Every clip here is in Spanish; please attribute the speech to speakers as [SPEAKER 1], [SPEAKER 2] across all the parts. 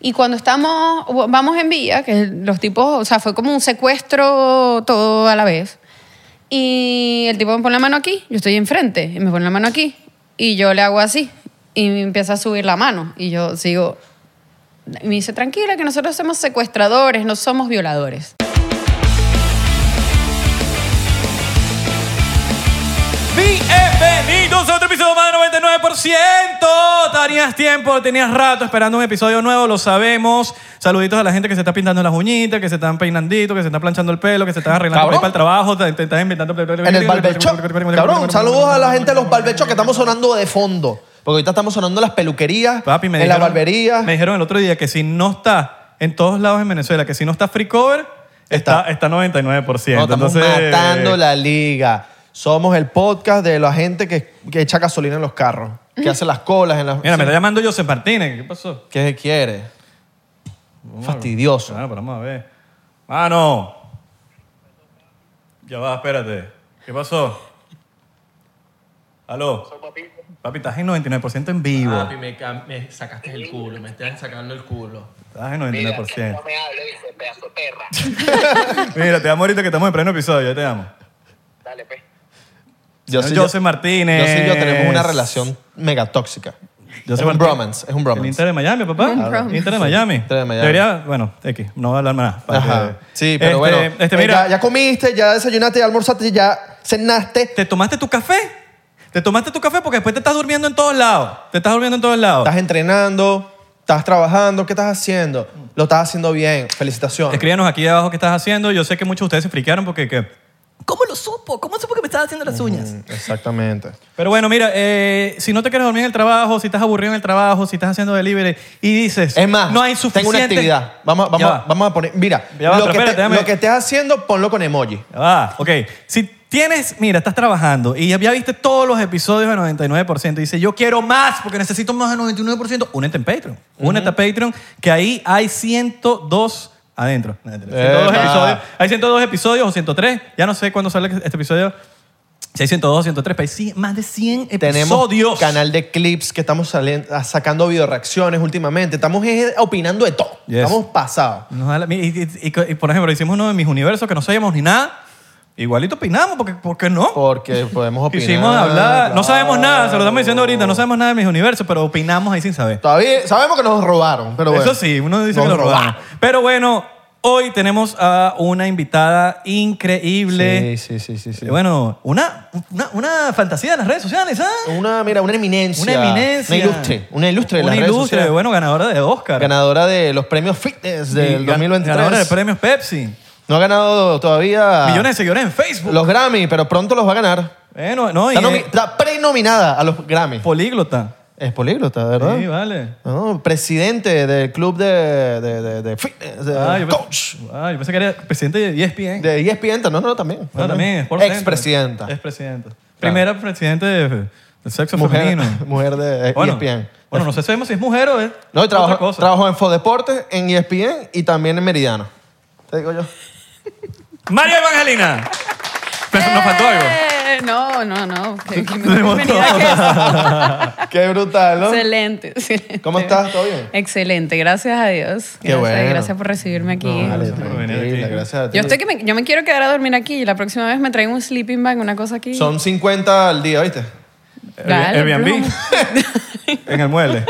[SPEAKER 1] Y cuando estamos, vamos en vía, que los tipos, o sea, fue como un secuestro todo a la vez. Y el tipo me pone la mano aquí, yo estoy enfrente, y me pone la mano aquí, y yo le hago así, y me empieza a subir la mano, y yo sigo. Y me dice, tranquila, que nosotros somos secuestradores, no somos violadores.
[SPEAKER 2] Bienvenidos a otro episodio más de 99%. Tenías tiempo, tenías rato esperando un episodio nuevo, lo sabemos. Saluditos a la gente que se está pintando las uñitas, que se están peinandito, que se están planchando el pelo, que se están arreglando para
[SPEAKER 3] Cabrón.
[SPEAKER 2] ir para el trabajo, te, te estás inventando.
[SPEAKER 3] En el barbecho. Cabrón, saludos a la gente de los barbechos que estamos sonando de fondo. Porque ahorita estamos sonando en las peluquerías,
[SPEAKER 2] Papi, me
[SPEAKER 3] en
[SPEAKER 2] dijeron,
[SPEAKER 3] la barbería.
[SPEAKER 2] Me dijeron el otro día que si no está en todos lados en Venezuela, que si no está free cover, está, está 99%.
[SPEAKER 3] No, estamos
[SPEAKER 2] Entonces,
[SPEAKER 3] matando la liga. Somos el podcast de la gente que, que echa gasolina en los carros, que hace las colas en las...
[SPEAKER 2] Mira, me está llamando José Martínez. ¿Qué pasó?
[SPEAKER 3] ¿Qué quiere? Fastidioso.
[SPEAKER 2] Claro, Ah, pero vamos a ver. Mano. Ya va, espérate. ¿Qué pasó? Aló. Papi, estás en 99% en vivo.
[SPEAKER 4] Ah,
[SPEAKER 5] Papi, me, cam- me sacaste el culo, me estás sacando el culo.
[SPEAKER 2] Estás en
[SPEAKER 4] Mira, no
[SPEAKER 2] 99%.
[SPEAKER 4] me hable, dice, pedazo de perra.
[SPEAKER 2] Mira, te amo ahorita que estamos en pleno episodio. Ya te amo.
[SPEAKER 4] Dale, pues.
[SPEAKER 3] Yo
[SPEAKER 2] José
[SPEAKER 3] soy yo-
[SPEAKER 2] Martínez.
[SPEAKER 3] Yo sí, yo tenemos una relación mega tóxica.
[SPEAKER 2] Yo
[SPEAKER 3] es
[SPEAKER 2] soy
[SPEAKER 3] un
[SPEAKER 2] Martín.
[SPEAKER 3] bromance, es un bromance.
[SPEAKER 2] El Inter de Miami, papá.
[SPEAKER 1] Un bromance.
[SPEAKER 2] Inter de Miami.
[SPEAKER 3] Inter de Miami.
[SPEAKER 2] Debería, bueno, X, no voy a hablar más. para
[SPEAKER 3] Ajá.
[SPEAKER 2] que-
[SPEAKER 3] Sí, pero
[SPEAKER 2] Este,
[SPEAKER 3] bueno.
[SPEAKER 2] Este,
[SPEAKER 3] eh,
[SPEAKER 2] mira,
[SPEAKER 3] ya, ya comiste, ya desayunaste, ya almorzaste, ya cenaste.
[SPEAKER 2] ¿te tomaste tu café? ¿Te tomaste tu café? Porque después te estás durmiendo en todos lados. Te estás durmiendo en todos lados.
[SPEAKER 3] Estás entrenando, estás trabajando, ¿qué estás haciendo? Lo estás haciendo bien, felicitaciones.
[SPEAKER 2] Escríbanos aquí abajo qué estás haciendo. Yo sé que muchos de ustedes se friquearon porque... que-
[SPEAKER 5] ¿Cómo lo supo? ¿Cómo supo que me estabas haciendo las uñas?
[SPEAKER 3] Mm, Exactamente.
[SPEAKER 2] Pero bueno, mira, eh, si no te quieres dormir en el trabajo, si estás aburrido en el trabajo, si estás haciendo delivery y dices...
[SPEAKER 3] Es más,
[SPEAKER 2] no hay
[SPEAKER 3] tengo
[SPEAKER 2] suficiente...
[SPEAKER 3] una actividad. Vamos, vamos,
[SPEAKER 2] Ya va.
[SPEAKER 3] vamos a poner. Mira,
[SPEAKER 2] Ya va,
[SPEAKER 3] lo,
[SPEAKER 2] pero
[SPEAKER 3] que
[SPEAKER 2] espérate,
[SPEAKER 3] te-
[SPEAKER 2] déjame-
[SPEAKER 3] lo que estés haciendo, ponlo con emoji.
[SPEAKER 2] Ya va, Ah, ok. Si tienes, mira, estás trabajando y ya viste todos los episodios de 99% y dices, yo quiero más porque necesito más de 99%, únete en Patreon. Únete a Patreon, que ahí hay 102 adentro. 102
[SPEAKER 3] Epa.
[SPEAKER 2] episodios. Hay 102 episodios o 103. Ya no sé cuándo sale este episodio. Si hay 102, 103, pero hay cien- más de 100
[SPEAKER 3] Tenemos
[SPEAKER 2] episodios.
[SPEAKER 3] canal de clips que estamos saliendo, sacando video reacciones últimamente. Estamos eh, opinando de todo.
[SPEAKER 2] Yes.
[SPEAKER 3] Estamos pasados.
[SPEAKER 2] Nos da la- mira, y, y- y- y, por ejemplo, hicimos uno de mis universos que no sabíamos ni nada. Igualito opinamos, porque, ¿por qué no?
[SPEAKER 3] Porque podemos opinar.
[SPEAKER 2] Quisimos hablar. No sabemos nada, se lo estamos
[SPEAKER 3] claro.
[SPEAKER 2] diciendo ahorita. No sabemos nada de mis universos, pero opinamos ahí sin saber.
[SPEAKER 3] Todavía sabemos que nos robaron, pero bueno.
[SPEAKER 2] Eso sí, uno dice
[SPEAKER 3] Nos
[SPEAKER 2] que lo robaron. Pero bueno, hoy tenemos a una invitada increíble.
[SPEAKER 3] Sí, sí, sí, sí, sí.
[SPEAKER 2] Y Bueno, una, una, una fantasía de las redes sociales, ¿ah?
[SPEAKER 3] Una, mira, una eminencia.
[SPEAKER 2] Una eminencia.
[SPEAKER 3] Una ilustre. Una ilustre de
[SPEAKER 2] Una
[SPEAKER 3] las redes
[SPEAKER 2] ilustre,
[SPEAKER 3] sociales.
[SPEAKER 2] bueno, ganadora de Oscar.
[SPEAKER 3] Ganadora de los premios fitness
[SPEAKER 2] Y
[SPEAKER 3] del
[SPEAKER 2] gan-
[SPEAKER 3] 2023.
[SPEAKER 2] Ganadora de premios Pepsi.
[SPEAKER 3] No ha ganado todavía
[SPEAKER 2] Millones de seguidores en Facebook.
[SPEAKER 3] los Grammy, pero pronto los va a ganar.
[SPEAKER 2] Bueno, no, y
[SPEAKER 3] Está, nomi-
[SPEAKER 2] es
[SPEAKER 3] está prenominada a los Grammy.
[SPEAKER 2] políglota.
[SPEAKER 3] Es políglota, ¿verdad?
[SPEAKER 2] Sí, vale.
[SPEAKER 3] No, presidente del club de, de, de- de fitness, de
[SPEAKER 2] Ah, yo pe-
[SPEAKER 3] coach.
[SPEAKER 2] Ah, yo pensé que era presidente de E ESPN.
[SPEAKER 3] De E ESPN, no, no, también.
[SPEAKER 2] Ah, también, Sports Center.
[SPEAKER 3] Expresidenta.
[SPEAKER 2] Expresidenta. Primera presidenta de- del sexo
[SPEAKER 3] Mujer,
[SPEAKER 2] femenino.
[SPEAKER 3] mujer de E
[SPEAKER 2] Bueno,
[SPEAKER 3] ESPN.
[SPEAKER 2] bueno, no sé sabemos si es mujer o es
[SPEAKER 3] No, y
[SPEAKER 2] otra
[SPEAKER 3] trabajo,
[SPEAKER 2] cosa.
[SPEAKER 3] trabajo en Fodeportes, en E ESPN y también en Meridiano. Te digo yo.
[SPEAKER 2] María Evangelina. Pero nos faltó algo.
[SPEAKER 1] Eh, No, no, no. Qué- qué
[SPEAKER 2] Tenemos
[SPEAKER 1] bienvenida
[SPEAKER 2] todo.
[SPEAKER 1] que es.
[SPEAKER 3] Qué brutal, ¿no?
[SPEAKER 1] Excelente, excelente.
[SPEAKER 3] ¿Cómo estás? ¿Todo bien?
[SPEAKER 1] Excelente, gracias a Dios.
[SPEAKER 3] Qué
[SPEAKER 1] gracias,
[SPEAKER 3] bueno.
[SPEAKER 1] gracias por recibirme aquí.
[SPEAKER 3] No, vale,
[SPEAKER 2] Gracias por venir
[SPEAKER 3] tranquila,
[SPEAKER 2] aquí.
[SPEAKER 3] gracias a ti.
[SPEAKER 1] yo, estoy que me, yo me quiero quedar a dormir aquí y la próxima vez me traigo un sleeping bag, una cosa aquí.
[SPEAKER 3] Son 50 al día, ¿viste?
[SPEAKER 1] Dale,
[SPEAKER 2] Airbnb.
[SPEAKER 1] plomo.
[SPEAKER 2] en el mueble.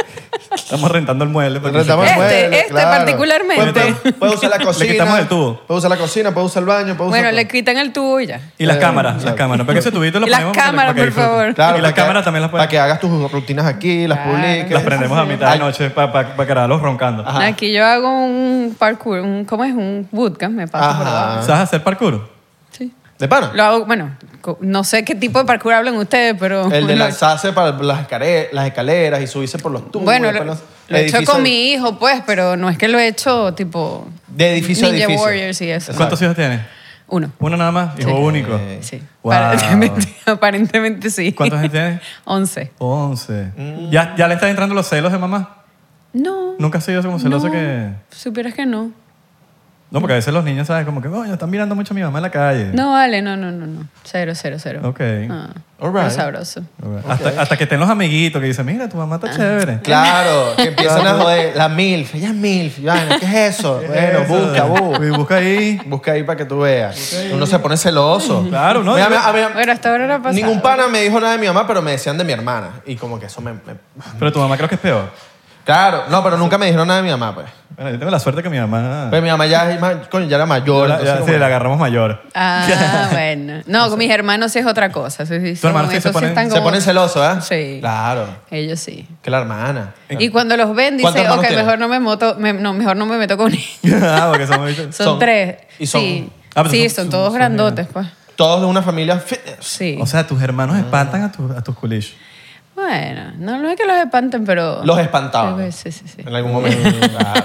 [SPEAKER 2] Estamos rentando el mueble. porque
[SPEAKER 3] Rentamos
[SPEAKER 2] se-
[SPEAKER 3] el
[SPEAKER 1] Este,
[SPEAKER 3] mueble,
[SPEAKER 1] este particularmente.
[SPEAKER 3] Puedes usar la
[SPEAKER 2] Le
[SPEAKER 3] cocina.
[SPEAKER 2] quitamos el tubo.
[SPEAKER 3] Puedes usar la cocina, puedes usar el baño, puedes
[SPEAKER 1] Bueno,
[SPEAKER 3] usar...
[SPEAKER 1] le quitan el tubo y ya.
[SPEAKER 2] Y las
[SPEAKER 3] Eh,
[SPEAKER 2] cámaras, las
[SPEAKER 3] claro.
[SPEAKER 2] cámaras. Pero ese tubito lo
[SPEAKER 1] Y las
[SPEAKER 2] ponemos para que-
[SPEAKER 1] cámaras,
[SPEAKER 2] para que
[SPEAKER 1] por favor.
[SPEAKER 2] disfruten.
[SPEAKER 3] Claro,
[SPEAKER 2] y las
[SPEAKER 3] para que-
[SPEAKER 2] cámaras también las
[SPEAKER 3] Para que
[SPEAKER 2] pueden.
[SPEAKER 3] hagas tus rutinas aquí, las
[SPEAKER 1] Claro.
[SPEAKER 3] publiques.
[SPEAKER 2] Las prendemos a mitad de
[SPEAKER 3] Ay,
[SPEAKER 2] noche para quedarlos roncando.
[SPEAKER 3] Ajá.
[SPEAKER 1] Aquí yo hago un parkour, un, ¿cómo es? Un bootcamp, me paso por abajo.
[SPEAKER 3] Ajá.
[SPEAKER 2] ¿Sabes hacer parkour?
[SPEAKER 1] Sí.
[SPEAKER 3] ¿De pana?
[SPEAKER 1] Lo hago, bueno, co- no sé qué tipo de parkour hablan ustedes, pero...
[SPEAKER 3] El de
[SPEAKER 1] bueno,
[SPEAKER 3] lanzarse para las escaleras, las escaleras y subirse por los tubos.
[SPEAKER 1] Bueno,
[SPEAKER 3] para
[SPEAKER 1] lo,
[SPEAKER 3] los-
[SPEAKER 1] lo he hecho
[SPEAKER 3] edificio-
[SPEAKER 1] con mi hijo, pues, pero no es que lo he hecho tipo...
[SPEAKER 3] De edificio a
[SPEAKER 1] Ninja
[SPEAKER 3] edificio.
[SPEAKER 1] Warriors y eso.
[SPEAKER 2] ¿Cuántos hijos tienes?
[SPEAKER 1] Uno,
[SPEAKER 2] Uno nada más, hijo
[SPEAKER 1] Sí.
[SPEAKER 2] único.
[SPEAKER 1] sí.
[SPEAKER 2] Wow.
[SPEAKER 1] Aparentemente, aparentemente sí.
[SPEAKER 2] ¿Cuántos años tienes?
[SPEAKER 1] Once.
[SPEAKER 2] 11.
[SPEAKER 3] Mm.
[SPEAKER 2] ¿Ya, ¿Ya le están entrando los celos de mamá?
[SPEAKER 1] No.
[SPEAKER 2] ¿Nunca has sido así como celoso
[SPEAKER 1] no,
[SPEAKER 2] que...?
[SPEAKER 1] Supieras que no.
[SPEAKER 2] No, porque a veces los niños saben como que, coño, están mirando mucho a mi mamá en la calle.
[SPEAKER 1] No, vale, no, no, no, no. Cero, cero, cero.
[SPEAKER 2] Ok.
[SPEAKER 1] No.
[SPEAKER 3] All
[SPEAKER 1] Pero
[SPEAKER 3] right.
[SPEAKER 1] sabroso.
[SPEAKER 2] Hasta, hasta que estén los amiguitos que dicen, mira, tu mamá
[SPEAKER 1] Ah.
[SPEAKER 2] está chévere.
[SPEAKER 3] Claro, que empiezan a joder. La MILF, ella es MILF. y vaina, ¿Qué es eso? Bueno,
[SPEAKER 2] Eso.
[SPEAKER 3] busca, busca.
[SPEAKER 2] Y busca ahí.
[SPEAKER 3] Busca ahí para que tú veas. Uno se pone celoso.
[SPEAKER 2] Claro, ¿no?
[SPEAKER 3] Mira, mira, a mí-
[SPEAKER 1] Bueno, hasta ahora no ha pasado.
[SPEAKER 3] ningún pana me dijo nada de mi mamá, pero me decían de mi hermana. Y como que eso me... me-
[SPEAKER 2] Pero tu mamá creo que es peor.
[SPEAKER 3] Claro, no, pero nunca me dijeron nada de mi mamá, pues.
[SPEAKER 2] Bueno, yo tengo la suerte que mi mamá...
[SPEAKER 3] Pero mi mamá ya, es ma- coño, ya era mayor.
[SPEAKER 2] Ah. Ya-
[SPEAKER 3] entonces
[SPEAKER 2] ya,
[SPEAKER 3] como-
[SPEAKER 2] sí, la agarramos mayor.
[SPEAKER 1] Ah, bueno. No, con mis hermanos sí es otra cosa. Sí, sí,
[SPEAKER 2] Tus hermanos
[SPEAKER 1] son-
[SPEAKER 2] sí se
[SPEAKER 1] esos
[SPEAKER 2] ponen-
[SPEAKER 1] están
[SPEAKER 3] Se
[SPEAKER 1] como-
[SPEAKER 3] ponen celosos, ¿eh?
[SPEAKER 1] Sí.
[SPEAKER 3] Claro,
[SPEAKER 1] Ellos sí.
[SPEAKER 3] que la hermana.
[SPEAKER 1] Y cuando los ven,
[SPEAKER 3] ¿Cuántos
[SPEAKER 1] dice,
[SPEAKER 3] hermanos
[SPEAKER 1] ok,
[SPEAKER 3] tienes?
[SPEAKER 1] mejor no me, moto, me- no, mejor no me meto con ellos.
[SPEAKER 2] ah, porque somos bichos.
[SPEAKER 1] Son,
[SPEAKER 3] Son-
[SPEAKER 1] tres.
[SPEAKER 3] y son-
[SPEAKER 1] sí,
[SPEAKER 2] Ah, pero
[SPEAKER 1] Sí,
[SPEAKER 2] son-
[SPEAKER 1] son,
[SPEAKER 2] son-
[SPEAKER 1] todos
[SPEAKER 2] son
[SPEAKER 1] grandotes, pues.
[SPEAKER 3] Todos de una familia fitness.
[SPEAKER 1] Sí.
[SPEAKER 2] O sea, tus hermanos espantan a, tus a tus culichos.
[SPEAKER 1] bueno, no, no es que los espanten, pero...
[SPEAKER 3] Los espantaban.
[SPEAKER 1] Sí, sí, sí.
[SPEAKER 3] En algún momento. Claro.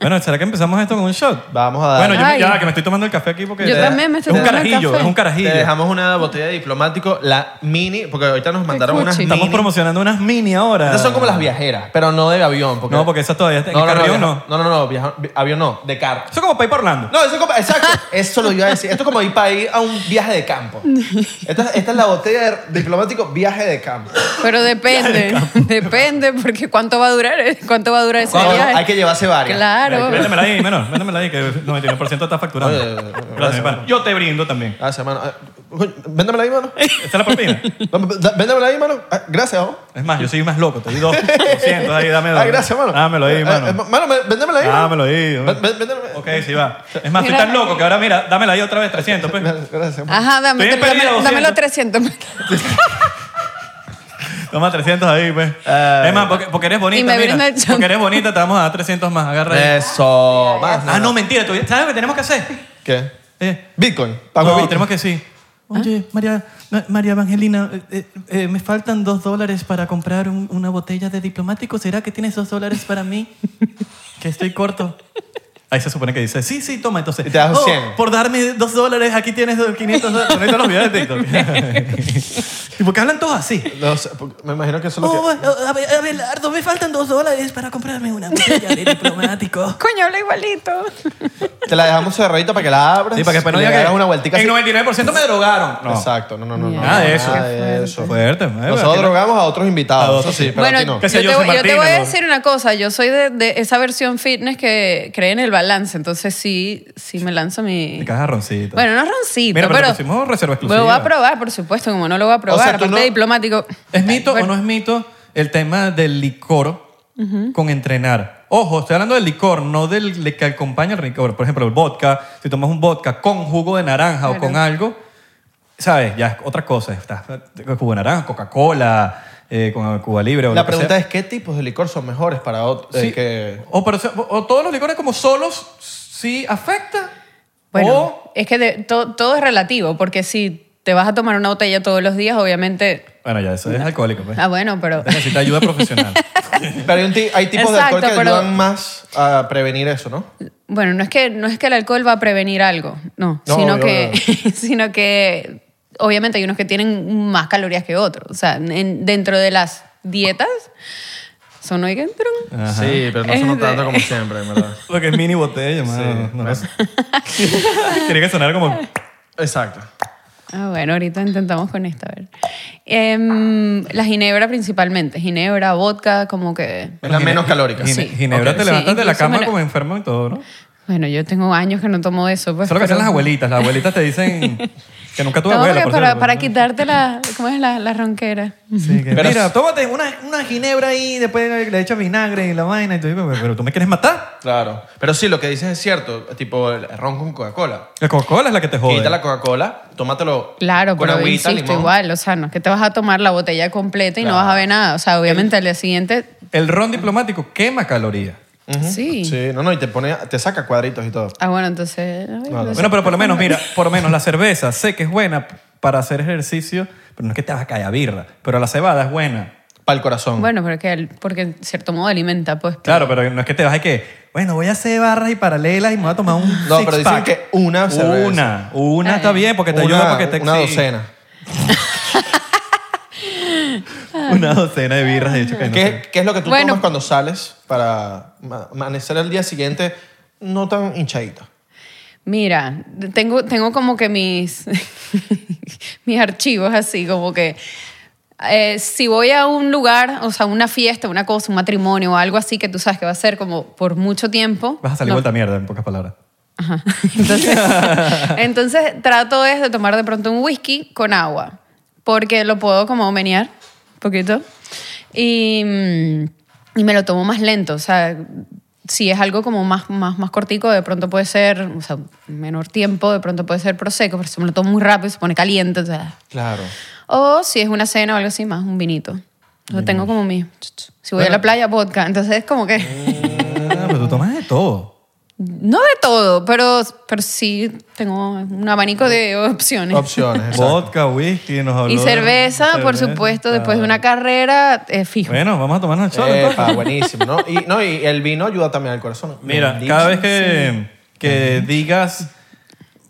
[SPEAKER 2] Bueno, ¿será que empezamos esto con un shot?
[SPEAKER 3] Vamos a dar.
[SPEAKER 2] Bueno, yo me-
[SPEAKER 1] Ay.
[SPEAKER 2] ya, que me estoy tomando el café aquí porque...
[SPEAKER 1] Yo
[SPEAKER 2] te-
[SPEAKER 1] también me estoy
[SPEAKER 2] Es un
[SPEAKER 1] tomando el
[SPEAKER 2] carajillo,
[SPEAKER 1] café.
[SPEAKER 2] es un carajillo.
[SPEAKER 3] Te dejamos una botella de diplomático, la mini, porque ahorita nos mandaron
[SPEAKER 1] cuchi.
[SPEAKER 3] unas mini.
[SPEAKER 2] Estamos promocionando unas mini ahora.
[SPEAKER 3] Estas son como las viajeras, pero no de avión. Porque,
[SPEAKER 2] No, porque esas todavía... están-
[SPEAKER 3] no,
[SPEAKER 2] en
[SPEAKER 3] no, no,
[SPEAKER 2] Carrión
[SPEAKER 3] viaja-
[SPEAKER 2] no.
[SPEAKER 3] no, no, no, viaja- vi- avión no, de carro.
[SPEAKER 2] Eso es como para ir para Orlando.
[SPEAKER 3] No, eso es como, exacto, eso lo iba a decir. Esto es como ir para ir a un viaje de campo. Esta, esta es la botella de diplomático viaje de campo.
[SPEAKER 1] Pero depende, depende, porque cuánto va a durar, cuánto va a durar ese
[SPEAKER 3] No, no,
[SPEAKER 1] viaje.
[SPEAKER 3] hay que llevarse varias.
[SPEAKER 1] Claro.
[SPEAKER 2] Véndemela ahí, menos, véndemela ahí, que el 99% está facturando.
[SPEAKER 3] Oye, oye, oye,
[SPEAKER 2] Gracias, mi pana. Yo te brindo también.
[SPEAKER 3] Gracias, mano. Ah, coño, Véndamela ahí, mano.
[SPEAKER 2] Esta es la propina.
[SPEAKER 3] Véndamela ahí, mano. Ah, Gracias, ojo.
[SPEAKER 2] Es más, yo soy más loco, te doy dos. Lo siento, ahí, dame dos.
[SPEAKER 3] Ah, gracias, mano.
[SPEAKER 2] Dámelo ahí,
[SPEAKER 3] Eh, eh,
[SPEAKER 2] mano.
[SPEAKER 3] Mano, vé- véndamela ahí.
[SPEAKER 2] Dámelo ahí.
[SPEAKER 3] Vé-
[SPEAKER 2] hombre.
[SPEAKER 3] vé- véndamela.
[SPEAKER 2] Ok, sí va. Es más,
[SPEAKER 1] Mira.
[SPEAKER 2] estoy tan loco que ahora, mira, dámela ahí otra vez, 300, pues.
[SPEAKER 3] Gracias.
[SPEAKER 1] Ajá, dame,
[SPEAKER 2] Estoy en
[SPEAKER 1] dame-
[SPEAKER 2] pérdida,
[SPEAKER 1] dame los 300.
[SPEAKER 2] 200. Toma 300 ahí, pues.
[SPEAKER 3] Ay.
[SPEAKER 2] Es más, porque, porque eres bonita,
[SPEAKER 1] Y me
[SPEAKER 2] mira.
[SPEAKER 1] brinda el chon.
[SPEAKER 2] Porque eres bonita, te vamos a dar 300 más. Agarra
[SPEAKER 3] Eh,
[SPEAKER 2] ahí.
[SPEAKER 3] Eso, más
[SPEAKER 2] Ah,
[SPEAKER 3] nada.
[SPEAKER 2] no, mentira. tú- ¿Sabes lo que tenemos que hacer?
[SPEAKER 3] ¿Qué?
[SPEAKER 2] Eh,
[SPEAKER 3] Bitcoin. Pago
[SPEAKER 2] No,
[SPEAKER 3] Bitcoin.
[SPEAKER 2] tenemos que decir. Oye, María, Ma- María Evangelina, eh, eh, eh, me faltan dos dólares para comprar un- una botella de diplomático. ¿Será que tienes dos dólares para mí? que estoy corto. Ahí se supone que dice, sí, sí, toma entonces.
[SPEAKER 3] Y te das
[SPEAKER 2] "Oh,
[SPEAKER 3] 100.
[SPEAKER 2] por darme dos dólares, aquí tienes dos- 500 dólares. Conecta los videos de TikTok. ¿Y por qué hablan todos así?
[SPEAKER 3] No sé, porque eh, me imagino que eso es lo
[SPEAKER 2] Oh,
[SPEAKER 3] que...
[SPEAKER 2] eh, Abe- Abelardo, me faltan dos dólares para comprarme una botella de diplomático.
[SPEAKER 1] Coño, habla igualito.
[SPEAKER 3] Te la dejamos cerradita para que la abras.
[SPEAKER 2] Oh. Sí, para que después no
[SPEAKER 3] y le
[SPEAKER 2] diga que
[SPEAKER 3] hagas una vueltica
[SPEAKER 2] En
[SPEAKER 3] así.
[SPEAKER 2] 99% me drogaron. No.
[SPEAKER 3] Exacto. No, no, no. no,
[SPEAKER 2] Nada de eso.
[SPEAKER 3] Nada de eso. pues.
[SPEAKER 2] Fuerte, madre,
[SPEAKER 3] Nosotros
[SPEAKER 2] aquí no-
[SPEAKER 3] drogamos a otros
[SPEAKER 2] A
[SPEAKER 3] invitados,
[SPEAKER 2] otros,
[SPEAKER 3] eso sí,
[SPEAKER 2] sí.
[SPEAKER 3] pero
[SPEAKER 1] Bueno,
[SPEAKER 3] a ti no.
[SPEAKER 2] Que
[SPEAKER 1] yo,
[SPEAKER 2] sea
[SPEAKER 1] te,
[SPEAKER 2] José
[SPEAKER 1] voy- yo te
[SPEAKER 2] Martínez,
[SPEAKER 1] voy a
[SPEAKER 2] ¿no?
[SPEAKER 1] decir una cosa. Yo soy de, de esa versión fitness que cree en el balance. Entonces sí, sí me lanzo mi...
[SPEAKER 2] Mi caja roncita.
[SPEAKER 1] Bueno, no es roncito,
[SPEAKER 2] Mira, pero
[SPEAKER 1] pero...
[SPEAKER 2] le pusimos reserva exclusiva.
[SPEAKER 1] Lo voy a probar, por supuesto, como no lo voy a probar.
[SPEAKER 3] sea, tú
[SPEAKER 1] aparte
[SPEAKER 3] no-
[SPEAKER 1] diplomático.
[SPEAKER 2] ¿Es mito
[SPEAKER 1] Bueno,
[SPEAKER 2] o no es mito el tema del licor con entrenar? Ojo, estoy hablando del licor, no del de que acompaña el licor. Por ejemplo, el vodka, si tomas un vodka con jugo de naranja o
[SPEAKER 1] Claro.
[SPEAKER 2] con algo, ¿sabes? Ya es otra cosa. Estás con jugo de naranja, Coca-Cola, eh, con Cuba Libre. O
[SPEAKER 3] La
[SPEAKER 2] lo que
[SPEAKER 3] pregunta
[SPEAKER 2] sea.
[SPEAKER 3] es, ¿qué tipos de licor son mejores para eh, otros?
[SPEAKER 2] Sí. o, pero, o todos los licores como solos, sí afecta.
[SPEAKER 1] Bueno,
[SPEAKER 2] o
[SPEAKER 1] es que de- to- todo es relativo, porque si te vas a tomar una botella todos los días, obviamente...
[SPEAKER 2] Bueno, ya, eso es alcohólico. Pues.
[SPEAKER 1] Ah, bueno, pero...
[SPEAKER 2] Necesita ayuda profesional.
[SPEAKER 3] Pero hay, un ti- hay tipos
[SPEAKER 1] Exacto,
[SPEAKER 3] de alcohol que
[SPEAKER 1] pero-
[SPEAKER 3] ayudan más a prevenir eso, ¿no?
[SPEAKER 1] Bueno, no es que no es que el alcohol va a prevenir algo, no,
[SPEAKER 3] No,
[SPEAKER 1] sino
[SPEAKER 3] obvio,
[SPEAKER 1] que sino que obviamente hay unos que tienen más calorías que otros, o sea, en- dentro de las dietas son oigan, pero
[SPEAKER 2] Ajá.
[SPEAKER 3] pero
[SPEAKER 1] no son Este- tanto como
[SPEAKER 3] siempre, en verdad.
[SPEAKER 2] Lo que es mini botella, mano. No,
[SPEAKER 3] bueno.
[SPEAKER 2] Quería que sonara como.
[SPEAKER 3] Exacto.
[SPEAKER 1] Ah, bueno, ahorita intentamos con esta, a ver. Em, la ginebra principalmente, ginebra, vodka, como que
[SPEAKER 3] Es la menos calórica.
[SPEAKER 2] Gine-
[SPEAKER 1] Sí.
[SPEAKER 2] Ginebra
[SPEAKER 1] Ok.
[SPEAKER 2] te levantas
[SPEAKER 1] Sí,
[SPEAKER 2] de la
[SPEAKER 1] incluso
[SPEAKER 2] cama
[SPEAKER 1] me la-
[SPEAKER 2] como enfermo y todo, ¿no? Eso
[SPEAKER 1] bueno, yo tengo años que no tomo eso, pues.
[SPEAKER 2] es lo que hacen
[SPEAKER 1] pero-
[SPEAKER 2] las abuelitas. Las abuelitas te dicen que nunca tuve
[SPEAKER 1] No,
[SPEAKER 2] abuela.
[SPEAKER 1] porque
[SPEAKER 2] por
[SPEAKER 1] para,
[SPEAKER 2] cierto.
[SPEAKER 1] para quitarte la, ¿cómo es la, la ronquera?
[SPEAKER 2] Sí, que,
[SPEAKER 3] Pero-
[SPEAKER 2] mira, tómate una, una ginebra ahí, después le echas vinagre y la vaina. Y tú dices, pero, pero tú me quieres matar.
[SPEAKER 3] Claro. Pero sí, lo que dices es cierto. Tipo, el ron con Coca-Cola.
[SPEAKER 2] La Coca-Cola es la que te jode.
[SPEAKER 3] Quita la Coca-Cola, tómatelo
[SPEAKER 1] Claro,
[SPEAKER 3] con
[SPEAKER 1] pero
[SPEAKER 3] agüita,
[SPEAKER 1] insisto,
[SPEAKER 3] limón.
[SPEAKER 1] igual, o sea, no es que te vas a tomar la botella completa y no
[SPEAKER 3] Claro.
[SPEAKER 1] vas a ver nada. O sea, obviamente al día siguiente,
[SPEAKER 2] El ron diplomático quema calorías.
[SPEAKER 1] sí.
[SPEAKER 3] Sí, no, no, y te pone, te saca cuadritos y todo.
[SPEAKER 1] Ah, bueno, entonces... ay, no sé.
[SPEAKER 2] Bueno, pero por lo menos, mira, por lo menos la cerveza sé que es buena para hacer ejercicio, pero no es que te vas a caer a birra. Pero la cebada es buena.
[SPEAKER 3] Para el corazón.
[SPEAKER 1] Bueno, pero que el- porque en cierto modo alimenta, pues.
[SPEAKER 2] Claro, pero no es que te vas a que, bueno, voy a hacer barras y paralelas y me voy a tomar un
[SPEAKER 3] No, pero
[SPEAKER 2] six
[SPEAKER 3] dicen
[SPEAKER 2] pack.
[SPEAKER 3] que una cerveza.
[SPEAKER 2] Una, una
[SPEAKER 1] Ah.
[SPEAKER 2] está bien porque te
[SPEAKER 3] una,
[SPEAKER 2] ayuda porque te
[SPEAKER 3] Una
[SPEAKER 2] sí.
[SPEAKER 3] docena.
[SPEAKER 2] Una docena de birras, de hecho. Que no
[SPEAKER 3] ¿Qué,
[SPEAKER 2] sé.
[SPEAKER 3] qué es lo que tú
[SPEAKER 1] Bueno.
[SPEAKER 3] tomas cuando sales para ma- amanecer al día siguiente no tan hinchadita?
[SPEAKER 1] Mira, tengo, tengo como que mis, mis archivos así, como que eh, si voy a un lugar, o sea, una fiesta, una cosa, un matrimonio o algo así que tú sabes que va a ser como por mucho tiempo.
[SPEAKER 2] Vas a salir
[SPEAKER 1] no-
[SPEAKER 2] vuelta mierda, en pocas palabras.
[SPEAKER 1] Ajá. Entonces, entonces trato es de tomar de pronto un whisky con agua, porque lo puedo como menear un poquito y, mm, y me lo tomo más lento, o sea, si es algo como más, más, más cortico, de pronto puede ser, o sea, menor tiempo, de pronto puede ser proseco, pero si me lo tomo muy rápido se pone caliente, o sea.
[SPEAKER 3] Claro.
[SPEAKER 1] O si es una cena o algo así, más un vinito. Yo tengo como mi... Si voy a la playa, vodka. Entonces es como que...
[SPEAKER 2] Ah, pero tú tomas de todo.
[SPEAKER 1] No de todo, pero, pero sí tengo un abanico de opciones.
[SPEAKER 3] Opciones. exacto.
[SPEAKER 2] Vodka, whisky, nos habló
[SPEAKER 1] y
[SPEAKER 2] de-
[SPEAKER 1] cerveza, por
[SPEAKER 2] cerveza,
[SPEAKER 1] supuesto,
[SPEAKER 2] claro.
[SPEAKER 1] después de una carrera, eh, fijo.
[SPEAKER 2] Bueno, vamos a tomarnos el shot entonces.
[SPEAKER 3] Epa, buenísimo, ¿no? Y, no, y el vino ayuda también al corazón.
[SPEAKER 2] Mira,
[SPEAKER 3] Bendito.
[SPEAKER 2] cada vez que, que digas,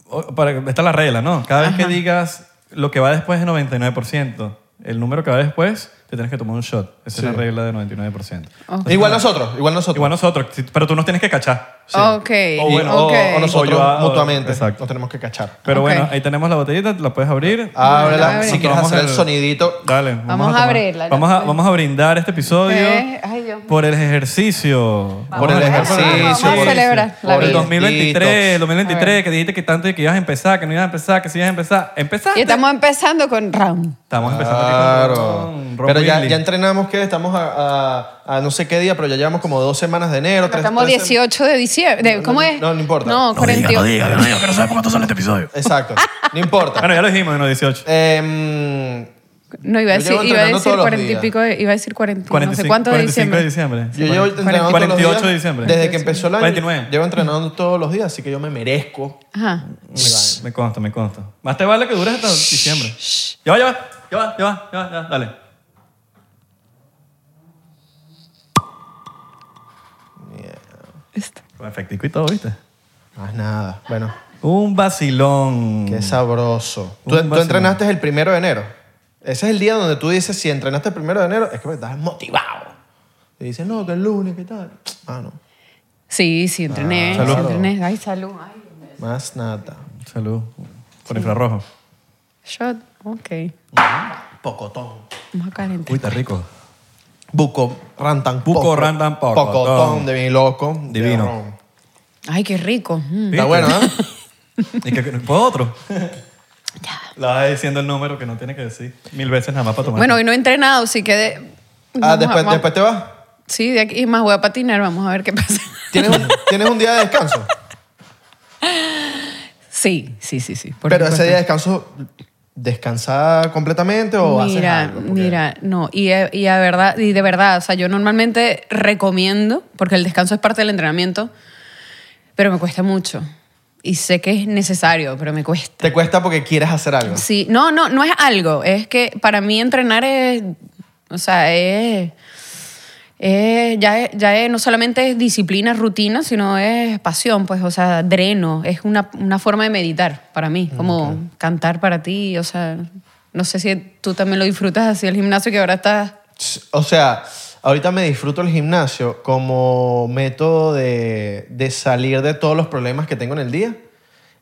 [SPEAKER 2] o- para, está la regla, ¿no? Cada vez que digas lo que va después es 99%, el número que va después, te tienes que tomar un shot. Esa
[SPEAKER 3] Sí.
[SPEAKER 2] es la regla de 99%.
[SPEAKER 1] Ok.
[SPEAKER 3] Igual nosotros, igual nosotros.
[SPEAKER 2] Igual nosotros, si- pero tú nos tienes que cachar.
[SPEAKER 1] Ok.
[SPEAKER 2] Oh,
[SPEAKER 3] O, bueno, o-
[SPEAKER 1] ok.
[SPEAKER 3] o, nosotros
[SPEAKER 2] O yo a- o-
[SPEAKER 3] mutuamente.
[SPEAKER 2] exacto.
[SPEAKER 3] Nos tenemos que cachar.
[SPEAKER 2] Pero
[SPEAKER 1] Ok. Ah.
[SPEAKER 2] bueno, ahí tenemos la botellita, la puedes abrir.
[SPEAKER 1] Bueno,
[SPEAKER 3] Ábrela,
[SPEAKER 1] abre.
[SPEAKER 3] Ah, si quieres
[SPEAKER 2] Vamos
[SPEAKER 3] hacer
[SPEAKER 2] al-
[SPEAKER 3] el sonidito.
[SPEAKER 2] Dale, vamos,
[SPEAKER 1] Vamos a
[SPEAKER 2] tomar-
[SPEAKER 1] abrirla,
[SPEAKER 2] Vamos a,
[SPEAKER 1] ya.
[SPEAKER 2] vamos a brindar este episodio
[SPEAKER 1] Ok. Ay, Dios mío.
[SPEAKER 2] por el ejercicio.
[SPEAKER 3] Por el
[SPEAKER 1] Vamos a-
[SPEAKER 3] ejercicio.
[SPEAKER 1] vamos a
[SPEAKER 3] por-
[SPEAKER 1] celebrar la
[SPEAKER 2] Por el
[SPEAKER 1] vida.
[SPEAKER 2] 2023, el 2023,
[SPEAKER 1] Bueno.
[SPEAKER 2] que dijiste que tanto que ibas a empezar, que no ibas a empezar, que sí ibas a empezar. ¿Empezaste?
[SPEAKER 1] Y estamos empezando con round.
[SPEAKER 2] Estamos empezando aquí con
[SPEAKER 3] Claro.
[SPEAKER 2] Ron- Ron
[SPEAKER 3] Pero ya,
[SPEAKER 2] Willy.
[SPEAKER 3] ya entrenamos que estamos a, a- a no sé qué día, pero ya llevamos como dos semanas de enero. tres-
[SPEAKER 1] Estamos
[SPEAKER 3] tres
[SPEAKER 1] 18 de diciembre. de-
[SPEAKER 3] No,
[SPEAKER 1] ¿Cómo
[SPEAKER 3] no,
[SPEAKER 1] es?
[SPEAKER 3] no, no importa.
[SPEAKER 1] No,
[SPEAKER 6] No diga, no
[SPEAKER 1] 48.
[SPEAKER 6] diga, no diga, que no sabes por cuánto sale este episodio.
[SPEAKER 3] sem- Exacto. No importa.
[SPEAKER 2] Bueno, ya lo dijimos en los 18.
[SPEAKER 3] Em,
[SPEAKER 1] No, iba a
[SPEAKER 3] Yo
[SPEAKER 1] decir,
[SPEAKER 3] llevo
[SPEAKER 1] iba a
[SPEAKER 3] entrenando
[SPEAKER 1] decir
[SPEAKER 3] todos los
[SPEAKER 1] 40 y
[SPEAKER 3] días.
[SPEAKER 1] pico, de- iba a decir 40, no sé
[SPEAKER 2] 45
[SPEAKER 1] cuánto de
[SPEAKER 2] 45
[SPEAKER 1] diciembre.
[SPEAKER 2] de diciembre.
[SPEAKER 3] yo llevo entrenando
[SPEAKER 2] 48
[SPEAKER 3] todos los días,
[SPEAKER 2] de diciembre.
[SPEAKER 3] Desde que empezó el año.
[SPEAKER 2] 49.
[SPEAKER 3] Llevo entrenando todos los días, así que yo me merezco.
[SPEAKER 1] Ajá.
[SPEAKER 2] Me consta, me consta. Más te vale que dures hasta diciembre. Ya va, ya va, ya va, ya va, ya va, ya va, dale.
[SPEAKER 1] Esto.
[SPEAKER 2] Con efectico y todo, ¿viste?
[SPEAKER 3] Más nada. Bueno,
[SPEAKER 2] Un vacilón.
[SPEAKER 3] qué
[SPEAKER 2] Mm.
[SPEAKER 3] sabroso.
[SPEAKER 2] Un
[SPEAKER 3] Tú, tú
[SPEAKER 2] vacilón.
[SPEAKER 3] entrenaste el primero de enero. Ese es el día donde tú dices, si entrenaste el primero de enero, es que me estás motivado. Y dices, no, que el lunes, ¿qué tal? Ah, no.
[SPEAKER 1] Sí, sí,
[SPEAKER 2] Ah,
[SPEAKER 1] entrené.
[SPEAKER 3] Salud.
[SPEAKER 1] sí, entrené. Ay, salud. Ay,
[SPEAKER 3] Más nada.
[SPEAKER 2] Salud. Con infrarrojo.
[SPEAKER 1] shot. Ok.
[SPEAKER 3] Pocotón.
[SPEAKER 1] Vamos a calentar.
[SPEAKER 2] Uy, está rico.
[SPEAKER 3] Buco, rantan,
[SPEAKER 2] Buco,
[SPEAKER 3] poco.
[SPEAKER 2] rantan, poco.
[SPEAKER 3] Pocotón de mi loco. de
[SPEAKER 2] Divino.
[SPEAKER 3] ron.
[SPEAKER 1] Ay, qué rico. Mm.
[SPEAKER 2] ¿Viste?
[SPEAKER 3] Está bueno, ¿eh?
[SPEAKER 2] ¿Y que, ¿Puedo otro? La vas diciendo el número que no tiene que decir. Mil veces nada más para tomar.
[SPEAKER 1] Bueno, hoy no he entrenado, así que... de- vamos
[SPEAKER 3] Ah,
[SPEAKER 1] a-
[SPEAKER 3] después,
[SPEAKER 1] vamos-
[SPEAKER 3] después te vas.
[SPEAKER 1] Sí, de aquí y más voy a patinar, vamos a ver qué pasa.
[SPEAKER 3] ¿Tienes un, tienes un día de descanso.
[SPEAKER 1] Sí, sí, sí, sí. por
[SPEAKER 3] Pero ese
[SPEAKER 1] supuesto.
[SPEAKER 3] día de descanso, ¿descansar completamente o
[SPEAKER 1] Mira,
[SPEAKER 3] haces algo? Porque-
[SPEAKER 1] mira, no, y, eh, y, a verdad, y de verdad, o sea, yo normalmente recomiendo, porque el descanso es parte del entrenamiento, pero me cuesta mucho. Y sé que es necesario, pero me cuesta.
[SPEAKER 3] Te cuesta porque quieres hacer algo.
[SPEAKER 1] Sí, no, no, no es algo. Es que para mí entrenar es, o sea, es, es- ya, es- ya es- no solamente es disciplina, rutina, sino es pasión, pues, o sea, dreno. Es una, una forma de meditar para mí,
[SPEAKER 3] Mm,
[SPEAKER 1] como cantar para ti, o sea, no sé si tú también lo disfrutas así el gimnasio que ahora estás...
[SPEAKER 3] O sea, ahorita me disfruto el gimnasio como método de, de salir de todos los problemas que tengo en el día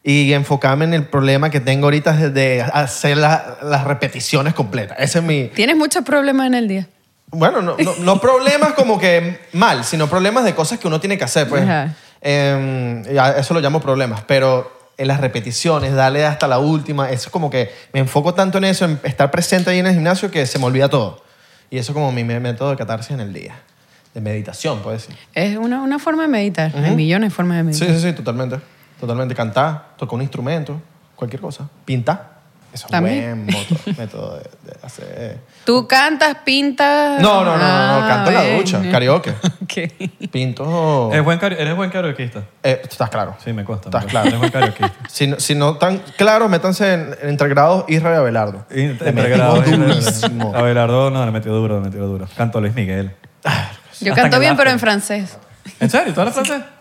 [SPEAKER 3] y enfocarme en el problema que tengo ahorita de, de hacer la- las repeticiones completas. Ese es mi...
[SPEAKER 1] Tienes muchos problemas en el día.
[SPEAKER 3] Bueno, no, no, no problemas como que mal, sino problemas de cosas que uno tiene que hacer, pues.
[SPEAKER 1] Ajá.
[SPEAKER 3] Em, y a eso lo llamo problemas, pero en las repeticiones, darle hasta la última, eso es como que me enfoco tanto en eso, en estar presente ahí en el gimnasio, que se me olvida todo. Y eso es como mi me- método de catarsis en el día, de meditación, puede decir.
[SPEAKER 1] Es una, una forma de meditar. Hay millones de formas de meditar.
[SPEAKER 3] Sí, sí, sí, totalmente. Totalmente. Cantar, tocar un instrumento, cualquier cosa. Pintar. Eso es un
[SPEAKER 1] También.
[SPEAKER 3] buen moto- método de, de hacer...
[SPEAKER 1] Tú cantas, pintas...
[SPEAKER 3] No, no, no, no, no,
[SPEAKER 1] Ah,
[SPEAKER 3] canto en la
[SPEAKER 1] bien.
[SPEAKER 3] ducha, karaoke.
[SPEAKER 1] Ok.
[SPEAKER 3] Pinto...
[SPEAKER 2] Eres buen, karaoke- eres buen karaokeista.
[SPEAKER 3] Eh, estás claro.
[SPEAKER 2] Sí, me cuesta.
[SPEAKER 3] Estás
[SPEAKER 2] me cuesta.
[SPEAKER 3] claro.
[SPEAKER 2] Eres buen karaokeista.
[SPEAKER 3] Si no, si no tan claro, métanse en, en entre grados Israel Abelardo. Le metimos
[SPEAKER 2] Integrado.
[SPEAKER 3] durísimo.
[SPEAKER 2] Abelardo, no, le metió duro, le metió duro. Canto Luis Miguel.
[SPEAKER 1] Yo
[SPEAKER 2] Ah, Hasta
[SPEAKER 1] canto
[SPEAKER 2] en el
[SPEAKER 1] bien, pero en
[SPEAKER 2] after.
[SPEAKER 1] francés.
[SPEAKER 2] ¿En serio? ¿Tú hablas francés?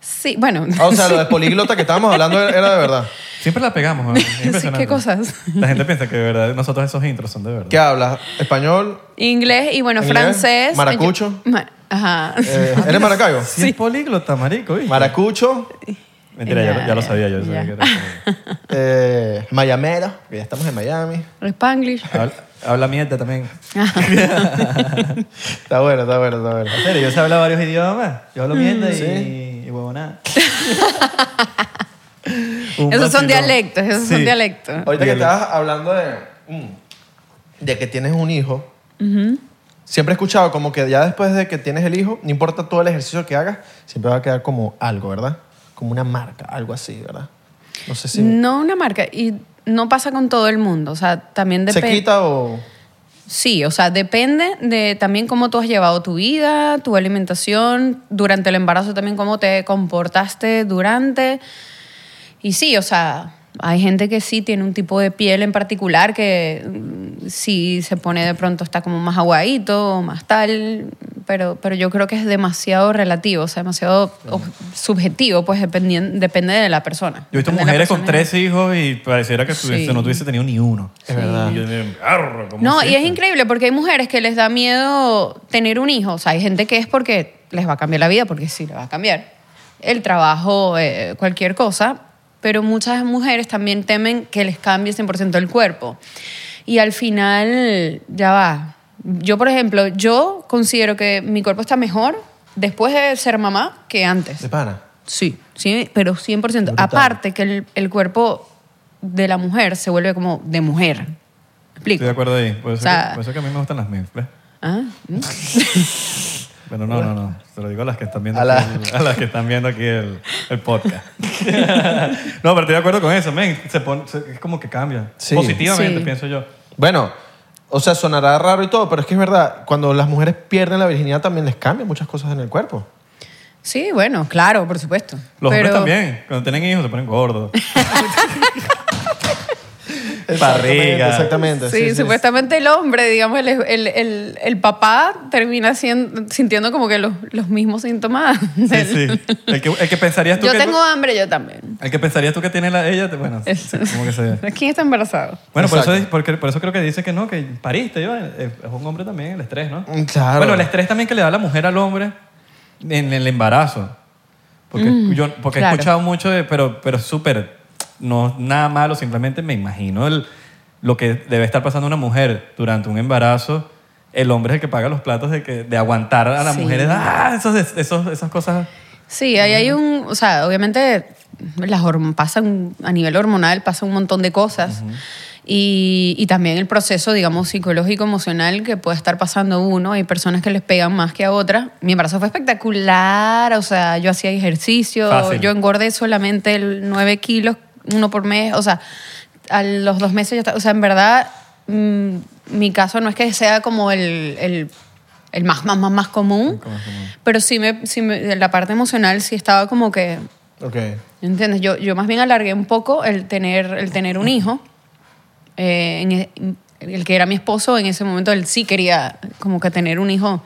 [SPEAKER 1] Sí, bueno.
[SPEAKER 3] Ah, O sea, lo de políglota que estábamos hablando era de verdad.
[SPEAKER 2] Siempre la pegamos, ¿no? Es impresionante.
[SPEAKER 1] ¿Qué cosas?
[SPEAKER 2] La gente piensa que de verdad, nosotros esos intros son de verdad.
[SPEAKER 3] ¿Qué hablas? ¿Español?
[SPEAKER 1] Inglés y bueno,
[SPEAKER 3] Inglés,
[SPEAKER 1] francés.
[SPEAKER 3] maracucho.
[SPEAKER 1] Yo- ma- Ajá.
[SPEAKER 3] Eh, ¿Eres maracayo?
[SPEAKER 2] Sí, es políglota, marico. ¿viste?
[SPEAKER 3] Maracucho,
[SPEAKER 2] Mentira, ya, lo- ya lo sabía yo. yo sabía
[SPEAKER 1] Ya.
[SPEAKER 2] que era como-
[SPEAKER 3] Eh, Mayamero, que ya estamos en Miami.
[SPEAKER 1] Spanglish.
[SPEAKER 2] Habla, habla mierda también.
[SPEAKER 3] Está bueno, está bueno, está bueno.
[SPEAKER 2] En serio, yo sé hablar varios idiomas. Yo
[SPEAKER 1] Mm,
[SPEAKER 2] hablo mierda y, y huevonada. Un
[SPEAKER 1] Esos son
[SPEAKER 2] vacilón.
[SPEAKER 1] dialectos, esos son
[SPEAKER 2] Sí.
[SPEAKER 1] dialectos.
[SPEAKER 3] Ahorita que
[SPEAKER 2] Dígale.
[SPEAKER 3] estabas hablando de, mm, de que tienes un hijo, siempre he escuchado como que ya después de que tienes el hijo, no importa todo el ejercicio que hagas, siempre va a quedar como algo, ¿verdad? Como una marca, algo así, ¿verdad? No sé si
[SPEAKER 1] No una marca. Y no pasa con todo el mundo. O sea, también
[SPEAKER 3] se
[SPEAKER 1] depende.
[SPEAKER 3] quita o...
[SPEAKER 1] Sí, o sea, depende de también cómo tú has llevado tu vida, tu alimentación, durante el embarazo también cómo te comportaste durante. Y sí, o sea, hay gente que sí tiene un tipo de piel en particular que mm, sí se pone de pronto está como más aguadito o más tal, pero, pero yo creo que es demasiado relativo, o sea, demasiado ob- subjetivo, pues dependien- depende de la persona.
[SPEAKER 2] Yo he visto
[SPEAKER 1] Depende de la
[SPEAKER 2] mujeres con
[SPEAKER 1] persona.
[SPEAKER 2] tres hijos y pareciera que tuviese-
[SPEAKER 1] Sí.
[SPEAKER 2] no tuviese tenido ni uno.
[SPEAKER 3] Es verdad.
[SPEAKER 2] Y yo digo, "Arro, ¿cómo
[SPEAKER 1] No, y
[SPEAKER 2] hiciste?"
[SPEAKER 1] es increíble porque hay mujeres que les da miedo tener un hijo. O sea, hay gente que es porque les va a cambiar la vida, porque sí, le va a cambiar. El trabajo, eh, cualquier cosa. Pero muchas mujeres también temen que les cambie 100% el cuerpo. Y al final, ya va. Yo, por ejemplo, yo considero que mi cuerpo está mejor después de ser mamá que antes.
[SPEAKER 3] De pana.
[SPEAKER 1] Sí, sí, pero 100%. Aparte que el, el cuerpo de la mujer se vuelve como de mujer. ¿Me explico?
[SPEAKER 2] Estoy de acuerdo ahí. Por
[SPEAKER 1] O
[SPEAKER 2] eso,
[SPEAKER 1] sea-
[SPEAKER 2] que, por eso que a mí me gustan las MILF, ¿ves?
[SPEAKER 1] Ah, mm.
[SPEAKER 2] Pero no, no, no. Te lo digo a las que están viendo,
[SPEAKER 3] A la-
[SPEAKER 2] aquí, el, a las que están viendo aquí el, el podcast. no, pero estoy de acuerdo con eso, men. Se pone- se- es como que cambia.
[SPEAKER 3] Sí.
[SPEAKER 2] Positivamente,
[SPEAKER 1] Sí.
[SPEAKER 2] pienso yo.
[SPEAKER 3] Bueno, o sea, sonará raro y todo, pero es que es verdad, cuando las mujeres pierden la virginidad también les cambian muchas cosas en el cuerpo.
[SPEAKER 1] Sí, bueno, claro, por supuesto.
[SPEAKER 2] Los hombres
[SPEAKER 1] Pero-
[SPEAKER 2] también. Cuando tienen hijos se ponen gordos. Barriga.
[SPEAKER 3] Exactamente.
[SPEAKER 1] Sí,
[SPEAKER 3] sí, sí, sí.
[SPEAKER 1] supuestamente el hombre, digamos, el, el, el, el papá termina sien- sintiendo como que los, los mismos síntomas.
[SPEAKER 2] Sí,
[SPEAKER 1] del-
[SPEAKER 2] sí. El que, el que pensarías tú
[SPEAKER 1] Yo
[SPEAKER 2] que tú-
[SPEAKER 1] tengo hambre, yo también.
[SPEAKER 2] el que pensarías tú que tiene la, ella, te- bueno,
[SPEAKER 1] Es-
[SPEAKER 2] se- como que se...
[SPEAKER 1] ¿Quién está embarazado?
[SPEAKER 2] Bueno, por eso,
[SPEAKER 3] Exacto.
[SPEAKER 2] es- porque- por eso creo que dice que no, que pariste, yo, es eh, es un hombre también, el estrés, ¿no?
[SPEAKER 3] Mm, Claro.
[SPEAKER 2] Bueno, el estrés también que le da la mujer al hombre en el embarazo. Porque, yo, porque
[SPEAKER 1] Mm,
[SPEAKER 2] he
[SPEAKER 1] claro.
[SPEAKER 2] escuchado mucho, de, pero pero es súper, no es nada malo, simplemente me imagino el- lo que debe estar pasando una mujer durante un embarazo. El hombre es el que paga los platos de, que, de aguantar a la
[SPEAKER 1] Sí.
[SPEAKER 2] mujer. Ah, esos, esos- esas cosas.
[SPEAKER 1] Sí, ahí hay un, o sea, obviamente las horm- pasan a nivel hormonal pasa un montón de cosas y, y también el proceso, digamos, psicológico emocional que puede estar pasando uno. Hay personas que les pegan más que a otras. Mi embarazo fue espectacular, o sea, yo hacía ejercicio,
[SPEAKER 2] Fácil.
[SPEAKER 1] yo engordé solamente el 9 kilos uno por mes, o sea, a los dos meses ya está, o sea, en verdad mm, mi caso no es que sea como el, el- el más, más, más, más común, pero sí me, sí me- la parte emocional sí estaba como que,
[SPEAKER 3] Ok.
[SPEAKER 1] ¿entiendes? Yo, yo más bien alargué un poco el tener, el tener un hijo, eh, en e- en- el que era mi esposo en ese momento, él sí quería como que tener un hijo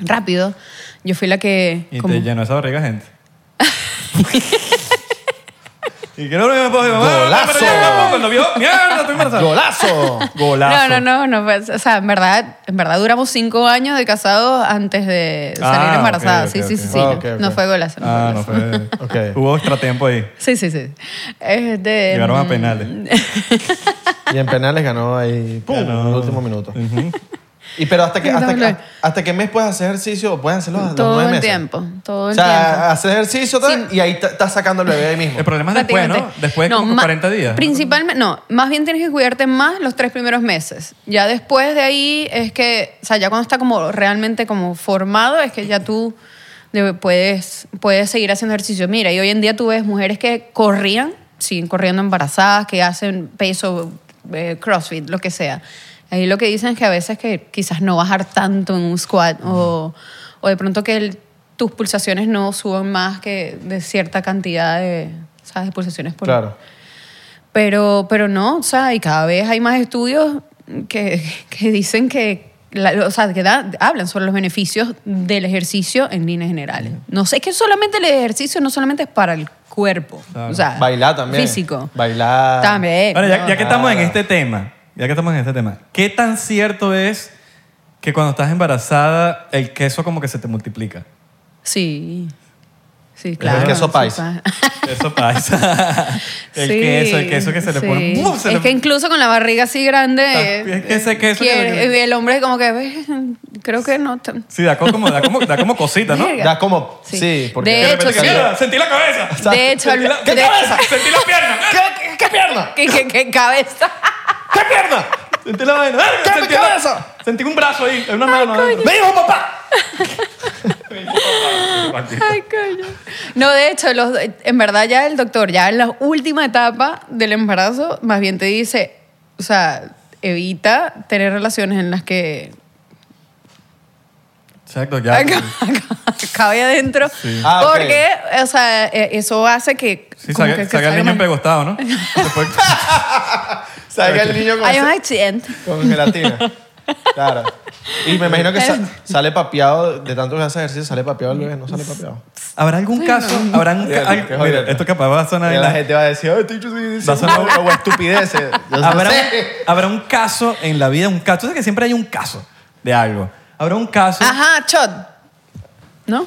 [SPEAKER 1] rápido. Yo fui la que...
[SPEAKER 2] Y
[SPEAKER 1] como-
[SPEAKER 2] te llenó esa barriga, gente. y quiero que me puedo
[SPEAKER 3] ¡Golazo!
[SPEAKER 2] Cuando vio, mierda, estoy embarazada.
[SPEAKER 3] ¡Golazo!
[SPEAKER 2] Golazo.
[SPEAKER 1] No, no, no, no. pues, O sea, en verdad, en verdad duramos cinco años de casados antes de salir
[SPEAKER 2] Ah,
[SPEAKER 1] embarazada.
[SPEAKER 2] ok,
[SPEAKER 1] sí,
[SPEAKER 2] ok,
[SPEAKER 1] sí,
[SPEAKER 2] ok.
[SPEAKER 1] sí, sí.
[SPEAKER 3] Ah,
[SPEAKER 1] no,
[SPEAKER 3] ok, ok.
[SPEAKER 1] no fue golazo. no fue
[SPEAKER 2] Ah, no
[SPEAKER 1] golazo.
[SPEAKER 2] fue.
[SPEAKER 3] Ok.
[SPEAKER 2] Hubo extratiempo ahí.
[SPEAKER 1] Sí, sí, sí. Este,
[SPEAKER 2] Llegaron a
[SPEAKER 1] mm,
[SPEAKER 2] penales.
[SPEAKER 3] Y en penales ganó ahí ¡pum!
[SPEAKER 2] Ganó.
[SPEAKER 3] en el último minuto.
[SPEAKER 2] Ujú.
[SPEAKER 3] Y pero hasta que, hasta, que,
[SPEAKER 1] Doble.
[SPEAKER 3] hasta qué mes puedes hacer ejercicio o puedes hacerlo hasta los
[SPEAKER 1] Todo
[SPEAKER 3] nueve
[SPEAKER 1] el
[SPEAKER 3] meses.
[SPEAKER 1] tiempo, todo el
[SPEAKER 3] o sea,
[SPEAKER 1] tiempo.
[SPEAKER 3] haces ejercicio tal, y ahí ta- estás sacando el bebé ahí mismo.
[SPEAKER 2] El problema es después, ¿no?
[SPEAKER 1] Prácticamente.
[SPEAKER 2] Después
[SPEAKER 1] No,
[SPEAKER 2] como
[SPEAKER 1] ma-
[SPEAKER 2] 40 días.
[SPEAKER 1] Principalmente, no, más bien tienes que cuidarte más los tres primeros meses. Ya después de ahí es que, o sea, ya cuando está como realmente como formado, es que ya tú de- puedes, puedes seguir haciendo ejercicio. Mira, y hoy en día tú ves mujeres que corrían, siguen corriendo embarazadas, que hacen peso, eh, crossfit, lo que sea. Ahí lo que dicen es que a veces que quizás no bajar tanto en un squat o, o de pronto que el- tus pulsaciones no suban más que de cierta cantidad de, ¿sabes? de pulsaciones por,
[SPEAKER 3] Claro.
[SPEAKER 1] pero, pero no, o sea, y cada vez hay más estudios que, que dicen que, la- o sea, que da- hablan sobre los beneficios del ejercicio en líneas generales. No sé, es que solamente el ejercicio no solamente es para el cuerpo, o sea,
[SPEAKER 3] Bailar también.
[SPEAKER 1] Físico.
[SPEAKER 3] Bailar.
[SPEAKER 1] También.
[SPEAKER 2] Ahora, ya,
[SPEAKER 1] no.
[SPEAKER 2] ya que estamos en este tema, ya que estamos en este tema, ¿qué tan cierto es que cuando estás embarazada el queso como que se te multiplica?
[SPEAKER 1] Sí. Sí, claro.
[SPEAKER 3] queso
[SPEAKER 1] sí,
[SPEAKER 3] paisa.
[SPEAKER 1] pa-
[SPEAKER 2] Eso pasa. el
[SPEAKER 1] Sí,
[SPEAKER 2] queso, el queso que se le
[SPEAKER 1] sí.
[SPEAKER 2] pone. ¡Bum! Se
[SPEAKER 1] es
[SPEAKER 2] le-
[SPEAKER 1] que incluso con la barriga así grande.
[SPEAKER 2] Está- es que ese
[SPEAKER 1] eh,
[SPEAKER 2] queso
[SPEAKER 1] quiere-
[SPEAKER 2] que-
[SPEAKER 1] El hombre, como que. "Eh, Creo que no. tan-
[SPEAKER 2] Sí, da como, da como, da como cosita, ¿no?
[SPEAKER 1] Verga.
[SPEAKER 3] Da como. Sí,
[SPEAKER 1] Sí.
[SPEAKER 3] porque.
[SPEAKER 1] De hecho, sí.
[SPEAKER 2] ¡Mierda! ¡Sentí la cabeza!
[SPEAKER 1] De hecho,
[SPEAKER 2] Sentí la-
[SPEAKER 1] al-
[SPEAKER 2] ¿Qué
[SPEAKER 1] de-
[SPEAKER 2] cabeza? ¡Sentí la pierna!
[SPEAKER 3] ¿Qué, qué pierna?
[SPEAKER 1] que, que- que cabeza.
[SPEAKER 3] ¿Qué pierna?
[SPEAKER 2] Sentí la vaina. ¡Verga!
[SPEAKER 3] ¿Qué
[SPEAKER 2] Sentí la-
[SPEAKER 3] cabeza?
[SPEAKER 2] Sentí un brazo ahí, una mano. adentro.
[SPEAKER 3] ¡Me dijo papá!
[SPEAKER 1] Ay, coño. No, de hecho, los, en verdad ya el doctor, ya en la última etapa del embarazo, más bien te dice, o sea, evita tener relaciones en las que
[SPEAKER 2] Exacto, ya.
[SPEAKER 1] Acá- acá- cabe adentro.
[SPEAKER 3] Ah, ok.
[SPEAKER 1] porque, o sea, eh, eso hace que.
[SPEAKER 2] Sí,
[SPEAKER 1] como
[SPEAKER 2] saca,
[SPEAKER 1] que- que
[SPEAKER 2] saca el
[SPEAKER 1] salga
[SPEAKER 2] niño
[SPEAKER 1] más-
[SPEAKER 2] empegostado, ¿no? Después-
[SPEAKER 3] Salga el niño con,
[SPEAKER 1] Hay un accidente.
[SPEAKER 3] con gelatina. Claro. Y me imagino que sa- sale papeado, de tanto que hace ejercicio, sale papeado el bebé, no sale papeado.
[SPEAKER 2] ¿Habrá algún caso? ¿Habrá un
[SPEAKER 3] Fíjate,
[SPEAKER 2] ca- al-
[SPEAKER 3] qué
[SPEAKER 2] mira,
[SPEAKER 3] jodido.
[SPEAKER 2] esto capaz va a sonar...
[SPEAKER 3] Y la gente va a decir, ay, estoy
[SPEAKER 2] Va a sonar-
[SPEAKER 3] diciendo o estupideces. Yo no
[SPEAKER 2] ¿Habrá,
[SPEAKER 3] sé.
[SPEAKER 2] habrá un caso en la vida, un caso. Tú sabes que siempre hay un caso de algo. Habrá un caso...
[SPEAKER 3] Ah.
[SPEAKER 1] Ajá, shot. ¿No?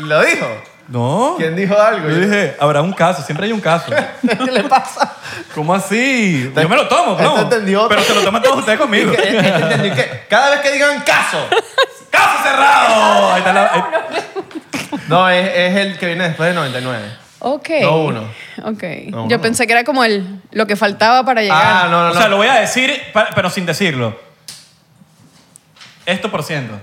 [SPEAKER 3] ¿Lo dijo?
[SPEAKER 2] No.
[SPEAKER 3] ¿Quién dijo algo?
[SPEAKER 2] Yo dije, habrá un caso, siempre hay un caso.
[SPEAKER 3] ¿Qué le pasa?
[SPEAKER 2] ¿Cómo así?
[SPEAKER 3] Te-
[SPEAKER 2] Yo me lo tomo,
[SPEAKER 3] Este
[SPEAKER 2] ¿no?
[SPEAKER 3] entendió.
[SPEAKER 2] Pero se lo toman todos ustedes
[SPEAKER 3] ¿Qué-
[SPEAKER 2] conmigo.
[SPEAKER 3] qué- qué- entendió? ¿Qué? Cada vez que digan caso.
[SPEAKER 2] ¡Caso cerrado! Ahí está la- ahí-
[SPEAKER 3] No, es, es el que viene después de 99.
[SPEAKER 1] Ok.
[SPEAKER 3] No, uno.
[SPEAKER 1] Ok.
[SPEAKER 3] No,
[SPEAKER 1] Yo
[SPEAKER 3] uno.
[SPEAKER 1] pensé que era como el, lo que faltaba para llegar.
[SPEAKER 3] Ah, no, no, no.
[SPEAKER 2] O sea, lo voy a decir, pa- pero sin decirlo. Esto por ciento.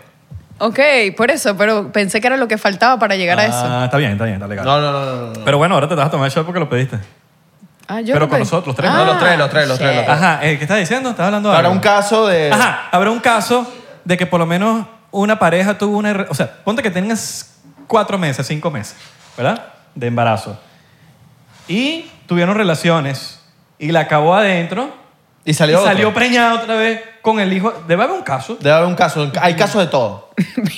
[SPEAKER 1] Ok, por eso, pero pensé que era lo que faltaba para llegar a eso.
[SPEAKER 2] Ah, está bien, está bien, está legal.
[SPEAKER 3] No, no, no, no, no, no.
[SPEAKER 2] Pero bueno, ahora te vas a tomar el shot porque lo pediste.
[SPEAKER 1] Ah, yo
[SPEAKER 2] pero
[SPEAKER 1] no
[SPEAKER 2] con
[SPEAKER 1] pe-
[SPEAKER 2] nosotros, los tres,
[SPEAKER 3] no, los tres, los tres, los tres, los
[SPEAKER 1] shit.
[SPEAKER 3] tres.
[SPEAKER 2] Ajá, eh, ¿qué estás diciendo? ¿Estás hablando
[SPEAKER 3] Habrá
[SPEAKER 2] algo?
[SPEAKER 3] un caso de.
[SPEAKER 2] Ajá, habrá un caso de que por lo menos una pareja tuvo una... re- O sea, ponte que tengas cuatro meses, cinco meses, ¿verdad? De embarazo. Y tuvieron relaciones y la acabó adentro
[SPEAKER 3] Y
[SPEAKER 2] y
[SPEAKER 3] salió. otro.
[SPEAKER 2] salió preñada otra vez con el hijo. Debe haber un caso.
[SPEAKER 3] Debe haber un caso. Hay casos de todo.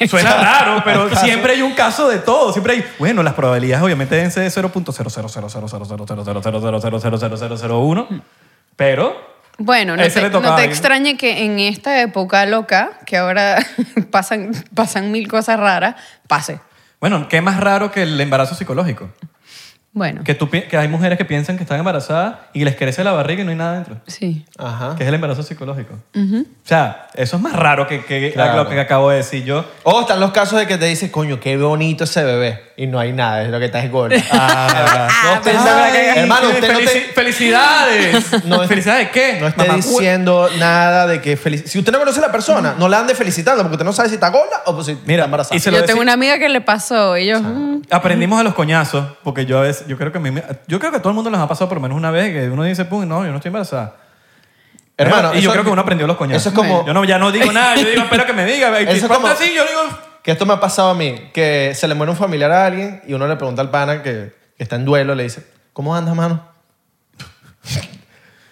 [SPEAKER 2] Suena raro, pero siempre hay un caso de todo. Siempre hay. Bueno, las probabilidades obviamente deben ser de 0.000000000000000001, pero.
[SPEAKER 1] Bueno, no
[SPEAKER 2] Ese
[SPEAKER 1] te,
[SPEAKER 2] le tocaba
[SPEAKER 1] no te
[SPEAKER 2] a alguien.
[SPEAKER 1] extrañe que en esta época loca, que ahora pasan, pasan mil cosas raras, pase.
[SPEAKER 2] Bueno, ¿qué más raro que el embarazo psicológico?
[SPEAKER 1] Bueno,
[SPEAKER 2] Que, tú, pi- que hay mujeres que piensan que están embarazadas y les crece la barriga y no hay nada dentro.
[SPEAKER 1] sí.
[SPEAKER 3] Ajá.
[SPEAKER 2] Que es el embarazo psicológico. O sea, eso es más raro que, que
[SPEAKER 3] Claro.
[SPEAKER 2] lo que acabo de decir yo.
[SPEAKER 3] O están los casos de que te dices, coño, qué bonito ese bebé. Y no hay nada, es lo que estás es gordo.
[SPEAKER 2] Ah,
[SPEAKER 3] Ah, no, usted
[SPEAKER 2] Ay,
[SPEAKER 3] sabe que- hermano, usted no
[SPEAKER 2] felici-
[SPEAKER 3] te,
[SPEAKER 2] ¡Felicidades!
[SPEAKER 3] No, es-
[SPEAKER 2] ¿Felicidades de qué?
[SPEAKER 3] no esté
[SPEAKER 2] Mamá-
[SPEAKER 3] diciendo nada de que feliz. Si usted no conoce a la persona, no la ande felicitando porque usted no sabe si está gorda o pues, si está
[SPEAKER 2] Mira,
[SPEAKER 3] embarazada.
[SPEAKER 2] y se
[SPEAKER 1] Yo
[SPEAKER 2] lo
[SPEAKER 1] tengo
[SPEAKER 2] decí-
[SPEAKER 1] una amiga que le pasó y yo... mm,
[SPEAKER 2] Aprendimos a los coñazos, porque yo a veces, yo creo que a mí me- yo creo que a todo el mundo les ha pasado por lo menos una vez que uno dice, pum, no, yo no estoy embarazada.
[SPEAKER 3] Hermano,
[SPEAKER 2] y yo
[SPEAKER 3] eso-
[SPEAKER 2] creo que uno aprendió los coñazos.
[SPEAKER 3] Eso es como.
[SPEAKER 2] Yo no, ya no digo nada, yo digo, espero que me diga. Y
[SPEAKER 3] Eso es
[SPEAKER 2] si falta
[SPEAKER 3] como-
[SPEAKER 2] así, yo digo,
[SPEAKER 3] Que esto me ha pasado a mí, que se le muere un familiar a alguien y uno le pregunta al pana que, que está en duelo, le dice, ¿cómo andas, mano?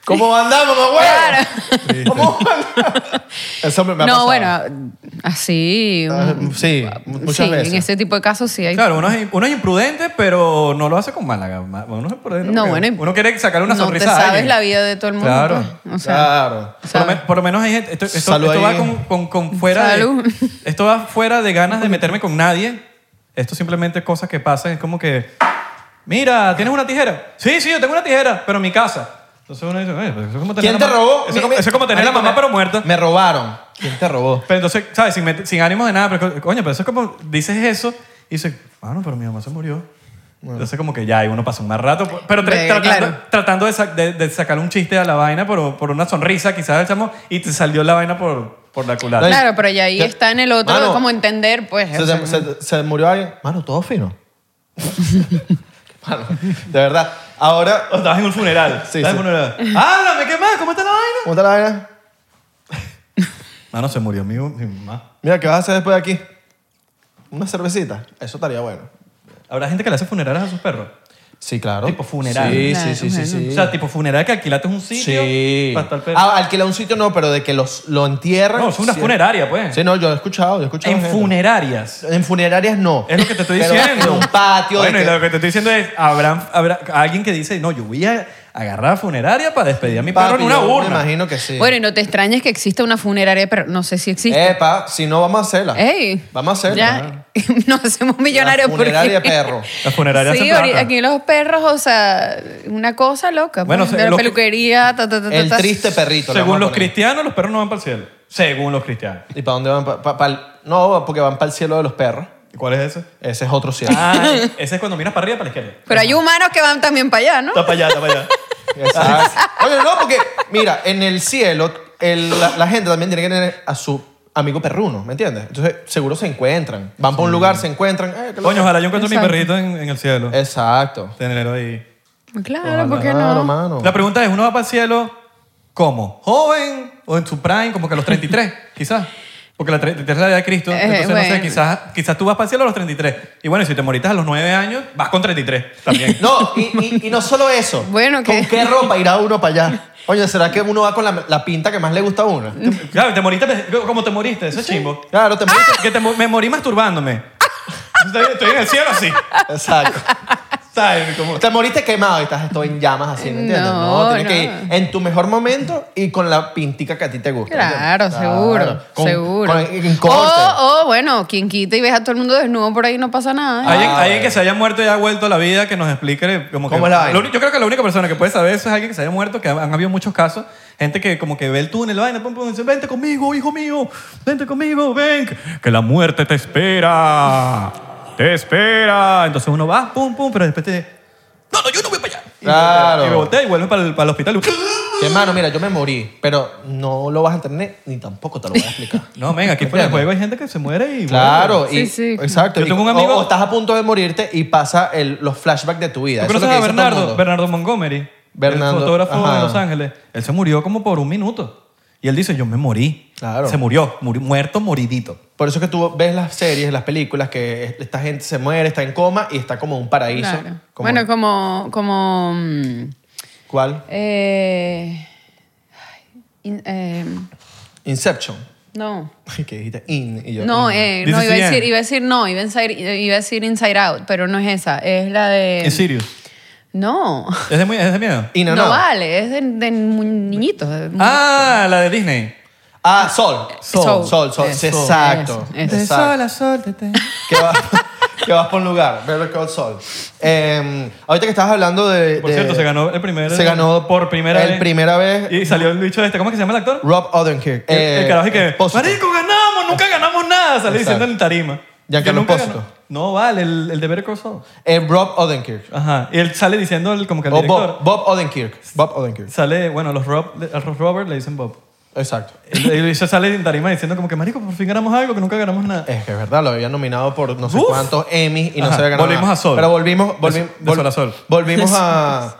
[SPEAKER 3] ¿Cómo andamos, mamá, güey? ¿Cómo andas? Eso me, me ha
[SPEAKER 1] No,
[SPEAKER 3] pasado.
[SPEAKER 1] bueno, así...
[SPEAKER 3] Ah,
[SPEAKER 1] mm,
[SPEAKER 3] sí, mu- muchas
[SPEAKER 1] sí,
[SPEAKER 3] veces.
[SPEAKER 1] en ese tipo de casos sí hay...
[SPEAKER 2] claro, uno es, uno es imprudente, pero no lo hace con mala gama. Uno es imprudente.
[SPEAKER 1] No,
[SPEAKER 2] porque
[SPEAKER 1] bueno, y-
[SPEAKER 2] uno quiere sacar una
[SPEAKER 1] no
[SPEAKER 2] sonrisa.
[SPEAKER 1] te
[SPEAKER 2] a
[SPEAKER 1] sabes
[SPEAKER 2] alguien.
[SPEAKER 1] la vida de todo el mundo.
[SPEAKER 2] Claro. Ah,
[SPEAKER 1] pues. O sea,
[SPEAKER 3] claro.
[SPEAKER 2] Por lo,
[SPEAKER 1] ¿sabes?
[SPEAKER 2] men- por lo menos hay gente. Esto, esto-
[SPEAKER 3] Salud
[SPEAKER 2] esto
[SPEAKER 3] ahí.
[SPEAKER 2] va con, con- con fuera.
[SPEAKER 1] Salud.
[SPEAKER 2] De, esto va fuera de ganas de meterme con nadie. Esto simplemente cosas que pasan. Es como que. Mira, ¿tienes una tijera? Sí, sí, yo tengo una tijera, pero en mi casa. Entonces uno dice, "Oye, pero eso es como tener
[SPEAKER 3] ¿Quién
[SPEAKER 2] la
[SPEAKER 3] te
[SPEAKER 2] ma-
[SPEAKER 3] robó?
[SPEAKER 2] Eso,
[SPEAKER 3] Mi-
[SPEAKER 2] es como-
[SPEAKER 3] mi-
[SPEAKER 2] eso es como tener la
[SPEAKER 3] Marico,
[SPEAKER 2] mamá,
[SPEAKER 3] me-
[SPEAKER 2] pero muerta.
[SPEAKER 3] Me robaron. ¿Quién te robó?
[SPEAKER 2] Pero entonces, ¿sabes? Sin, met- sin ánimo de nada, pero co- coño, pero eso es como. Dices eso y dices, mano, pero mi mamá se murió. Entonces, como que ya, y uno pasa un mal rato. Pero tra-
[SPEAKER 1] Verga,
[SPEAKER 2] tratando,
[SPEAKER 1] claro.
[SPEAKER 2] tratando de, sa- de- de sacar un chiste a la vaina por, por una sonrisa, quizás el chamo, y te salió la vaina por, por la culata.
[SPEAKER 3] No,
[SPEAKER 1] Claro, pero ya ahí
[SPEAKER 3] Ya-
[SPEAKER 1] está en el otro
[SPEAKER 3] Mano,
[SPEAKER 1] como entender, pues.
[SPEAKER 3] Se,
[SPEAKER 1] o sea,
[SPEAKER 3] se- se- se murió alguien. Mano, todo fino. Mano, de verdad. Ahora,
[SPEAKER 2] O estabas en un funeral.
[SPEAKER 3] Sí,
[SPEAKER 2] Estabas en un
[SPEAKER 3] sí.
[SPEAKER 2] funeral. Háblame, ¿qué más? ¿Cómo está la vaina?
[SPEAKER 3] ¿cómo está la vaina?
[SPEAKER 2] Mano, se murió mi, mi mamá.
[SPEAKER 3] Mira, ¿qué vas a hacer después de aquí? Una cervecita. Eso estaría bueno.
[SPEAKER 2] Habrá gente que le hace funerales a sus perros.
[SPEAKER 3] Sí, claro.
[SPEAKER 2] Tipo funeral.
[SPEAKER 3] Sí,
[SPEAKER 1] Claro,
[SPEAKER 3] sí, sí, sí, sí.
[SPEAKER 2] O sea, tipo funeral que alquilaste un sitio
[SPEAKER 3] sí.
[SPEAKER 2] para estar perro.
[SPEAKER 3] Ah, alquila un sitio no, pero de que los, lo entierran.
[SPEAKER 2] no, es una
[SPEAKER 3] Sí.
[SPEAKER 2] funeraria, pues.
[SPEAKER 3] Sí, no, yo he escuchado, yo he escuchado.
[SPEAKER 2] en
[SPEAKER 3] gente.
[SPEAKER 2] funerarias.
[SPEAKER 3] En funerarias no.
[SPEAKER 2] Es lo que te estoy
[SPEAKER 3] Pero
[SPEAKER 2] diciendo.
[SPEAKER 3] En un patio. de
[SPEAKER 2] Bueno, y
[SPEAKER 3] que-
[SPEAKER 2] lo que te estoy diciendo es, habrán, habrá alguien que dice, no, yo voy a, agarrar funeraria para despedir a mi perro
[SPEAKER 3] Papi,
[SPEAKER 2] en una
[SPEAKER 3] yo Me
[SPEAKER 2] urna.
[SPEAKER 3] imagino que sí.
[SPEAKER 1] Bueno, y no te extrañes que exista una funeraria, pero no sé si existe.
[SPEAKER 3] Epa, si no, vamos a hacerla.
[SPEAKER 1] Ey.
[SPEAKER 3] Vamos a hacerla.
[SPEAKER 1] Ya, nos hacemos millonarios
[SPEAKER 3] La funeraria
[SPEAKER 1] porque-
[SPEAKER 3] perro.
[SPEAKER 2] La funeraria
[SPEAKER 1] sí,
[SPEAKER 2] hace plata.
[SPEAKER 1] ahorita aquí los perros, o sea, una cosa loca.
[SPEAKER 2] Bueno,
[SPEAKER 1] Bueno,
[SPEAKER 2] se-
[SPEAKER 1] la
[SPEAKER 2] los-
[SPEAKER 1] peluquería, ta, ta, ta, ta,
[SPEAKER 3] El
[SPEAKER 1] ta.
[SPEAKER 3] triste perrito. le vamos
[SPEAKER 2] Según
[SPEAKER 3] a
[SPEAKER 2] los
[SPEAKER 3] poner.
[SPEAKER 2] cristianos, los perros no van para el cielo. Según los cristianos.
[SPEAKER 3] ¿Y para dónde van? Pa- pa- pa'l- no, porque van para el cielo de los perros.
[SPEAKER 2] ¿Y ¿Cuál es ese?
[SPEAKER 3] Ese es otro cielo.
[SPEAKER 2] Ah, ese es cuando miras para arriba para la izquierda.
[SPEAKER 1] Pero hay humanos que van también para allá, ¿no?
[SPEAKER 2] Está para allá, está para allá.
[SPEAKER 3] Exacto. Oye, no, porque, mira, en el cielo, el- la, la gente también tiene que tener a su amigo perruno, ¿me entiendes? Entonces, seguro se encuentran. Van para un lugar, se encuentran. eh, ¿qué lo-
[SPEAKER 2] Coño, ojalá yo encuentre mi
[SPEAKER 1] Exacto.
[SPEAKER 2] perrito en, en el cielo.
[SPEAKER 3] Eh. Exacto.
[SPEAKER 2] Tenerlo ahí.
[SPEAKER 1] Claro, ¿por qué
[SPEAKER 3] Claro,
[SPEAKER 1] no?
[SPEAKER 3] mano.
[SPEAKER 2] La pregunta es, ¿uno va para el cielo cómo? ¿Joven o en su prime, como que a los 33, quizás? Porque la 33 es la edad de Cristo.
[SPEAKER 1] Eh,
[SPEAKER 2] entonces, no sé,
[SPEAKER 1] bueno.
[SPEAKER 2] quizás, quizás tú vas para el cielo a los 33. Y bueno, y si te moritas a los 9 años, vas con 33 también.
[SPEAKER 3] No, y, y- y no solo eso.
[SPEAKER 1] Bueno,
[SPEAKER 3] ¿Con
[SPEAKER 1] ¿qué?
[SPEAKER 3] qué ropa irá uno para allá? Oye, ¿será que uno va con la, la pinta que más le gusta a uno?
[SPEAKER 2] Claro, te moriste, como te moriste, eso es chimbo.
[SPEAKER 3] Claro, te moriste.
[SPEAKER 2] Que te mo- me morí masturbándome. Estoy, estoy en el cielo así.
[SPEAKER 3] Exacto.
[SPEAKER 2] ¿Sabes? Como-
[SPEAKER 3] Te moriste quemado y estás todo en llamas así, ¿me entiendes? No,
[SPEAKER 1] No,
[SPEAKER 3] tienes que ir
[SPEAKER 1] no.
[SPEAKER 3] en tu mejor momento y con la pintica que a ti te gusta. ¿me
[SPEAKER 1] Claro,
[SPEAKER 3] entiendes?
[SPEAKER 1] seguro,
[SPEAKER 3] Con-
[SPEAKER 1] seguro. Oh,
[SPEAKER 3] con- en corte.
[SPEAKER 1] O, o, bueno, quien quita y ves a todo el mundo desnudo por ahí no pasa nada.
[SPEAKER 2] Alguien,
[SPEAKER 3] Ah,
[SPEAKER 2] alguien
[SPEAKER 3] bueno.
[SPEAKER 2] que se haya muerto y haya vuelto a la vida que nos explique como que-
[SPEAKER 3] ¿Cómo es la vaina?
[SPEAKER 2] lo uni- yo creo que la única persona que puede saber eso es alguien que se haya muerto, que han, han habido muchos casos. Gente que como que ve el túnel, vaina, pum, pum, dice, vente conmigo, hijo mío, vente conmigo, ven, que la muerte te espera, te espera. Entonces uno va, pum, pum, pero después te... No, no, yo no voy para allá.
[SPEAKER 1] oh.
[SPEAKER 2] Y-
[SPEAKER 3] Claro.
[SPEAKER 2] Y me voltea y vuelve para el, para el hospital.
[SPEAKER 3] Que, hermano, mira, yo me morí, pero no lo vas a entender ni tampoco te lo voy a explicar.
[SPEAKER 2] No, venga, aquí fuera del juego hay gente que se muere y...
[SPEAKER 3] Claro,
[SPEAKER 1] Sí,
[SPEAKER 3] y,
[SPEAKER 1] sí.
[SPEAKER 3] exacto.
[SPEAKER 2] Yo
[SPEAKER 3] y-
[SPEAKER 2] tengo un amigo-
[SPEAKER 3] o, o estás a punto de morirte y pasa el- los flashbacks de tu vida.
[SPEAKER 2] ¿Tú
[SPEAKER 3] Eso es lo
[SPEAKER 2] conoces
[SPEAKER 3] que
[SPEAKER 2] a
[SPEAKER 3] dice todo el
[SPEAKER 2] Bernardo,
[SPEAKER 3] mundo.
[SPEAKER 2] Bernardo Montgomery?
[SPEAKER 3] Bernardo,
[SPEAKER 2] El fotógrafo
[SPEAKER 3] ajá.
[SPEAKER 2] de Los Ángeles. Él se murió como por un minuto. Y él dice, yo me morí.
[SPEAKER 3] Claro.
[SPEAKER 2] Se murió, murió- muerto, moridito.
[SPEAKER 3] Por eso es que tú ves las series, las películas, que esta gente se muere, está en coma y está como en un paraíso.
[SPEAKER 1] Claro.
[SPEAKER 3] Como-
[SPEAKER 1] Bueno, como, como mm,
[SPEAKER 3] ¿Cuál?
[SPEAKER 1] eh, ay, in- eh,
[SPEAKER 3] Inception.
[SPEAKER 1] no.
[SPEAKER 3] ¿Qué dijiste? In. y yo,
[SPEAKER 1] No,
[SPEAKER 3] in.
[SPEAKER 1] eh,
[SPEAKER 2] This
[SPEAKER 1] no
[SPEAKER 2] is
[SPEAKER 1] iba, a
[SPEAKER 2] the
[SPEAKER 1] decir,
[SPEAKER 2] end.
[SPEAKER 1] iba a decir no, iba a, decir, iba a decir Inside Out, pero no es esa, es la de...
[SPEAKER 2] ¿En serio?
[SPEAKER 1] No,
[SPEAKER 2] ¿Es de, mu- es de miedo?
[SPEAKER 3] In
[SPEAKER 1] no,
[SPEAKER 3] and out.
[SPEAKER 1] vale, es de, de mu- niñitos. de mu-
[SPEAKER 2] Ah, la de Disney.
[SPEAKER 3] Ah, sol. Sol,
[SPEAKER 1] Sol.
[SPEAKER 3] sol, sol.
[SPEAKER 1] Eso,
[SPEAKER 3] Exacto.
[SPEAKER 1] eso, eso. De
[SPEAKER 3] Exacto.
[SPEAKER 2] a sol te tengo.
[SPEAKER 3] que, va- que vas por un lugar. Better Call Saul. Eh, ahorita que estabas hablando de.
[SPEAKER 2] Por
[SPEAKER 3] de-
[SPEAKER 2] cierto, se ganó el primer...
[SPEAKER 3] Se ganó
[SPEAKER 2] por primera
[SPEAKER 3] el
[SPEAKER 2] vez.
[SPEAKER 3] primera vez.
[SPEAKER 2] Y salió el bicho este. ¿Cómo es que se llama el actor?
[SPEAKER 3] Rob Odenkirk.
[SPEAKER 2] El-
[SPEAKER 3] eh,
[SPEAKER 2] el carajo y que...
[SPEAKER 3] Pósito.
[SPEAKER 2] ¡Marico, ganamos! ¡Nunca ganamos nada! Salió diciendo en tarima.
[SPEAKER 3] Giancarlo
[SPEAKER 2] Que nunca
[SPEAKER 3] Pósito.
[SPEAKER 2] ganó. No, vale, el, el de Better Call Saul.
[SPEAKER 3] Eh, Rob Odenkirk.
[SPEAKER 2] Ajá. Y él sale diciendo el- como que el
[SPEAKER 3] O
[SPEAKER 2] director...
[SPEAKER 3] Bob, Bob Odenkirk. Bob Odenkirk.
[SPEAKER 2] Sale, bueno, los Rob, a los Robert le dicen Bob.
[SPEAKER 3] Exacto.
[SPEAKER 2] Y se sale en tarima diciendo como que, marico, por fin ganamos algo que nunca ganamos nada.
[SPEAKER 3] Es que es verdad, lo habían nominado por no sé
[SPEAKER 2] Uf.
[SPEAKER 3] cuántos Emmys y no
[SPEAKER 2] Ajá,
[SPEAKER 3] se había ganado.
[SPEAKER 2] volvimos
[SPEAKER 3] nada.
[SPEAKER 2] a Sol.
[SPEAKER 3] Pero volvimos, volvi-
[SPEAKER 2] De
[SPEAKER 3] vol-
[SPEAKER 2] Sol a Sol.
[SPEAKER 3] volvimos a.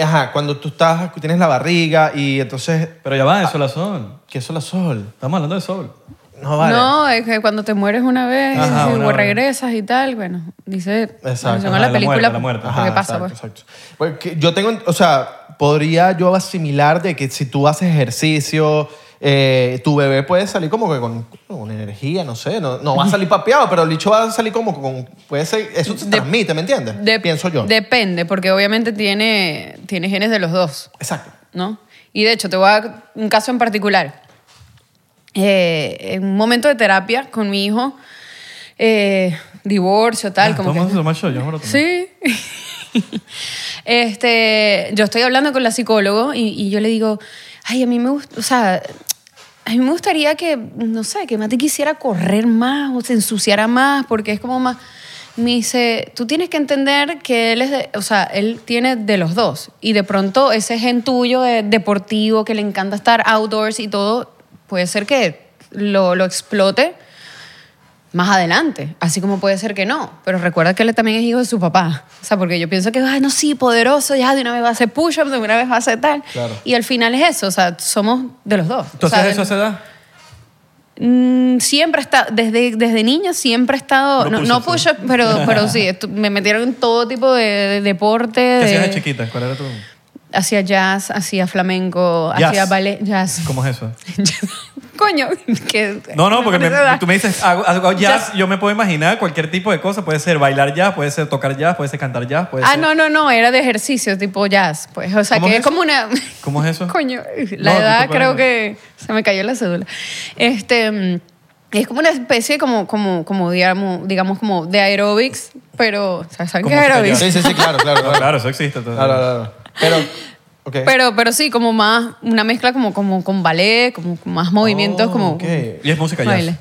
[SPEAKER 3] Ajá, cuando tú estás, tienes la barriga y entonces.
[SPEAKER 2] Pero ya va, de sol a sol.
[SPEAKER 3] ¿Qué sol a sol?
[SPEAKER 2] Estamos hablando de sol.
[SPEAKER 3] No vale.
[SPEAKER 1] No, es que cuando te mueres una vez
[SPEAKER 2] Ajá,
[SPEAKER 1] y
[SPEAKER 2] una vez.
[SPEAKER 1] regresas y tal, bueno, dice...
[SPEAKER 3] Exacto.
[SPEAKER 1] relación a
[SPEAKER 2] Ajá,
[SPEAKER 1] la
[SPEAKER 2] la
[SPEAKER 1] película,
[SPEAKER 2] muerte, la muerte.
[SPEAKER 1] lo que pasa,
[SPEAKER 3] exacto,
[SPEAKER 1] pues.
[SPEAKER 3] exacto. Porque yo tengo, o sea, podría yo asimilar de que si tú haces ejercicio, eh, tu bebé puede salir como que con, con energía, no sé, no, no va a salir papeado, pero el bicho va a salir como con, puede ser, eso se
[SPEAKER 1] De-
[SPEAKER 3] transmite, ¿me entiendes?
[SPEAKER 1] De-
[SPEAKER 3] Pienso yo.
[SPEAKER 1] Depende, porque obviamente tiene, tiene genes de los dos.
[SPEAKER 3] Exacto.
[SPEAKER 1] ¿no? Y de hecho, te voy a dar un caso en particular. Eh, en un momento de terapia con mi hijo, eh, divorcio, tal, como
[SPEAKER 2] Tomamos
[SPEAKER 1] que...
[SPEAKER 2] su macho, yo me lo tomé.
[SPEAKER 1] Sí. este, yo estoy hablando con la psicólogo y, y yo le digo, ay, a mí me gusta, o sea, a mí me gustaría que, no sé, que Mati quisiera correr más o se ensuciara más porque es como más... Me dice, tú tienes que entender que él es, de- o sea, él tiene de los dos y de pronto ese gen tuyo de deportivo que le encanta estar outdoors y todo, puede ser que lo, lo explote más adelante. Así como puede ser que no. Pero recuerda que él también es hijo de su papá. O sea, porque yo pienso que, ay, no, sí, poderoso, ya de una vez va a hacer push-ups, de una vez va a hacer tal.
[SPEAKER 3] Claro.
[SPEAKER 1] Y al final es eso, o sea, somos de los dos.
[SPEAKER 2] Entonces,
[SPEAKER 1] O sea,
[SPEAKER 2] ¿eso a esa edad?
[SPEAKER 1] mm, siempre está, desde, desde niña siempre he estado,
[SPEAKER 2] No
[SPEAKER 1] no, no
[SPEAKER 2] push-ups,
[SPEAKER 1] push-ups, pero, pero sí, estu- me metieron en todo tipo de, de deporte.
[SPEAKER 2] ¿Qué
[SPEAKER 1] de-
[SPEAKER 2] hacías de chiquita? ¿Cuál era tu...?
[SPEAKER 1] Hacía jazz, hacía flamenco,
[SPEAKER 2] Jazz.
[SPEAKER 1] hacía ballet, jazz.
[SPEAKER 2] ¿Cómo es eso?
[SPEAKER 1] coño. que-
[SPEAKER 2] No, no, porque me-
[SPEAKER 1] da.
[SPEAKER 2] tú me dices, hago, hago jazz, yo me puedo imaginar cualquier tipo de cosa. Puede ser bailar jazz, puede ser tocar jazz, puede ser cantar jazz, puede
[SPEAKER 1] Ah,
[SPEAKER 2] ser...
[SPEAKER 1] no, no, no, era de ejercicio, tipo jazz, pues. O sea,
[SPEAKER 2] ¿Cómo
[SPEAKER 1] que
[SPEAKER 2] es
[SPEAKER 1] es,
[SPEAKER 2] eso?
[SPEAKER 1] como una...
[SPEAKER 2] ¿Cómo es eso?
[SPEAKER 1] Coño,
[SPEAKER 2] No,
[SPEAKER 1] la
[SPEAKER 2] disculpa,
[SPEAKER 1] edad creo
[SPEAKER 2] no.
[SPEAKER 1] que se me cayó la cédula. Este, mm, es como una especie como, como, como digamos, digamos como de aerobics, pero, o sea, ¿saben qué es
[SPEAKER 2] ¿Cómo se te
[SPEAKER 1] aerobics?
[SPEAKER 3] Sí, sí, sí, claro, claro.
[SPEAKER 2] No, claro, eso existe. todavía.
[SPEAKER 3] Claro, claro. Pero, ok.
[SPEAKER 1] Pero, pero sí, como más, una mezcla como, como con ballet, como con más movimientos,
[SPEAKER 3] Oh,
[SPEAKER 1] como...
[SPEAKER 3] ok.
[SPEAKER 2] Y es música jazz.
[SPEAKER 1] baile.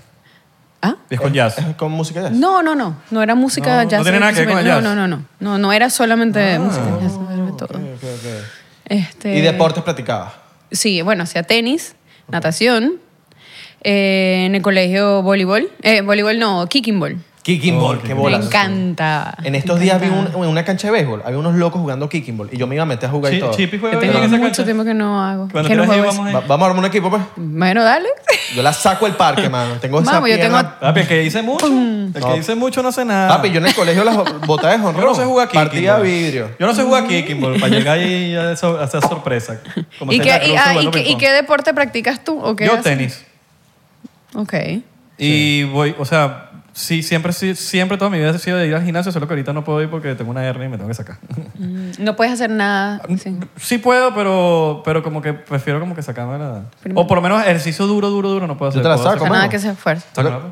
[SPEAKER 1] ¿Ah?
[SPEAKER 2] Y es con jazz.
[SPEAKER 3] ¿Es con música jazz?
[SPEAKER 1] No, no, no. No era música
[SPEAKER 2] No,
[SPEAKER 1] jazz.
[SPEAKER 2] no tiene nada que ver con el
[SPEAKER 1] No,
[SPEAKER 2] jazz.
[SPEAKER 1] no,
[SPEAKER 2] Ah.
[SPEAKER 1] no, no. No, no era solamente música jazz. Era todo.
[SPEAKER 3] Ok, ok, ok.
[SPEAKER 1] Este,
[SPEAKER 3] ¿Y deportes practicabas?
[SPEAKER 1] Sí, bueno, hacía tenis, natación, eh, en el colegio voleibol. Eh, voleibol no, kicking ball.
[SPEAKER 3] Kicking
[SPEAKER 2] Oh,
[SPEAKER 3] ball,
[SPEAKER 2] qué
[SPEAKER 3] qué
[SPEAKER 1] Me
[SPEAKER 3] bola.
[SPEAKER 1] encanta.
[SPEAKER 3] En estos
[SPEAKER 1] Me
[SPEAKER 3] días vi
[SPEAKER 1] encanta.
[SPEAKER 3] un- en una cancha de béisbol, había unos locos jugando kicking ball y yo me iba a meter a jugar y
[SPEAKER 2] Chi-
[SPEAKER 3] todo.
[SPEAKER 2] Chipi juega
[SPEAKER 1] Yo
[SPEAKER 2] bien en
[SPEAKER 1] tengo
[SPEAKER 2] esa
[SPEAKER 1] mucho
[SPEAKER 2] cancha.
[SPEAKER 1] tiempo que no hago.
[SPEAKER 2] Cuando
[SPEAKER 1] que no
[SPEAKER 2] quieras ir,
[SPEAKER 1] juego
[SPEAKER 2] vamos
[SPEAKER 1] eso.
[SPEAKER 2] ahí.
[SPEAKER 3] Va- vamos a armar un equipo, pues.
[SPEAKER 1] Bueno, dale.
[SPEAKER 3] Yo la saco el parque, mano. Tengo esa
[SPEAKER 1] Vamos, yo tengo-
[SPEAKER 3] pierna-
[SPEAKER 2] Papi, el que dice mucho, el que
[SPEAKER 3] No.
[SPEAKER 2] dice mucho no hace nada.
[SPEAKER 3] Papi, yo en el colegio las botas de honrón.
[SPEAKER 2] Yo no sé jugar kicking
[SPEAKER 3] Partida
[SPEAKER 2] ball.
[SPEAKER 3] vidrio.
[SPEAKER 2] Yo no sé jugar kicking ball para llegar ahí y hacer sor- hacer sorpresa. Como
[SPEAKER 1] ¿Y
[SPEAKER 2] Celia
[SPEAKER 1] qué,
[SPEAKER 2] Cruz
[SPEAKER 1] y, ah,
[SPEAKER 2] jugando
[SPEAKER 1] y qué, y
[SPEAKER 2] ping-pong.
[SPEAKER 1] qué deporte practicas tú? ¿O qué
[SPEAKER 2] Yo
[SPEAKER 1] haces?
[SPEAKER 2] tenis.
[SPEAKER 1] Ok.
[SPEAKER 2] Y voy, o sea, sí, siempre, sí, siempre toda mi vida he sido de ir al gimnasio, solo que ahorita no puedo ir porque tengo una hernia y me tengo que sacar.
[SPEAKER 1] Mm, No puedes hacer nada.
[SPEAKER 3] Ah,
[SPEAKER 1] sí.
[SPEAKER 2] Sí puedo, pero, pero como que prefiero como que sacarme la... O por lo menos ejercicio duro, duro, duro no puedo
[SPEAKER 3] Yo
[SPEAKER 2] hacer.
[SPEAKER 3] te la
[SPEAKER 2] puedo
[SPEAKER 3] saco,
[SPEAKER 2] hacer-
[SPEAKER 1] Nada
[SPEAKER 3] mano.
[SPEAKER 1] que se esfuerce.
[SPEAKER 2] Sacarla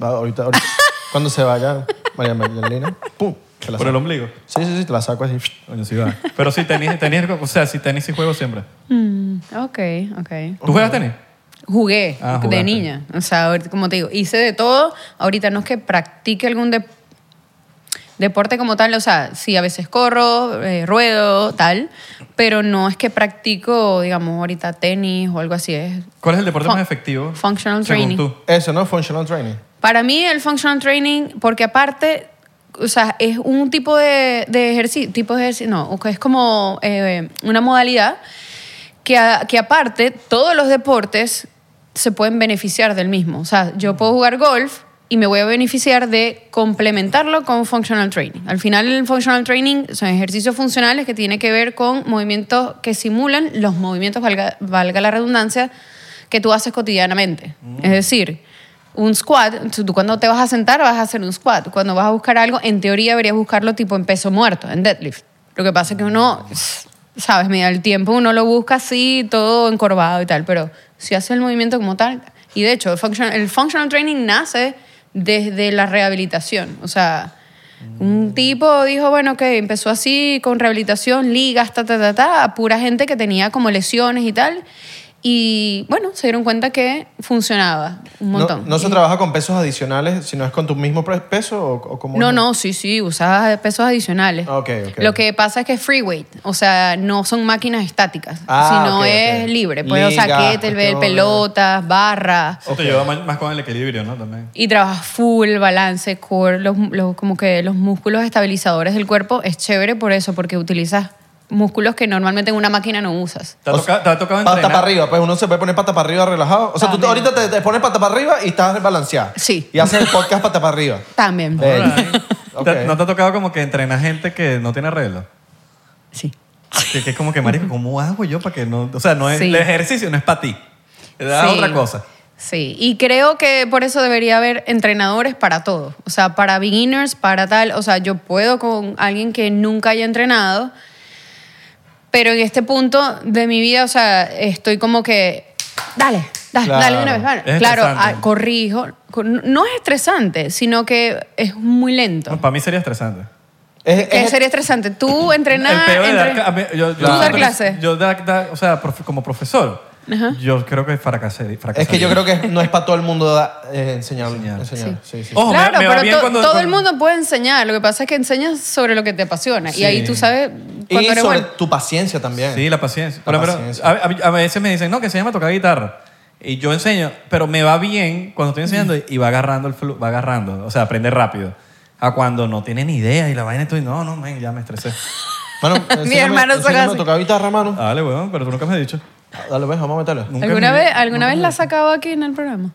[SPEAKER 3] Va, ahorita, ahorita. Cuando se vaya María Magdalena, pum, te la
[SPEAKER 2] Por el
[SPEAKER 3] saco.
[SPEAKER 2] ombligo.
[SPEAKER 3] Sí, sí, sí, te la saco así.
[SPEAKER 2] Coño, sí va. Pero sí, tenis, tenis, o sea, sí, tenis sí juego siempre.
[SPEAKER 1] Mm, ok, ok.
[SPEAKER 2] ¿Tú juegas tenis?
[SPEAKER 1] Jugué
[SPEAKER 2] Ah, jugaste.
[SPEAKER 1] de niña. O sea, ahorita, como te digo, hice de todo. Ahorita no es que practique algún dep- deporte como tal. O sea, sí, a veces corro, eh, ruedo, tal. Pero no es que practico, digamos, ahorita tenis o algo así. Es,
[SPEAKER 2] ¿Cuál es el deporte
[SPEAKER 1] Fun-
[SPEAKER 2] más efectivo?
[SPEAKER 1] functional training.
[SPEAKER 2] según tú?
[SPEAKER 3] Eso, ¿no? Functional training.
[SPEAKER 1] Para mí el functional training, porque aparte, o sea, es un tipo de, ejercicio, tipo de ejercicio, no, o que es como eh, una modalidad que, a- que aparte todos los deportes se pueden beneficiar del mismo. O sea, yo puedo jugar golf y me voy a beneficiar de complementarlo con functional training. Al final el functional training son ejercicios funcionales que tienen que ver con movimientos que simulan los movimientos, valga, valga la redundancia, que tú haces cotidianamente. Es decir, un squat, tú tú cuando te vas a sentar vas a hacer un squat. Cuando vas a buscar algo, en teoría deberías buscarlo tipo en peso muerto, en deadlift. Lo que pasa es que uno, sabes, mira, el tiempo uno lo busca así, todo encorvado y tal, pero si hace el movimiento como tal, y de hecho, el functional, el functional training nace desde la rehabilitación. O sea, un tipo dijo, bueno, que empezó así con rehabilitación, ligas, ta, ta, ta, ta, a pura gente que tenía como lesiones y tal. Y bueno, se dieron cuenta que funcionaba un
[SPEAKER 3] No-
[SPEAKER 1] montón.
[SPEAKER 3] No, se trabaja con pesos adicionales, sino es con tu mismo pre- peso o, o como.
[SPEAKER 1] No, no, sí, sí, usabas pesos adicionales.
[SPEAKER 3] Ah, ok, ok.
[SPEAKER 1] Lo que pasa es que es free weight, o sea, no son máquinas estáticas,
[SPEAKER 3] Ah,
[SPEAKER 1] sino
[SPEAKER 3] ok, ok.
[SPEAKER 1] es libre. Pues, o
[SPEAKER 3] Liga,
[SPEAKER 1] sea, kettlebell,
[SPEAKER 3] cuestión.
[SPEAKER 1] pelotas, barras.
[SPEAKER 2] Eso te lleva más, más con el equilibrio, ¿no? También.
[SPEAKER 1] Y trabajas full, balance, core, los, los- como que los músculos estabilizadores del cuerpo. Es chévere por eso, porque utilizas músculos que normalmente en una máquina no usas.
[SPEAKER 2] ¿Te ha,
[SPEAKER 3] O
[SPEAKER 2] toca-
[SPEAKER 3] sea,
[SPEAKER 2] te ha tocado
[SPEAKER 3] Pata
[SPEAKER 2] entrenar?
[SPEAKER 3] para arriba, pues uno se puede poner pata para arriba relajado. O sea, tú te- ahorita te, te pones pata para arriba y estás balanceado.
[SPEAKER 1] Sí.
[SPEAKER 3] Y haces el podcast pata para arriba.
[SPEAKER 1] También.
[SPEAKER 3] Ey.
[SPEAKER 2] ¿eh? ¿Te-
[SPEAKER 3] Ok.
[SPEAKER 2] ¿No te ha tocado como que entrenar gente que no tiene arreglo?
[SPEAKER 1] Sí.
[SPEAKER 2] Que, que es como que, marico, ¿cómo hago yo para que no...? O sea, no es,
[SPEAKER 1] Sí.
[SPEAKER 2] el ejercicio no es para ti. Es
[SPEAKER 1] Sí.
[SPEAKER 2] otra cosa.
[SPEAKER 1] Sí, y creo que por eso debería haber entrenadores para todo. O sea, para beginners, para tal. O sea, yo puedo con alguien que nunca haya entrenado, pero en este punto de mi vida, o sea, estoy como que, dale, dale,
[SPEAKER 3] Claro.
[SPEAKER 1] dale de una vez. dale.
[SPEAKER 2] Es
[SPEAKER 1] claro,
[SPEAKER 2] estresante.
[SPEAKER 1] ah, corrijo. Cor- No es estresante, sino que es muy lento.
[SPEAKER 2] para mí sería estresante.
[SPEAKER 3] Es-
[SPEAKER 1] Que
[SPEAKER 3] es-
[SPEAKER 1] sería estresante. Tú entrenar...
[SPEAKER 2] el peor de dar,
[SPEAKER 1] entre-
[SPEAKER 2] cla- a mí- yo,
[SPEAKER 1] ¿Tú dar clases?
[SPEAKER 2] Yo dar, dar- o sea, profe- como profesor, yo creo que fracasé. fracasé
[SPEAKER 3] es que yo creo que no es para todo el mundo da- eh, enseñar.
[SPEAKER 2] Enseñar.
[SPEAKER 3] enseñar. Sí, sí.
[SPEAKER 2] Ojo, me-
[SPEAKER 1] claro,
[SPEAKER 2] me va
[SPEAKER 1] pero
[SPEAKER 2] bien
[SPEAKER 1] to-
[SPEAKER 2] cuando-
[SPEAKER 1] todo el
[SPEAKER 2] cuando-
[SPEAKER 1] mundo puede enseñar. Lo que pasa es que enseñas sobre lo que te apasiona.
[SPEAKER 2] Sí.
[SPEAKER 1] Y ahí tú sabes
[SPEAKER 3] Y
[SPEAKER 1] cuando
[SPEAKER 3] sobre
[SPEAKER 1] eres bueno.
[SPEAKER 3] tu paciencia también.
[SPEAKER 2] Sí, la paciencia. Por
[SPEAKER 3] La
[SPEAKER 2] ejemplo,
[SPEAKER 3] paciencia.
[SPEAKER 2] a- a- a veces me dicen, no, que enséñame a tocar guitarra. Y yo enseño, pero me va bien cuando estoy enseñando y va agarrando el flu, va agarrando, o sea, aprende rápido. A cuando no tiene ni idea y la vaina estoy, no, no, man, ya me estresé. Ah,
[SPEAKER 3] Mano, enséñame-
[SPEAKER 1] hermano
[SPEAKER 3] enséñame
[SPEAKER 1] saca así.
[SPEAKER 3] a tocar guitarra, mano.
[SPEAKER 2] Dale, weón, pero tú nunca me has dicho.
[SPEAKER 3] Dale, pues, vamos a meterle.
[SPEAKER 2] Nunca
[SPEAKER 1] ¿Alguna
[SPEAKER 2] me-
[SPEAKER 1] vez, ¿alguna vez la has sacado aquí en el programa?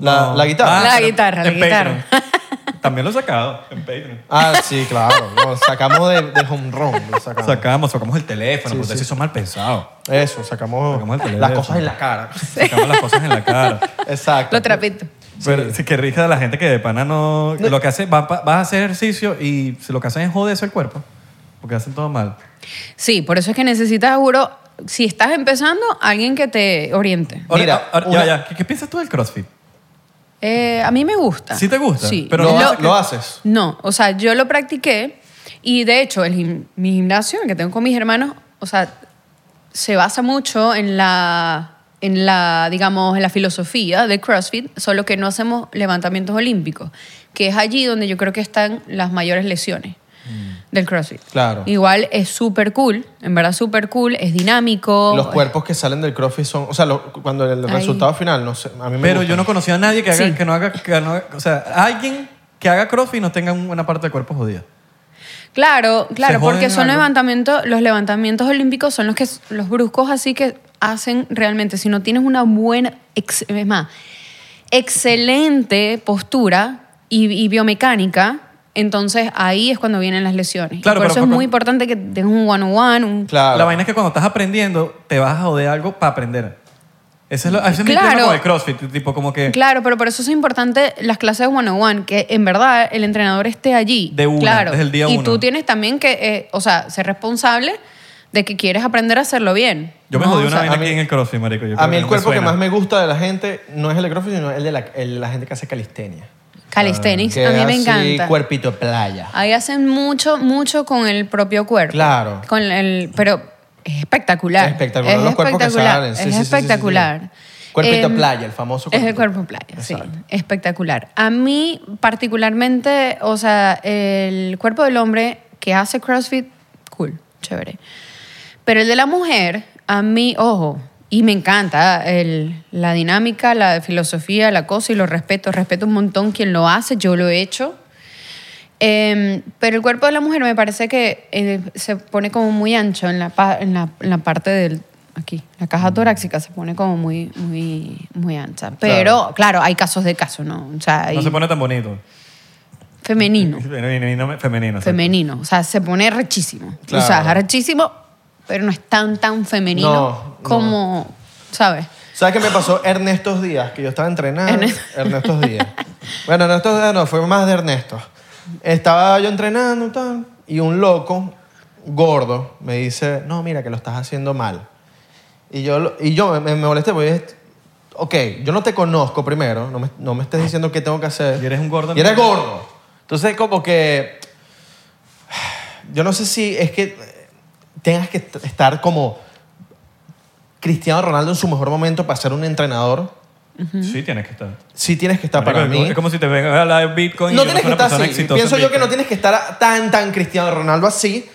[SPEAKER 3] La,
[SPEAKER 2] No.
[SPEAKER 3] la guitarra.
[SPEAKER 1] La
[SPEAKER 2] Ah, pero
[SPEAKER 1] guitarra, la
[SPEAKER 2] en Patreon.
[SPEAKER 1] guitarra.
[SPEAKER 2] También lo he sacado en Patreon.
[SPEAKER 3] Ah, sí, claro. Lo sacamos de, de home run. Lo sacamos.
[SPEAKER 2] Sacamos, sacamos el teléfono,
[SPEAKER 3] Ah. Sí,
[SPEAKER 2] porque ustedes
[SPEAKER 3] sí.
[SPEAKER 2] sí son mal pensados.
[SPEAKER 3] Eso, sacamos,
[SPEAKER 2] Sacamos el
[SPEAKER 3] las
[SPEAKER 2] teléfono.
[SPEAKER 3] cosas en la cara.
[SPEAKER 2] Sacamos las cosas en la cara.
[SPEAKER 3] Exacto.
[SPEAKER 1] Lo trapito.
[SPEAKER 2] Pero sí que rija de la gente que de pana no... Lo que hace, va- va- vas a hacer ejercicio y si lo que hacen es joderse el cuerpo, porque hacen todo mal.
[SPEAKER 1] Sí, por eso es que necesitas, juro, si estás empezando, alguien que te oriente.
[SPEAKER 2] Ahora-
[SPEAKER 3] Mira,
[SPEAKER 2] ahora-
[SPEAKER 3] una-
[SPEAKER 2] ya, ya. ¿Qué, qué piensas tú del CrossFit?
[SPEAKER 1] Eh, a mí me gusta.
[SPEAKER 2] ¿Sí te gusta?
[SPEAKER 1] Sí.
[SPEAKER 2] Pero
[SPEAKER 3] lo,
[SPEAKER 2] no
[SPEAKER 3] ha-
[SPEAKER 2] hace que-
[SPEAKER 3] lo haces.
[SPEAKER 1] No, o sea, yo lo practiqué y de hecho el gim- mi gimnasio, el que tengo con mis hermanos, o sea, se basa mucho en la, en la, digamos, en la filosofía de CrossFit, solo que no hacemos levantamientos olímpicos, que es allí donde yo creo que están las mayores lesiones del CrossFit.
[SPEAKER 3] Mm. Claro.
[SPEAKER 1] Igual es súper cool, en verdad súper cool, es dinámico.
[SPEAKER 3] Los cuerpos que salen del CrossFit son, o sea, lo- cuando el
[SPEAKER 1] Oh, Ay.
[SPEAKER 3] resultado final, no sé, a mí me
[SPEAKER 2] Pero
[SPEAKER 3] gusta.
[SPEAKER 2] yo no conocía a nadie que, haga,
[SPEAKER 1] Sí.
[SPEAKER 2] que no haga, que no haga- O sea, alguien que haga CrossFit no tenga una parte del cuerpo jodida.
[SPEAKER 1] Claro, claro,
[SPEAKER 2] joden
[SPEAKER 1] porque son
[SPEAKER 2] algo.
[SPEAKER 1] levantamientos, los levantamientos olímpicos son los que los bruscos así que hacen realmente. Si no tienes una buena, ex- es más, excelente postura y, y biomecánica, entonces ahí es cuando vienen las lesiones. Y
[SPEAKER 2] Claro,
[SPEAKER 1] por
[SPEAKER 2] pero
[SPEAKER 1] eso es
[SPEAKER 2] por-
[SPEAKER 1] muy importante que tengas un one on one, un
[SPEAKER 3] Claro.
[SPEAKER 2] La vaina es que cuando estás aprendiendo, te vas a joder algo para aprender. Ese es, lo, ese es mi
[SPEAKER 1] Claro.
[SPEAKER 2] tema con el CrossFit. Tipo, como que...
[SPEAKER 1] Claro, pero por eso es importante las clases one on one, que en verdad el entrenador esté allí.
[SPEAKER 2] De una,
[SPEAKER 1] claro.
[SPEAKER 2] desde el día
[SPEAKER 1] y
[SPEAKER 2] uno.
[SPEAKER 1] tú tienes también que, eh, o sea, ser responsable de que quieres aprender a hacerlo bien.
[SPEAKER 2] Yo me
[SPEAKER 1] No,
[SPEAKER 2] jodí
[SPEAKER 1] o
[SPEAKER 2] una
[SPEAKER 1] sea,
[SPEAKER 2] vaina
[SPEAKER 3] a mí-
[SPEAKER 2] aquí en el CrossFit, marico. Yo
[SPEAKER 3] a
[SPEAKER 2] creo
[SPEAKER 3] mí el
[SPEAKER 2] no me
[SPEAKER 3] cuerpo que
[SPEAKER 2] suena.
[SPEAKER 3] más me gusta de la gente no es el de CrossFit, sino el de la, el- la gente que hace calistenia. Ah.
[SPEAKER 1] Calisthenics,
[SPEAKER 3] Que
[SPEAKER 1] a mí me
[SPEAKER 3] es así,
[SPEAKER 1] encanta.
[SPEAKER 3] cuerpito de playa.
[SPEAKER 1] Ahí hacen mucho, mucho con el propio cuerpo.
[SPEAKER 3] Claro.
[SPEAKER 1] Con el, pero es espectacular.
[SPEAKER 3] Es espectacular los cuerpos que
[SPEAKER 1] espectacular,
[SPEAKER 3] salen. Sí, sí,
[SPEAKER 1] es
[SPEAKER 3] sí, sí, sí, sí.
[SPEAKER 1] espectacular.
[SPEAKER 3] Cuerpito
[SPEAKER 1] Em,
[SPEAKER 3] playa, el famoso
[SPEAKER 1] Es el
[SPEAKER 3] cuerpito
[SPEAKER 1] cuerpo playa, sí. Espectacular. A mí, particularmente, o sea, el cuerpo del hombre que hace CrossFit, cool, chévere. Pero el de la mujer, a mí, ojo, y me encanta el- la dinámica, la filosofía, la cosa, y lo respeto. Respeto un montón quien lo hace, yo lo he hecho. Em, pero el cuerpo de la mujer me parece que eh, se pone como muy ancho en la, pa- en la, en la parte del... Aquí, la caja torácica se pone como muy, muy, muy ancha. Pero, claro, hay casos de caso, ¿no? O sea, hay
[SPEAKER 2] No se pone tan bonito.
[SPEAKER 1] femenino,
[SPEAKER 2] Femenino. Femenino. sí.
[SPEAKER 1] femenino. O sea, se pone rechísimo. O sea,
[SPEAKER 3] Claro.
[SPEAKER 1] es rechísimo, pero no es tan, tan femenino
[SPEAKER 3] No, no.
[SPEAKER 1] como, ¿sabes?
[SPEAKER 3] ¿Sabes qué me pasó Ernestos Díaz? Que yo estaba entrenando.
[SPEAKER 1] Ernesto.
[SPEAKER 3] Ernestos Díaz. Bueno, Ernestos Díaz no, fue más de Ernesto. Estaba yo entrenando tal, y un loco gordo me dice, no, mira, que lo estás haciendo mal. Y yo, lo- y yo me, me molesté porque, es- ok, yo no te conozco primero, no me, no me estés diciendo qué tengo que hacer.
[SPEAKER 2] Y eres un gordo.
[SPEAKER 3] Y eres gordo. Entonces, como que. Yo no sé si es que tengas que est- estar como Cristiano Ronaldo en su mejor momento para ser un entrenador.
[SPEAKER 2] Sí, tienes que estar.
[SPEAKER 3] Sí tienes que estar para
[SPEAKER 2] Marico,
[SPEAKER 3] mí.
[SPEAKER 2] Es como si te venga a hablar de Bitcoin
[SPEAKER 3] No
[SPEAKER 2] y yo
[SPEAKER 3] tienes que
[SPEAKER 2] soy una
[SPEAKER 3] estar
[SPEAKER 2] persona
[SPEAKER 3] así.
[SPEAKER 2] exitosa
[SPEAKER 3] Pienso
[SPEAKER 2] en
[SPEAKER 3] yo que no
[SPEAKER 2] Bitcoin.
[SPEAKER 3] tienes que estar tan, tan Cristiano Ronaldo así.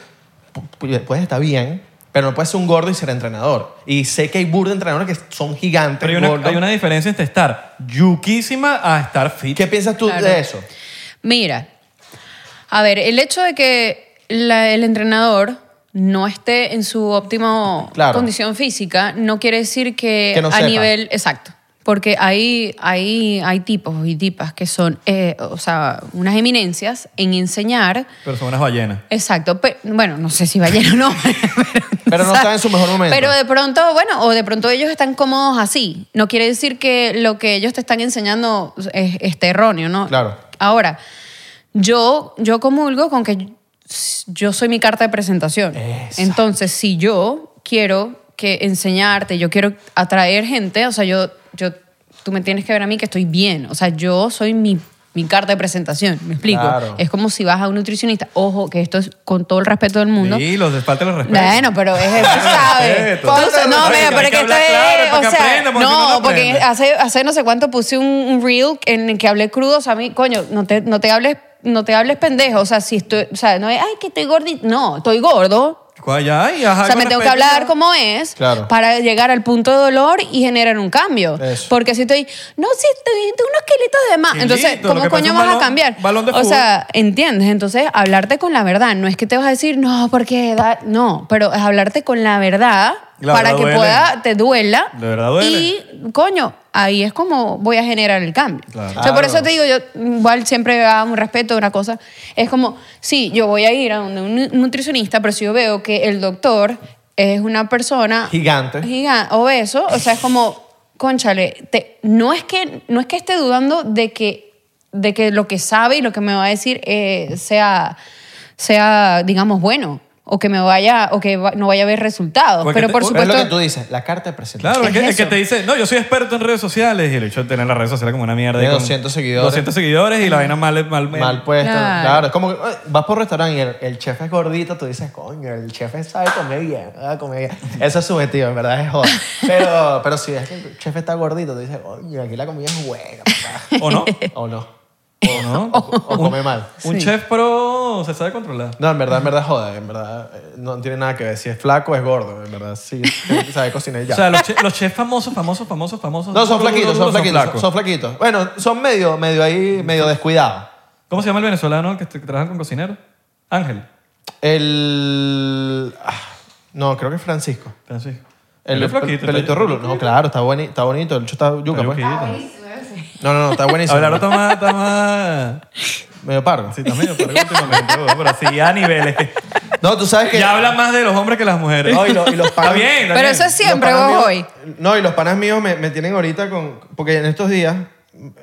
[SPEAKER 3] Pu- pu- Puedes estar bien, pero no puedes ser un gordo y ser entrenador. Y sé que hay burda de entrenadores que son gigantes.
[SPEAKER 2] Pero hay una,
[SPEAKER 3] gordos.
[SPEAKER 2] hay una diferencia entre estar yuquísima a estar fit.
[SPEAKER 3] ¿Qué piensas tú
[SPEAKER 1] Claro.
[SPEAKER 3] de eso?
[SPEAKER 1] Mira, a ver, el hecho de que la- el entrenador no esté en su óptima
[SPEAKER 3] Claro.
[SPEAKER 1] condición física no quiere decir que,
[SPEAKER 3] Que no
[SPEAKER 1] a
[SPEAKER 3] sepa.
[SPEAKER 1] nivel exacto. Porque hay, hay, hay tipos y tipas que son, eh, o sea, unas eminencias en enseñar.
[SPEAKER 2] Pero son unas ballenas.
[SPEAKER 1] Exacto. pe- bueno, no sé si vayan o no. Pero,
[SPEAKER 3] Pero no
[SPEAKER 1] o sea,
[SPEAKER 3] está en su mejor momento.
[SPEAKER 1] Pero de pronto, bueno, o de pronto ellos están cómodos así. No quiere decir que lo que ellos te están enseñando es- esté erróneo, ¿no?
[SPEAKER 3] Claro.
[SPEAKER 1] Ahora, yo, yo comulgo con que yo soy mi carta de presentación. Entonces, si yo quiero que enseñarte, yo quiero atraer gente, o sea, yo, yo, tú me tienes que ver a mí que estoy bien. O sea, yo soy mi, mi carta de presentación, ¿me explico?
[SPEAKER 3] Claro.
[SPEAKER 1] Es como si vas a un nutricionista. Ojo, que esto es con todo el respeto del mundo.
[SPEAKER 2] Sí, los de falta los respeto.
[SPEAKER 1] Bueno, pero es eso, ¿sabes?
[SPEAKER 2] Respeto.
[SPEAKER 1] Entonces, no,
[SPEAKER 2] Hay
[SPEAKER 1] mira,
[SPEAKER 2] que-
[SPEAKER 1] pero
[SPEAKER 2] hay
[SPEAKER 1] que
[SPEAKER 2] que
[SPEAKER 1] esto
[SPEAKER 2] hablar claro,
[SPEAKER 1] es,
[SPEAKER 2] para que
[SPEAKER 1] o sea,
[SPEAKER 2] aprenda, porque si no, no
[SPEAKER 1] no, porque
[SPEAKER 2] aprende.
[SPEAKER 1] hace, hace no sé cuánto puse un, un reel en el que hablé crudo, o sea, a mí, coño, no te, no te hables, no te hables pendejo, o sea, si estoy, o sea, no es, ay, que estoy gordito, no, estoy gordo.
[SPEAKER 2] Cuál, ya, y ajá,
[SPEAKER 1] O sea,
[SPEAKER 2] con
[SPEAKER 1] me tengo que
[SPEAKER 2] respeto,
[SPEAKER 1] hablar
[SPEAKER 2] ya.
[SPEAKER 1] como es
[SPEAKER 3] Claro.
[SPEAKER 1] para llegar al punto de dolor y generar un cambio.
[SPEAKER 3] Eso.
[SPEAKER 1] Porque si estoy, no, si estoy tengo unos kilitos de más,
[SPEAKER 2] Kilito,
[SPEAKER 1] entonces,
[SPEAKER 2] lo
[SPEAKER 1] ¿cómo
[SPEAKER 2] que pasa
[SPEAKER 1] coño
[SPEAKER 2] es un
[SPEAKER 1] vas a
[SPEAKER 2] balón-
[SPEAKER 1] cambiar?
[SPEAKER 2] balón de
[SPEAKER 1] o sea, ¿entiendes? Entonces, hablarte con la verdad. No es que te vas a decir, no, porque da-". no, pero es hablarte con la verdad
[SPEAKER 2] La
[SPEAKER 1] para
[SPEAKER 2] verdad
[SPEAKER 1] que
[SPEAKER 2] duele.
[SPEAKER 1] pueda, te duela.
[SPEAKER 2] La verdad duele.
[SPEAKER 1] Y, coño, ahí es como voy a generar el cambio.
[SPEAKER 2] Claro.
[SPEAKER 1] O sea, por
[SPEAKER 3] Claro.
[SPEAKER 1] eso te digo, yo igual siempre a un respeto, una cosa. Es como, sí, yo voy a ir a un, un nutricionista, pero si yo veo que el doctor es una persona
[SPEAKER 3] Gigante.
[SPEAKER 1] gigan- obeso, o sea, es como, conchale, no, es que, no es que esté dudando de que, de que lo que sabe y lo que me va a decir eh, sea, sea, digamos, bueno. O que me vaya, o que va- no vaya a haber resultados.
[SPEAKER 2] Porque
[SPEAKER 1] Pero
[SPEAKER 2] te-
[SPEAKER 1] por
[SPEAKER 2] o- es
[SPEAKER 3] Es
[SPEAKER 1] supuesto.
[SPEAKER 3] lo que tú dices, la carta de
[SPEAKER 2] Claro,
[SPEAKER 3] presentación.
[SPEAKER 2] el
[SPEAKER 1] Es
[SPEAKER 2] que, el
[SPEAKER 1] eso.
[SPEAKER 2] que te dice, no, yo soy experto en redes sociales y el hecho de tener las redes sociales como una mierda. y
[SPEAKER 3] Tiene
[SPEAKER 2] con
[SPEAKER 3] 200 seguidores.
[SPEAKER 2] 200 seguidores y la vaina mal. mal,
[SPEAKER 3] Mal puesta.
[SPEAKER 1] Claro.
[SPEAKER 3] Claro. es como que ay, vas por un restaurante y el, el chef es gordito, tú dices, coño, el chef sabe comer bien, sabe comer bien. Eso es subjetivo, en verdad es joda. Pero, pero si es que el chef está gordito, tú dices, coño, aquí la comida es buena, papá".
[SPEAKER 2] ¿O no?
[SPEAKER 3] O no.
[SPEAKER 2] ¿O no?
[SPEAKER 3] O come mal.
[SPEAKER 2] Un chef pro se sabe controlar.
[SPEAKER 3] No, en verdad, en verdad joda, en verdad eh, no tiene nada que ver. Si es flaco, es gordo, en verdad sí, sabe cocinar y ya.
[SPEAKER 2] O sea, los, che- los chefs famosos, famosos, famosos, famosos.
[SPEAKER 3] no, son
[SPEAKER 2] duros,
[SPEAKER 3] flaquitos,
[SPEAKER 2] duros, duros,
[SPEAKER 3] son flaquitos, son,
[SPEAKER 2] flacos.
[SPEAKER 3] son flaquitos. Bueno, son medio, medio ahí, medio descuidados.
[SPEAKER 2] ¿Cómo se llama el venezolano que, que trabaja con cocineros? Ángel.
[SPEAKER 3] El... ah, No, creo que es Francisco.
[SPEAKER 2] Francisco.
[SPEAKER 3] El,
[SPEAKER 2] Él es flaquito,
[SPEAKER 3] pelito
[SPEAKER 2] está-
[SPEAKER 3] rulo. No, claro, está, boni- está bonito. El chuta yuca,
[SPEAKER 2] está
[SPEAKER 3] pues.
[SPEAKER 2] yuquito.
[SPEAKER 3] No, no, no, está buenísimo.
[SPEAKER 2] Abelardo está más, está más...
[SPEAKER 3] Medio pargo.
[SPEAKER 2] Sí, también, pero últimamente, weón, pero sí, a niveles.
[SPEAKER 3] No, tú sabes que...
[SPEAKER 2] Ya habla más de los hombres que las mujeres.
[SPEAKER 3] No, y lo- y los
[SPEAKER 2] está
[SPEAKER 3] pagan-
[SPEAKER 2] bien, está
[SPEAKER 1] Pero
[SPEAKER 2] bien.
[SPEAKER 1] eso es
[SPEAKER 3] los
[SPEAKER 1] siempre,
[SPEAKER 3] panas
[SPEAKER 1] vos
[SPEAKER 3] míos-
[SPEAKER 1] hoy.
[SPEAKER 3] No, y los panas míos me, me tienen ahorita con... Porque en estos días...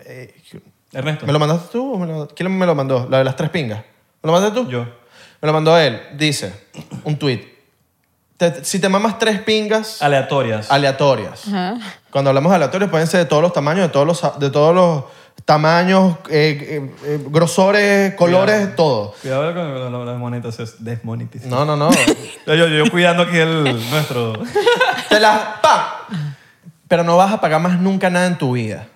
[SPEAKER 3] eh,
[SPEAKER 2] Ernesto.
[SPEAKER 3] ¿Me lo mandaste tú o me lo- ¿Quién me lo mandó? La de las tres pingas. ¿Me lo mandaste tú?
[SPEAKER 2] Yo.
[SPEAKER 3] Me lo mandó él. Dice, un tweet. si te mamas tres pingas
[SPEAKER 2] Aleatorias.
[SPEAKER 3] aleatorias.
[SPEAKER 1] Ajá.
[SPEAKER 3] Cuando hablamos de aleatorios, pueden ser de todos los tamaños, de todos los, de todos los tamaños, eh, eh, eh, grosores, colores, todo.
[SPEAKER 2] Cuidado con la- la la desmonetización. Desmonetización.
[SPEAKER 3] No, no, no.
[SPEAKER 2] Yo, yo, yo cuidando aquí el nuestro.
[SPEAKER 3] Te las. ¡Pam! Pero no vas a pagar más nunca nada en tu vida.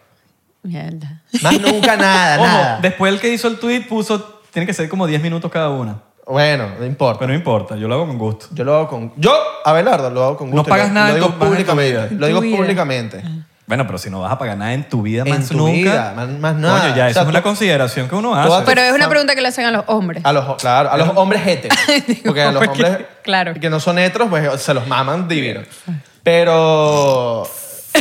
[SPEAKER 1] Mierda.
[SPEAKER 3] Más nunca nada, nada.
[SPEAKER 2] Ojo, después el que hizo el tweet puso, tiene que ser como 10 minutos cada una.
[SPEAKER 3] Bueno, no importa.
[SPEAKER 2] Pero no importa, yo lo hago con gusto.
[SPEAKER 3] Yo lo hago con. Yo, Abelardo, lo hago con
[SPEAKER 2] No
[SPEAKER 3] gusto.
[SPEAKER 2] pagas
[SPEAKER 3] Lo-
[SPEAKER 2] nada
[SPEAKER 3] lo
[SPEAKER 2] en
[SPEAKER 3] digo
[SPEAKER 2] tu- más en tu vida.
[SPEAKER 3] públicamente.
[SPEAKER 1] En tu
[SPEAKER 3] Lo digo
[SPEAKER 1] vida.
[SPEAKER 3] públicamente.
[SPEAKER 2] Bueno, pero si no vas a pagar nada en tu vida
[SPEAKER 3] En
[SPEAKER 2] más
[SPEAKER 3] tu
[SPEAKER 2] nunca.
[SPEAKER 3] vida, más- más nada.
[SPEAKER 2] Coño, ya,
[SPEAKER 3] O
[SPEAKER 2] eso
[SPEAKER 3] sea,
[SPEAKER 2] es una
[SPEAKER 3] tú-
[SPEAKER 2] consideración que uno
[SPEAKER 3] tú
[SPEAKER 2] hace.
[SPEAKER 3] haces-
[SPEAKER 1] Pero es una
[SPEAKER 3] Ah.
[SPEAKER 1] pregunta que le hacen a los hombres.
[SPEAKER 3] A los, claro, a los hombres heteros. Porque a los
[SPEAKER 1] Porque,
[SPEAKER 3] hombres
[SPEAKER 1] claro.
[SPEAKER 3] que no son heteros, pues se los maman divino. Pero... eh,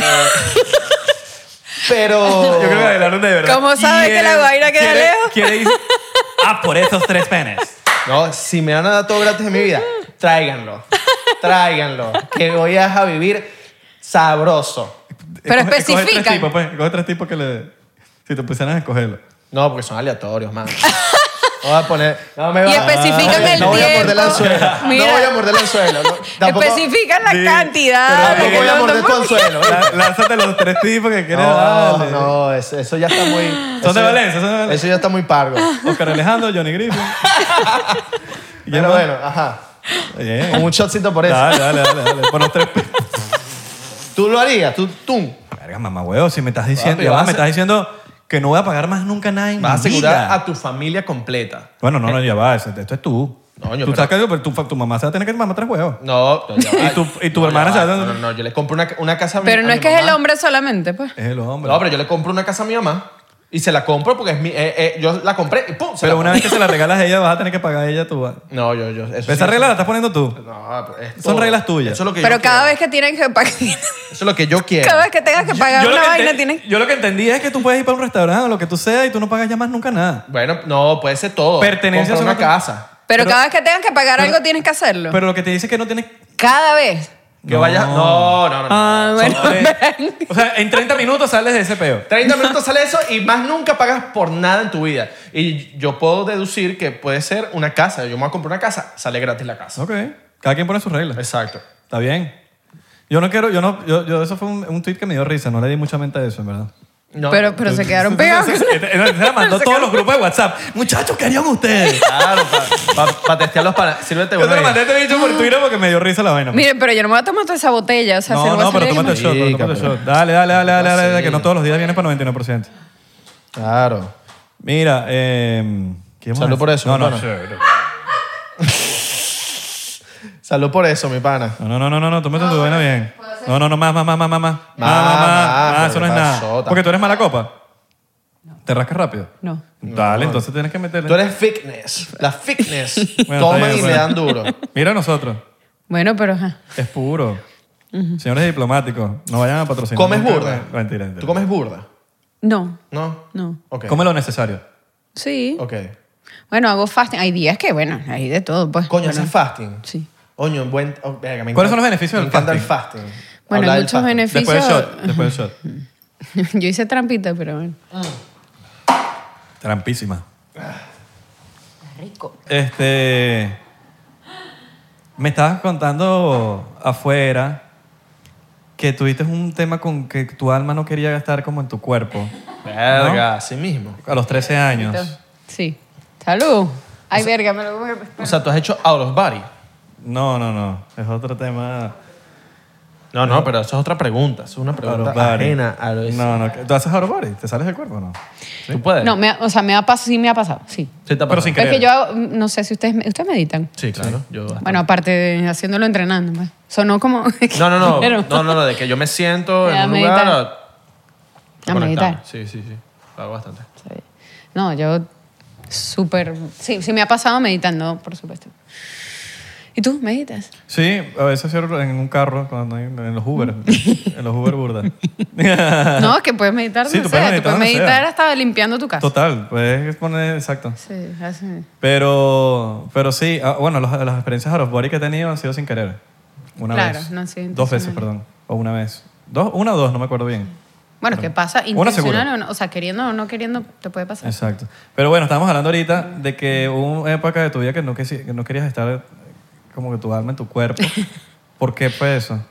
[SPEAKER 3] pero...
[SPEAKER 2] Yo creo que Abelardo de verdad.
[SPEAKER 1] ¿Cómo sabe que la guaira queda
[SPEAKER 2] quiere-
[SPEAKER 1] lejos?
[SPEAKER 2] Quiere ir ah, por esos tres penes.
[SPEAKER 3] No, si me van a dar todo gratis en mi vida, tráiganlo. Tráiganlo. Que voy a vivir sabroso.
[SPEAKER 1] Pero
[SPEAKER 2] Escoge- escoge
[SPEAKER 1] especifican.
[SPEAKER 2] tres tipos, pues. Coge tres tipos que le... Si te pusieran a escogerlo.
[SPEAKER 3] No, porque son aleatorios, man. No voy a poner... No me
[SPEAKER 1] Y
[SPEAKER 3] va- Ah,
[SPEAKER 1] especifican el
[SPEAKER 3] no, voy a morder el
[SPEAKER 1] tiempo.
[SPEAKER 3] anzuelo.
[SPEAKER 1] Mira.
[SPEAKER 3] No voy a morder el anzuelo. No, tampoco,
[SPEAKER 1] Especifican la
[SPEAKER 2] Sí,
[SPEAKER 1] cantidad.
[SPEAKER 2] pero
[SPEAKER 1] porque
[SPEAKER 3] tampoco voy a
[SPEAKER 1] no-
[SPEAKER 3] morder tu
[SPEAKER 1] tampoco-
[SPEAKER 3] anzuelo.
[SPEAKER 2] Lá- Lánzate los tres tipos que quieres
[SPEAKER 3] No,
[SPEAKER 2] darle.
[SPEAKER 3] no, eso, eso ya está muy...
[SPEAKER 2] Son
[SPEAKER 3] eso
[SPEAKER 2] de
[SPEAKER 3] ya-
[SPEAKER 2] Valencia, son de Valencia.
[SPEAKER 3] Eso ya está muy pargo.
[SPEAKER 1] Ah.
[SPEAKER 2] Oscar Alejandro, Johnny Griffin. Y ya
[SPEAKER 3] Pero
[SPEAKER 2] más.
[SPEAKER 3] bueno, ajá.
[SPEAKER 2] Bien.
[SPEAKER 3] Con un shotcito por eso.
[SPEAKER 2] Dale, dale, dale, dale. Por los tres penes.
[SPEAKER 3] Tú lo harías, tú, tú.
[SPEAKER 2] Verga, mamá, huevo, si me estás diciendo,
[SPEAKER 3] Papi,
[SPEAKER 2] ya
[SPEAKER 3] vas
[SPEAKER 2] va,
[SPEAKER 3] a
[SPEAKER 2] me
[SPEAKER 3] hacer-
[SPEAKER 2] estás diciendo que no voy a pagar más nunca nada en
[SPEAKER 3] Vas a
[SPEAKER 2] mi
[SPEAKER 3] asegurar
[SPEAKER 2] vida.
[SPEAKER 3] a tu familia completa.
[SPEAKER 2] Bueno, no, no, ya va, eso- esto es tú.
[SPEAKER 3] Coño,
[SPEAKER 2] tú
[SPEAKER 3] pero-
[SPEAKER 2] estás cagado, pero tu, fa- tu mamá se va a tener que mamar tres huevos.
[SPEAKER 3] No, no, ya va.
[SPEAKER 2] Y tu- y tu
[SPEAKER 3] No, ya
[SPEAKER 2] hermana
[SPEAKER 3] va.
[SPEAKER 2] se va a-
[SPEAKER 3] No, no, no, yo le compro una, una casa a mi
[SPEAKER 1] Pero
[SPEAKER 3] a
[SPEAKER 1] no
[SPEAKER 3] mi
[SPEAKER 1] es que es el
[SPEAKER 3] mamá.
[SPEAKER 1] hombre solamente, pues.
[SPEAKER 2] Es el hombre.
[SPEAKER 3] No, pero yo le compro una casa a mi mamá y se la compro porque es mi. eh, eh, yo la compré y pum. se
[SPEAKER 2] Pero
[SPEAKER 3] la
[SPEAKER 2] una
[SPEAKER 3] compro.
[SPEAKER 2] vez que se la regalas a ella, vas a tener que pagar a ella tu.
[SPEAKER 3] No, yo, yo. Eso sí,
[SPEAKER 2] Esa regla la estás poniendo tú.
[SPEAKER 3] No, pero es
[SPEAKER 2] Son
[SPEAKER 3] todo.
[SPEAKER 2] reglas tuyas.
[SPEAKER 3] Eso es lo que
[SPEAKER 1] Pero
[SPEAKER 3] yo
[SPEAKER 1] cada
[SPEAKER 3] quiero.
[SPEAKER 1] vez que tienen que pagar,
[SPEAKER 3] Eso es lo que yo quiero.
[SPEAKER 1] cada vez que tengas que pagar
[SPEAKER 2] lo
[SPEAKER 1] una
[SPEAKER 2] que
[SPEAKER 1] vaina,
[SPEAKER 2] enten-
[SPEAKER 1] tienes.
[SPEAKER 2] yo lo que entendí es que tú puedes ir para un restaurante o lo que tú seas y tú no pagas ya más nunca nada.
[SPEAKER 3] Bueno, no, puede ser todo.
[SPEAKER 2] Pertenencias
[SPEAKER 3] Comprar
[SPEAKER 2] son
[SPEAKER 3] una
[SPEAKER 2] otro-
[SPEAKER 3] casa.
[SPEAKER 1] Pero, cada vez que tengas que pagar algo, tienes que hacerlo.
[SPEAKER 2] Pero lo que te dice es que no tienes.
[SPEAKER 1] cada vez.
[SPEAKER 3] Que vayas. No, no, no. no.
[SPEAKER 1] Ah, bueno.
[SPEAKER 2] O sea, en 30 minutos sales de ese peo.
[SPEAKER 3] 30 minutos sale eso y más nunca pagas por nada en tu vida. Y yo puedo deducir que puede ser una casa. Yo me voy a comprar una casa, sale gratis la casa.
[SPEAKER 2] Ok. Cada quien pone sus reglas.
[SPEAKER 3] Exacto.
[SPEAKER 2] Está bien. Yo no quiero, yo no, yo, yo- eso fue un, un tweet que me dio risa, no le di mucha mente a eso, en verdad. este,
[SPEAKER 3] No,
[SPEAKER 1] pero, pero se quedaron pegados.
[SPEAKER 2] Se la mandó a todos los grupos de WhatsApp. Muchachos, ¿qué harían ustedes?
[SPEAKER 3] Claro, para testear los panas. Sírvete
[SPEAKER 2] Yo
[SPEAKER 3] uno
[SPEAKER 2] te lo
[SPEAKER 3] ahí.
[SPEAKER 2] mandé a este bicho por Twitter porque me dio risa la vaina.
[SPEAKER 1] Miren, pero yo no me voy a tomar toda esa botella. O sea, se
[SPEAKER 2] no,
[SPEAKER 1] lo voy a
[SPEAKER 2] no, pero
[SPEAKER 1] hacer
[SPEAKER 2] tómate el
[SPEAKER 1] yo.
[SPEAKER 2] shot, pero tómate el
[SPEAKER 3] Marica,
[SPEAKER 2] shot. Dale, dale, dale, dale, dale, dale, que no
[SPEAKER 3] Así.
[SPEAKER 2] todos los días viene para 99%.
[SPEAKER 3] Claro.
[SPEAKER 2] Mira, eh... ¿qué vamos a
[SPEAKER 3] Salud
[SPEAKER 2] hacer?
[SPEAKER 3] por eso,
[SPEAKER 2] No, no,
[SPEAKER 3] mi
[SPEAKER 2] sí,
[SPEAKER 3] pana. Salud por eso, mi pana.
[SPEAKER 2] no, no, no, no, no, no, tómate tu vaina bien. No, no, no, más, más, más, más, más, más. Más, más,
[SPEAKER 3] más,
[SPEAKER 2] más, más, eso no
[SPEAKER 3] pero
[SPEAKER 2] es
[SPEAKER 3] ¿qué
[SPEAKER 2] nada.
[SPEAKER 3] pasó? Tampoco.
[SPEAKER 2] Porque tú eres mala copa. Te rascas rápido.
[SPEAKER 1] No.
[SPEAKER 2] Dale, entonces tienes que meterle.
[SPEAKER 3] Tú eres fitness. La fitness.
[SPEAKER 2] Bueno, está
[SPEAKER 3] Toman
[SPEAKER 2] bien,
[SPEAKER 3] y
[SPEAKER 2] bueno.
[SPEAKER 3] le dan duro.
[SPEAKER 2] Mira a nosotros.
[SPEAKER 1] Bueno, pero ajá.
[SPEAKER 2] Es puro. Señores diplomáticos, no vayan a patrocinar.
[SPEAKER 3] ¿Comes
[SPEAKER 2] nunca.
[SPEAKER 3] burda?
[SPEAKER 2] Mentira, mentira.
[SPEAKER 3] ¿Tú comes burda?
[SPEAKER 1] No,
[SPEAKER 3] ¿No?
[SPEAKER 1] no.
[SPEAKER 3] Ok.
[SPEAKER 2] Come lo necesario.
[SPEAKER 1] Sí.
[SPEAKER 3] Ok.
[SPEAKER 1] Bueno, hago fasting. Hay días que, bueno, hay de todo. Pues.
[SPEAKER 3] Coño,
[SPEAKER 1] Bueno,
[SPEAKER 3] haces fasting.
[SPEAKER 1] Sí.
[SPEAKER 3] Coño, buen. oh, verga, me
[SPEAKER 2] ¿Cuáles
[SPEAKER 3] encanta-
[SPEAKER 2] son los beneficios del
[SPEAKER 3] me encanta el fasting?
[SPEAKER 1] Bueno,
[SPEAKER 3] Hablar
[SPEAKER 1] hay
[SPEAKER 3] del
[SPEAKER 1] muchos
[SPEAKER 3] fasting.
[SPEAKER 1] beneficios.
[SPEAKER 2] Después del shot. Después del shot.
[SPEAKER 1] Yo hice trampita, pero bueno.
[SPEAKER 2] Trampísima.
[SPEAKER 1] Rico.
[SPEAKER 2] Este. Me estabas contando afuera que tuviste un tema con que tu alma no quería gastar como en tu cuerpo
[SPEAKER 3] Verga, así mismo.
[SPEAKER 2] a los 13 años.
[SPEAKER 1] Sí. Salud. Ay, verga, me lo voy
[SPEAKER 3] O sea, tú has hecho out of body.
[SPEAKER 2] No, no, no. Es otro tema.
[SPEAKER 3] No, no, pero eso es otra pregunta. Eso es una
[SPEAKER 2] out
[SPEAKER 3] pregunta
[SPEAKER 2] of body.
[SPEAKER 3] ajena a lo
[SPEAKER 2] No, no. ¿Tú haces out of body? ¿Te sales del cuerpo o no?
[SPEAKER 3] Tú puedes.
[SPEAKER 1] No, me ha- o sea, me ha pasado, sí me ha pasado, sí.
[SPEAKER 3] Sí, te ha
[SPEAKER 2] Pero
[SPEAKER 3] pasado.
[SPEAKER 2] sin
[SPEAKER 1] Es
[SPEAKER 2] querer.
[SPEAKER 1] que yo hago, mm, no sé si ustedes, ustedes meditan.
[SPEAKER 3] Sí, claro. Yo bastante.
[SPEAKER 1] Bueno, aparte de haciéndolo entrenando. pues. Sonó como...
[SPEAKER 3] No, no, no,
[SPEAKER 1] Pero-
[SPEAKER 3] no, no, no, de que yo me siento
[SPEAKER 1] A
[SPEAKER 3] en un
[SPEAKER 1] meditar.
[SPEAKER 3] lugar a-
[SPEAKER 1] A meditar.
[SPEAKER 3] Sí, sí, sí. Hago bastante.
[SPEAKER 1] Sí. No, yo súper... Sí, sí me ha pasado meditando, por supuesto. ¿Y tú meditas?
[SPEAKER 2] Sí, a veces cierro en un carro, cuando hay- en los Uber. en los Uber burda.
[SPEAKER 1] No, que puedes meditar
[SPEAKER 2] Sí,
[SPEAKER 1] donde
[SPEAKER 2] tú puedes
[SPEAKER 1] sea,
[SPEAKER 2] meditar
[SPEAKER 1] tú puedes
[SPEAKER 2] donde
[SPEAKER 1] meditar
[SPEAKER 2] sea.
[SPEAKER 1] hasta limpiando tu casa.
[SPEAKER 2] Total, puedes poner exacto.
[SPEAKER 1] Sí, así.
[SPEAKER 2] Pero, pero sí, ah, bueno, los- las experiencias out of body que he tenido han sido sin querer. Una
[SPEAKER 1] Claro,
[SPEAKER 2] vez.
[SPEAKER 1] no han sido
[SPEAKER 2] Dos veces,
[SPEAKER 1] intencionales.
[SPEAKER 2] perdón. O una vez. Dos, una o dos, no me acuerdo bien.
[SPEAKER 1] Bueno, ¿qué pasa?
[SPEAKER 2] Una seguro.
[SPEAKER 1] Intencional o no, o sea, queriendo o no queriendo, te puede pasar.
[SPEAKER 2] Exacto. Pero bueno, estábamos hablando ahorita de que hubo una época de tu vida que no, quisi- que no querías estar como que tu alma en tu cuerpo. ¿Por qué fue eso?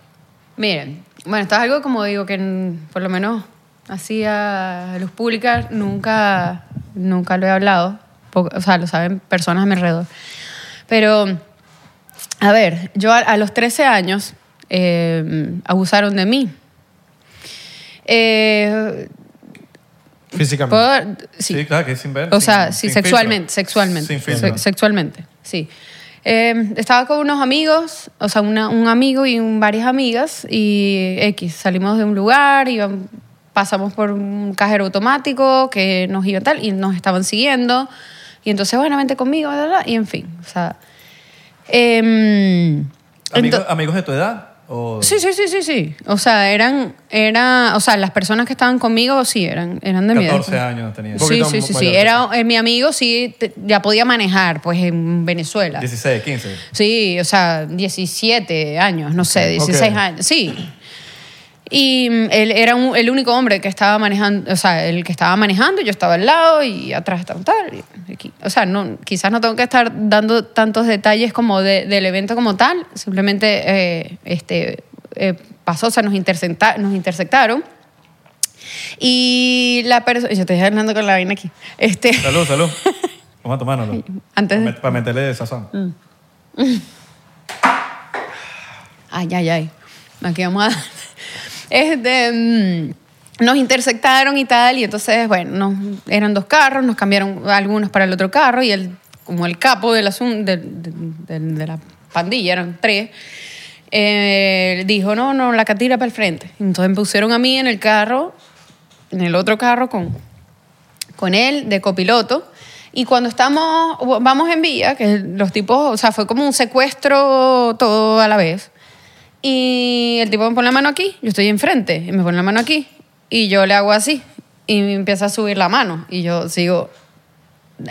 [SPEAKER 1] Miren, bueno, esto es algo como digo que en- por lo menos así a luz pública nunca, nunca lo he hablado. Po- O sea, lo saben personas a mi alrededor. Pero, a ver, yo a, a los 13 años eh, abusaron de mí. Eh,
[SPEAKER 3] Físicamente.
[SPEAKER 1] ¿puedo dar- sí.
[SPEAKER 2] claro, que es sin ver.
[SPEAKER 1] O
[SPEAKER 2] sin-
[SPEAKER 1] sea, sí,
[SPEAKER 2] sin
[SPEAKER 1] sexualmente,
[SPEAKER 2] filtro.
[SPEAKER 1] sexualmente.
[SPEAKER 2] Sin filtro.
[SPEAKER 1] se- sexualmente, sí. Eh, estaba con unos amigos, o sea, una- un amigo y un- varias amigas, y X, salimos de un lugar, iban- pasamos por un cajero automático que nos iba tal, y nos estaban siguiendo, y entonces, bueno, vente conmigo, bla, bla, bla, y en fin, o sea. em,
[SPEAKER 2] ¿Amigos,
[SPEAKER 1] ento-
[SPEAKER 2] amigos de tu edad? O...
[SPEAKER 1] Sí, sí, sí, sí, sí. O sea, eran, era, o sea, las personas que estaban conmigo sí eran, eran de mi edad.
[SPEAKER 2] 14 años tenía.
[SPEAKER 3] Un poquito
[SPEAKER 1] Sí, sí, sí, sí.
[SPEAKER 3] mayor,
[SPEAKER 1] Era, eh, mi amigo sí te- ya podía manejar, pues, en Venezuela.
[SPEAKER 2] 16, 15.
[SPEAKER 1] Sí, o sea, 17 años, no sé, 16
[SPEAKER 3] Ok.
[SPEAKER 1] años, sí. Y mm, él era un- el único hombre que estaba manejando, o sea, el que estaba manejando, yo estaba al lado y atrás estaba tal. y aquí. O sea, no, quizás no tengo que estar dando tantos detalles como de- del evento como tal, simplemente eh, este, eh, pasó, o sea, nos, intersecta- nos intersectaron. Y la persona, yo te estoy hablando con la vaina aquí, este,
[SPEAKER 2] Salud, salud. Vamos a tomárnoslo.
[SPEAKER 1] antes de... Mm.
[SPEAKER 2] Para met- Para meterle sazón.
[SPEAKER 1] Ay, ay, ay. Aquí vamos a dar. Este, mm, nos intersectaron y tal, y entonces, bueno, nos- eran dos carros, nos cambiaron algunos para el otro carro, y el, como el capo del asun- de, de- de- de la pandilla, eran tres, eh, dijo, no, no, la catira para el frente. Entonces me pusieron a mí en el carro, en el otro carro con, con él de copiloto. Y cuando estamos, vamos en vía, que los tipos, o sea, fue como un secuestro todo a la vez. Y el tipo me pone la mano aquí, yo estoy enfrente, y me pone la mano aquí, y yo le hago así, y me empieza a subir la mano, y yo sigo.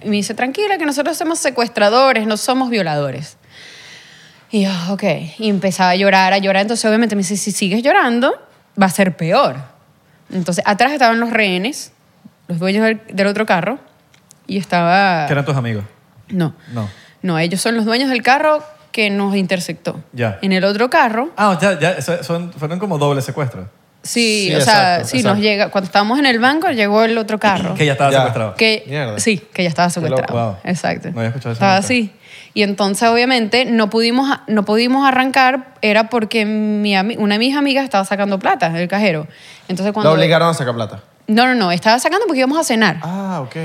[SPEAKER 1] Y me dice, tranquila, que nosotros somos secuestradores, no somos violadores. Y yo, ok. Y empezaba a llorar, a llorar. Entonces, obviamente, me dice, si sigues llorando, va a ser peor. Entonces, atrás estaban los rehenes, los dueños del, del otro carro, y estaba...
[SPEAKER 2] ¿Qué eran tus amigos?
[SPEAKER 1] No.
[SPEAKER 2] No.
[SPEAKER 1] No, ellos son los dueños del carro que nos intersectó.
[SPEAKER 2] Ya.
[SPEAKER 1] En el otro carro,
[SPEAKER 2] Ah, ya, ya, eso- son, fueron como doble secuestro.
[SPEAKER 1] sí,
[SPEAKER 3] Sí,
[SPEAKER 1] o sea,
[SPEAKER 3] exacto,
[SPEAKER 1] sí
[SPEAKER 3] exacto.
[SPEAKER 1] nos llega. Cuando estábamos en el banco, llegó el otro carro.
[SPEAKER 2] Que ya estaba
[SPEAKER 3] Ya.
[SPEAKER 2] secuestrado.
[SPEAKER 1] Que-
[SPEAKER 3] Mierda.
[SPEAKER 1] sí, que ya estaba secuestrado.
[SPEAKER 2] Wow.
[SPEAKER 1] Exacto.
[SPEAKER 2] No había escuchado eso
[SPEAKER 1] Estaba
[SPEAKER 2] nunca.
[SPEAKER 1] así. Y entonces, obviamente, no pudimos, no pudimos arrancar, era porque mi ami- una de mis amigas estaba sacando plata del cajero. Entonces, cuando.
[SPEAKER 3] La obligaron a sacar plata.
[SPEAKER 1] No, no, no, estaba sacando porque íbamos a cenar.
[SPEAKER 3] Ah, ok.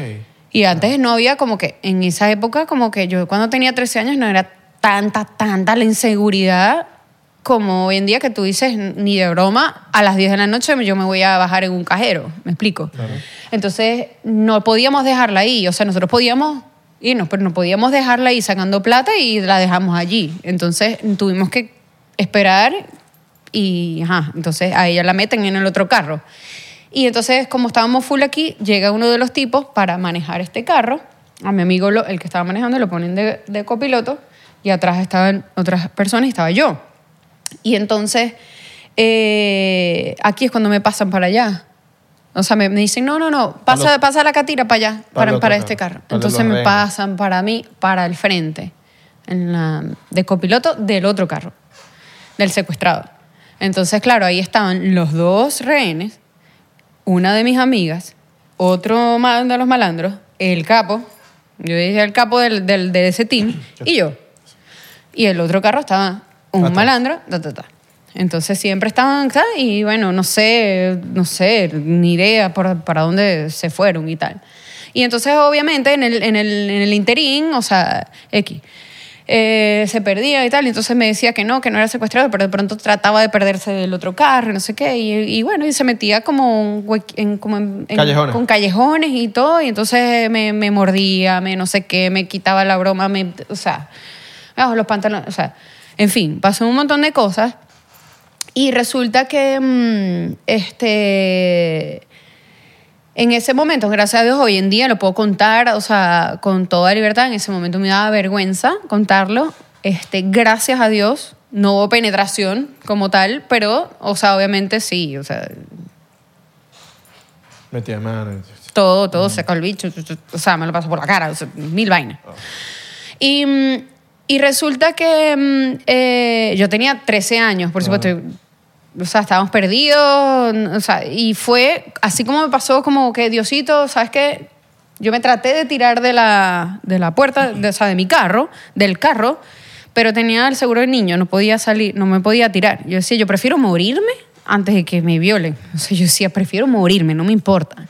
[SPEAKER 1] Y antes no había como que, en esa época, como que yo cuando tenía 13 años no era tanta, tanta la inseguridad como hoy en día que tú dices, ni de broma, a las 10 de la noche yo me voy a bajar en un cajero, ¿me explico? Entonces no podíamos dejarla ahí, o sea, nosotros podíamos irnos, pero no podíamos dejarla ahí sacando plata y la dejamos allí. Entonces tuvimos que esperar y ajá, entonces a ella la meten en el otro carro. Y entonces, como estábamos full aquí, llega uno de los tipos para manejar este carro. A mi amigo, lo- el que estaba manejando, lo ponen de, de copiloto y atrás estaban otras personas y estaba yo. Y entonces, eh, aquí es cuando me pasan para allá. O sea, me, me dicen, no, no, no, pasa,
[SPEAKER 3] Palo-
[SPEAKER 1] pasa la catira para allá,
[SPEAKER 3] Para el
[SPEAKER 1] para,
[SPEAKER 3] otro
[SPEAKER 1] para
[SPEAKER 3] carro,
[SPEAKER 1] este carro.
[SPEAKER 3] para el de
[SPEAKER 1] Entonces
[SPEAKER 3] los
[SPEAKER 1] me
[SPEAKER 3] rehenes.
[SPEAKER 1] pasan para mí, para el frente, en la, de copiloto del otro carro, del secuestrado. Entonces, claro, ahí estaban los dos rehenes, una de mis amigas, otro ma- de los malandros, el capo, yo dije el capo del, del- de ese team, y yo. Y el otro carro estaba un malandro, ta, ta, ta. Entonces siempre estaban, ¿sabes? Y bueno, no sé, no sé, ni idea por- para dónde se fueron y tal. Y entonces, obviamente, en el, en el, en el interín, o sea, X, eh, se perdía y tal. Y entonces me decía que no, que no era secuestrado, pero de pronto trataba de perderse del otro carro y no sé qué. Y, y bueno, y se metía como, un huequi- en, como en- en-
[SPEAKER 3] Callejones.
[SPEAKER 1] con callejones y todo. Y entonces me, me mordía, me no sé qué, me quitaba la broma, me, o sea, me bajó los pantalones, o sea, en fin, pasó un montón de cosas. Y resulta que mm, este, en ese momento, gracias a Dios, hoy en día lo puedo contar, o sea, con toda libertad. En ese momento me daba vergüenza contarlo. Este, gracias a Dios, no hubo penetración como tal, pero, o sea, obviamente sí, o sea,
[SPEAKER 3] Metí mano.
[SPEAKER 1] todo, todo, saca el bicho, tu, tu, o sea, me lo paso por la cara, o sea, mil vainas. Y, mm, y resulta que mm, eh, yo tenía 13 años, por supuesto. O sea, estábamos perdidos, n- o sea, y fue así como me pasó, como que Diosito, ¿sabes qué? Yo me traté de tirar de la, de la puerta, de, o sea, de mi carro, del carro, pero tenía el seguro de niño, no podía salir, no me podía tirar. Yo decía, yo prefiero morirme antes de que me violen. O sea, yo decía, prefiero morirme, no me importa.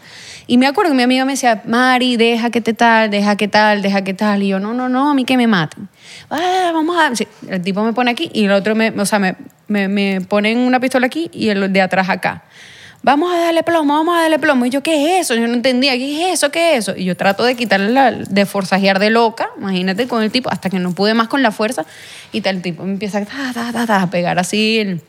[SPEAKER 1] Y me acuerdo que mi amiga me decía, Mari, deja que te tal, deja que tal, deja que tal. Y yo, no, no, no, a mí que me maten. Ah, vamos a... sí, el tipo me pone aquí y el otro me... O sea, me, me, me ponen una pistola aquí y el de atrás acá. Vamos a darle plomo, vamos a darle plomo. Y yo, ¿qué es eso? Yo no entendía, ¿qué es eso? ¿Qué es eso? Y yo trato de quitarle la... de forzajear de loca, imagínate, con el tipo, hasta que no pude más con la fuerza. Y tal, el tipo me empieza a, ta, ta, ta, ta, a pegar así en,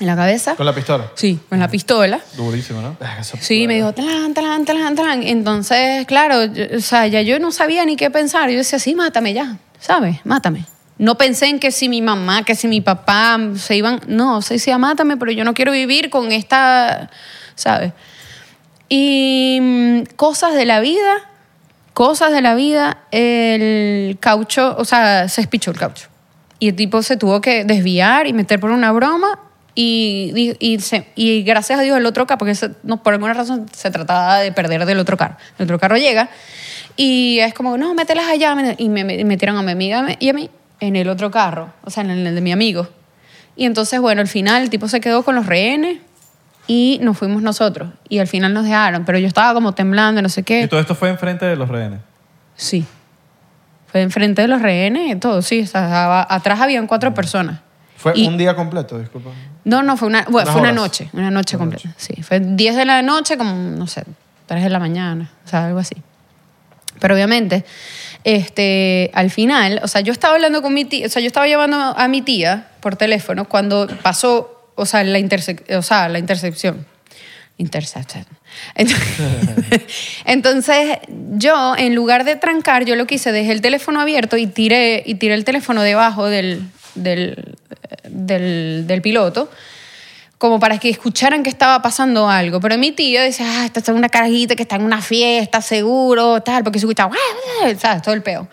[SPEAKER 1] en la cabeza.
[SPEAKER 3] Con la pistola.
[SPEAKER 1] Sí, con la pistola.
[SPEAKER 2] Durísimo, ¿no?
[SPEAKER 3] Ah, eso-
[SPEAKER 1] Sí, me dijo, talán, talán, talán, talán. Entonces, claro, yo- o sea, ya yo no sabía ni qué pensar. Yo decía, sí, mátame ya, ¿sabes? Mátame. No pensé en que si mi mamá, que si mi papá se iban. No, se decía, mátame, pero yo no quiero vivir con esta, ¿sabes? Y mm, cosas de la vida, cosas de la vida, el caucho, o sea, se espichó el caucho. Y el tipo se tuvo que desviar y meter por una broma. Y, di- y, se- y gracias a Dios el otro carro, porque se- no, por alguna razón se trataba de perder del otro carro. El otro carro llega y es como, no, mételas allá. Y me me- metieron a mi amiga y a mí en el otro carro, o sea, en el de mi amigo. Y entonces, bueno, al final el tipo se quedó con los rehenes y nos fuimos nosotros. Y al final nos dejaron, pero yo estaba como temblando, no sé qué.
[SPEAKER 2] Y todo esto fue enfrente de los rehenes.
[SPEAKER 1] Sí. Fue enfrente de los rehenes, todo, sí. estaba- atrás habían cuatro personas.
[SPEAKER 3] Mm. Fue
[SPEAKER 1] Y-
[SPEAKER 3] un día completo, disculpa.
[SPEAKER 1] No, no, fue una, bueno,
[SPEAKER 3] Unas
[SPEAKER 1] fue una
[SPEAKER 3] horas.
[SPEAKER 1] noche, una noche completa. Sí, fue 10 de la noche, como, no sé, 3 de la mañana, o sea, algo así. Pero obviamente, este, al final, o sea, yo estaba hablando con mi tía, o sea, yo estaba llamando a mi tía por teléfono cuando pasó, o sea, la, intersec- o sea, la intercepción. Intercepción. Entonces, entonces, yo, en lugar de trancar, yo lo que hice, dejé el teléfono abierto y tiré, y tiré el teléfono debajo del, del, del, del piloto como para que escucharan que estaba pasando algo. Pero mi tía decía, ah, esta es una carajita que está en una fiesta, seguro, tal, porque se escuchaba, "Ah, ah", ¿sabes? Todo el peo.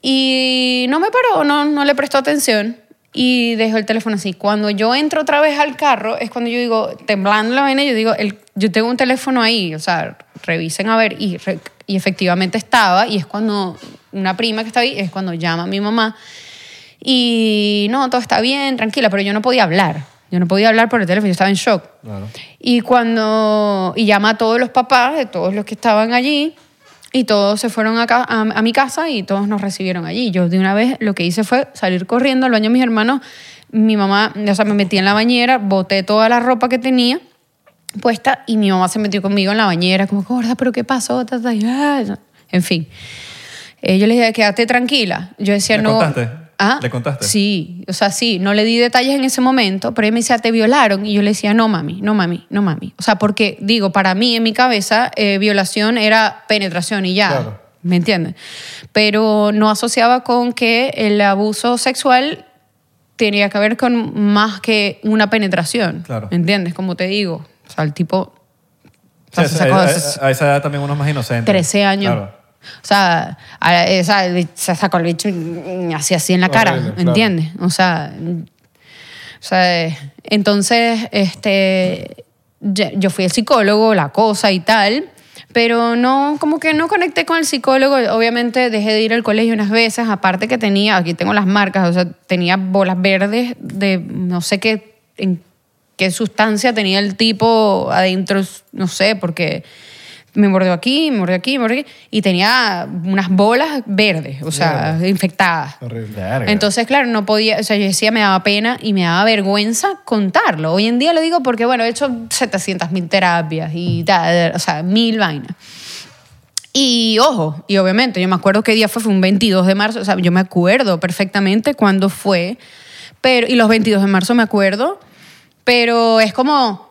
[SPEAKER 1] Y no me paró, no, no le prestó atención y dejó el teléfono así. Cuando yo entro otra vez al carro, es cuando yo digo, temblando la vaina, yo digo, el, yo tengo un teléfono ahí, o sea, revisen a ver. Y, re- y efectivamente estaba, y es cuando una prima que está ahí, es cuando llama a mi mamá y no, todo está bien, tranquila, pero yo no podía hablar. Yo no podía hablar por el teléfono, yo estaba en shock. Y cuando. Y llama a todos los papás de todos los que estaban allí y todos se fueron a, ca- a- a mi casa y todos nos recibieron allí. Yo de una vez lo que hice fue salir corriendo al baño de mis hermanos. Mi mamá, o sea, me metí en la bañera, boté toda la ropa que tenía puesta y mi mamá se metió conmigo en la bañera, como, gorda, ¿pero qué pasó? Ta, ta, y, ah, En fin. Eh, yo les dije, quédate tranquila. Yo decía,
[SPEAKER 2] ¿Le
[SPEAKER 1] no.
[SPEAKER 2] contaste?
[SPEAKER 1] Ah,
[SPEAKER 2] ¿Le contaste?
[SPEAKER 1] Sí, o sea, sí, no le di detalles en ese momento, pero ella me decía, te violaron. Y yo le decía, no mami, no mami, no mami. O sea, porque digo, para mí en mi cabeza, eh, violación era penetración y ya.
[SPEAKER 3] Claro.
[SPEAKER 1] ¿Me entiendes? Pero no asociaba con que el abuso sexual tenía que ver con más que una penetración.
[SPEAKER 2] Claro.
[SPEAKER 1] ¿Me entiendes? Como te digo, o sea, el tipo... o
[SPEAKER 2] Sí, eh,
[SPEAKER 1] sea,
[SPEAKER 2] a,
[SPEAKER 1] se
[SPEAKER 2] esa-
[SPEAKER 1] sacó-
[SPEAKER 2] a- a- a esa edad también uno es más inocente.
[SPEAKER 1] 13 años.
[SPEAKER 2] Claro.
[SPEAKER 1] O sea, a- esa- se sacó el bicho y así, así en la cara,
[SPEAKER 3] Horrible, claro.
[SPEAKER 1] ¿entiendes? O sea, mm, o sea, eh, entonces, este, ya- yo fui al psicólogo, la cosa y tal, pero no, como que no conecté con el psicólogo. Obviamente dejé de ir al colegio unas veces, aparte que tenía, aquí tengo las marcas, o sea, tenía bolas verdes de no sé qué, en qué sustancia tenía el tipo adentro, no sé, porque me mordió aquí, me mordió aquí, me mordió aquí, y tenía unas bolas verdes, o sea, infectadas.
[SPEAKER 2] Verga.
[SPEAKER 1] Entonces, claro, no podía, o sea, yo decía, me daba pena y me daba vergüenza contarlo. Hoy en día lo digo porque, bueno, he hecho 700 mil terapias y tal, o sea, mil vainas. Y ojo, y obviamente, yo me acuerdo qué día fue, fue un 22 de marzo, o sea, yo me acuerdo perfectamente cuándo fue, pero, y los 22 de marzo me acuerdo, pero es como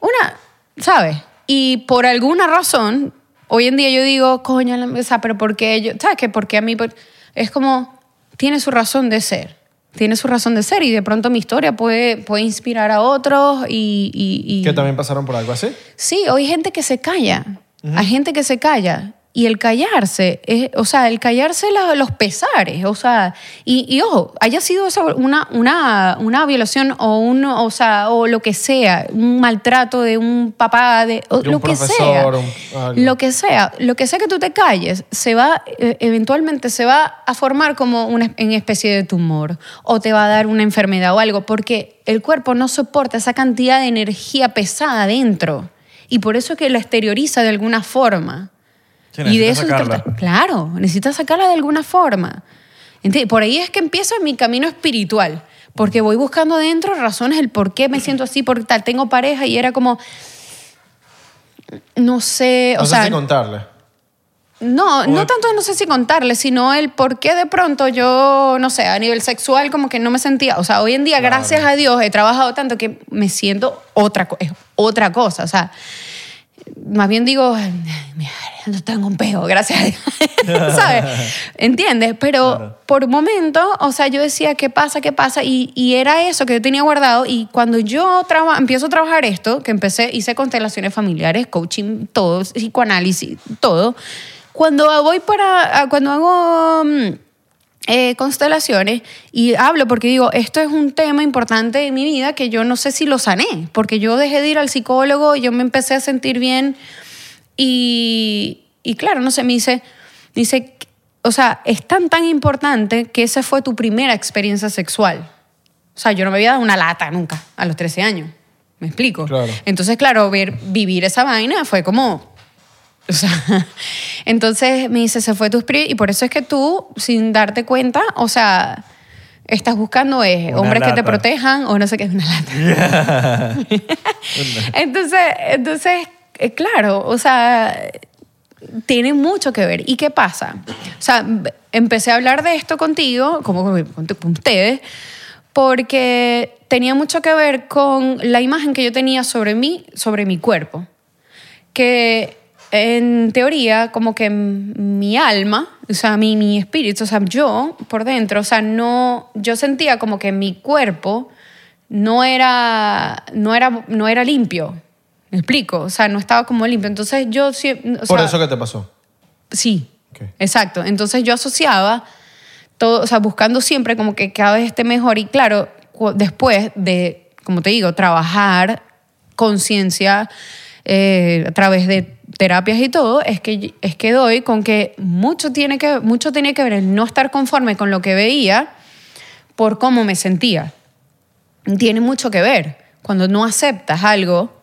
[SPEAKER 1] una, ¿sabes? Y por alguna razón, hoy en día yo digo, coño, la- o sea, pero ¿por qué yo? ¿Sabes qué? Porque a mí Por- es como, tiene su razón de ser, tiene su razón de ser y de pronto mi historia puede, puede inspirar a otros y... y- y-
[SPEAKER 3] Que también pasaron por algo así.
[SPEAKER 1] Sí, hoy hay gente que se calla. Hay gente que se calla. Y el callarse, es, o sea, el callarse la- los pesares, o sea, y, y ojo, haya sido esa una, una, una violación o, un, o, sea, o lo que sea, un maltrato de un papá, de, o
[SPEAKER 3] De un
[SPEAKER 1] lo que sea,
[SPEAKER 3] profesor, un- algo.
[SPEAKER 1] lo que sea, lo que sea que tú te calles, se va, eh, eventualmente se va a formar como una en especie de tumor o te va a dar una enfermedad o algo, porque el cuerpo no soporta esa cantidad de energía pesada dentro y por eso es que la exterioriza de alguna forma.
[SPEAKER 2] Sí,
[SPEAKER 1] y de
[SPEAKER 2] necesitas
[SPEAKER 1] eso se
[SPEAKER 2] sacarla.
[SPEAKER 1] trata- claro, necesitas sacarla de alguna forma. Enti- Por ahí es que empieza mi camino espiritual, porque voy buscando dentro razones el por qué me siento así, por tal, tengo pareja y era como no sé,
[SPEAKER 3] No
[SPEAKER 1] Eh, o
[SPEAKER 3] sé
[SPEAKER 1] sea,
[SPEAKER 3] si contarle.
[SPEAKER 1] no, no tanto no sé si contarle, sino el por qué de pronto yo, no sé, a nivel sexual como que no me sentía, o sea, hoy en día gracias a Dios he trabajado tanto que me siento otra co- es otra cosa, o sea, más bien digo, "Ay, mira, no tengo un peo, gracias a Dios, ¿sabes? ¿Entiendes? Pero por un momento, o sea, yo decía, ¿qué pasa? ¿Qué pasa? Y, y era eso que yo tenía guardado y cuando yo traba- empiezo a trabajar esto, que empecé, hice constelaciones familiares, coaching, todo, psicoanálisis, todo, cuando voy para, a- cuando hago... mm, eh, constelaciones y hablo porque digo, esto es un tema importante de mi vida que yo no sé si lo sané, porque yo dejé de ir al psicólogo, yo me empecé a sentir bien y, y claro, no sé, me dice, me dice, o sea, es tan tan importante que esa fue tu primera experiencia sexual. O sea, yo no me había dado una lata nunca a los 13 años. ¿Me explico?
[SPEAKER 3] Claro.
[SPEAKER 1] Entonces, claro, ver, vivir esa vaina fue como, o sea, entonces me dice, se fue tu espíritu y por eso es que tú, sin darte cuenta, o sea, estás buscando eh,
[SPEAKER 2] Una
[SPEAKER 1] hombres que te
[SPEAKER 2] lata.
[SPEAKER 1] protejan o no sé qué es una lata. entonces, entonces, eh, claro, o sea, tiene mucho que ver. ¿Y qué pasa? O sea, empecé a hablar de esto contigo, como con, con- con ustedes, porque tenía mucho que ver con la imagen que yo tenía sobre mí, sobre mi cuerpo que en teoría como que m- mi alma, o sea, mi, mi espíritu, o sea, yo por dentro, o sea, no, yo sentía como que mi cuerpo no era, no era, no era limpio. ¿Me explico? O sea, no estaba como limpio. Entonces yo... sie- O
[SPEAKER 3] por
[SPEAKER 1] sea,
[SPEAKER 3] eso que te pasó.
[SPEAKER 1] Sí.
[SPEAKER 3] Ok.
[SPEAKER 1] Exacto. Entonces yo asociaba todo, o sea, buscando siempre como que cada vez esté mejor. Y claro, cu- después de, como te digo, trabajar conciencia eh, a través de terapias y todo, es que, es que doy con que mucho tiene que, mucho tiene que ver el no estar conforme con lo que veía por cómo me sentía. Tiene mucho que ver. Cuando no aceptas algo,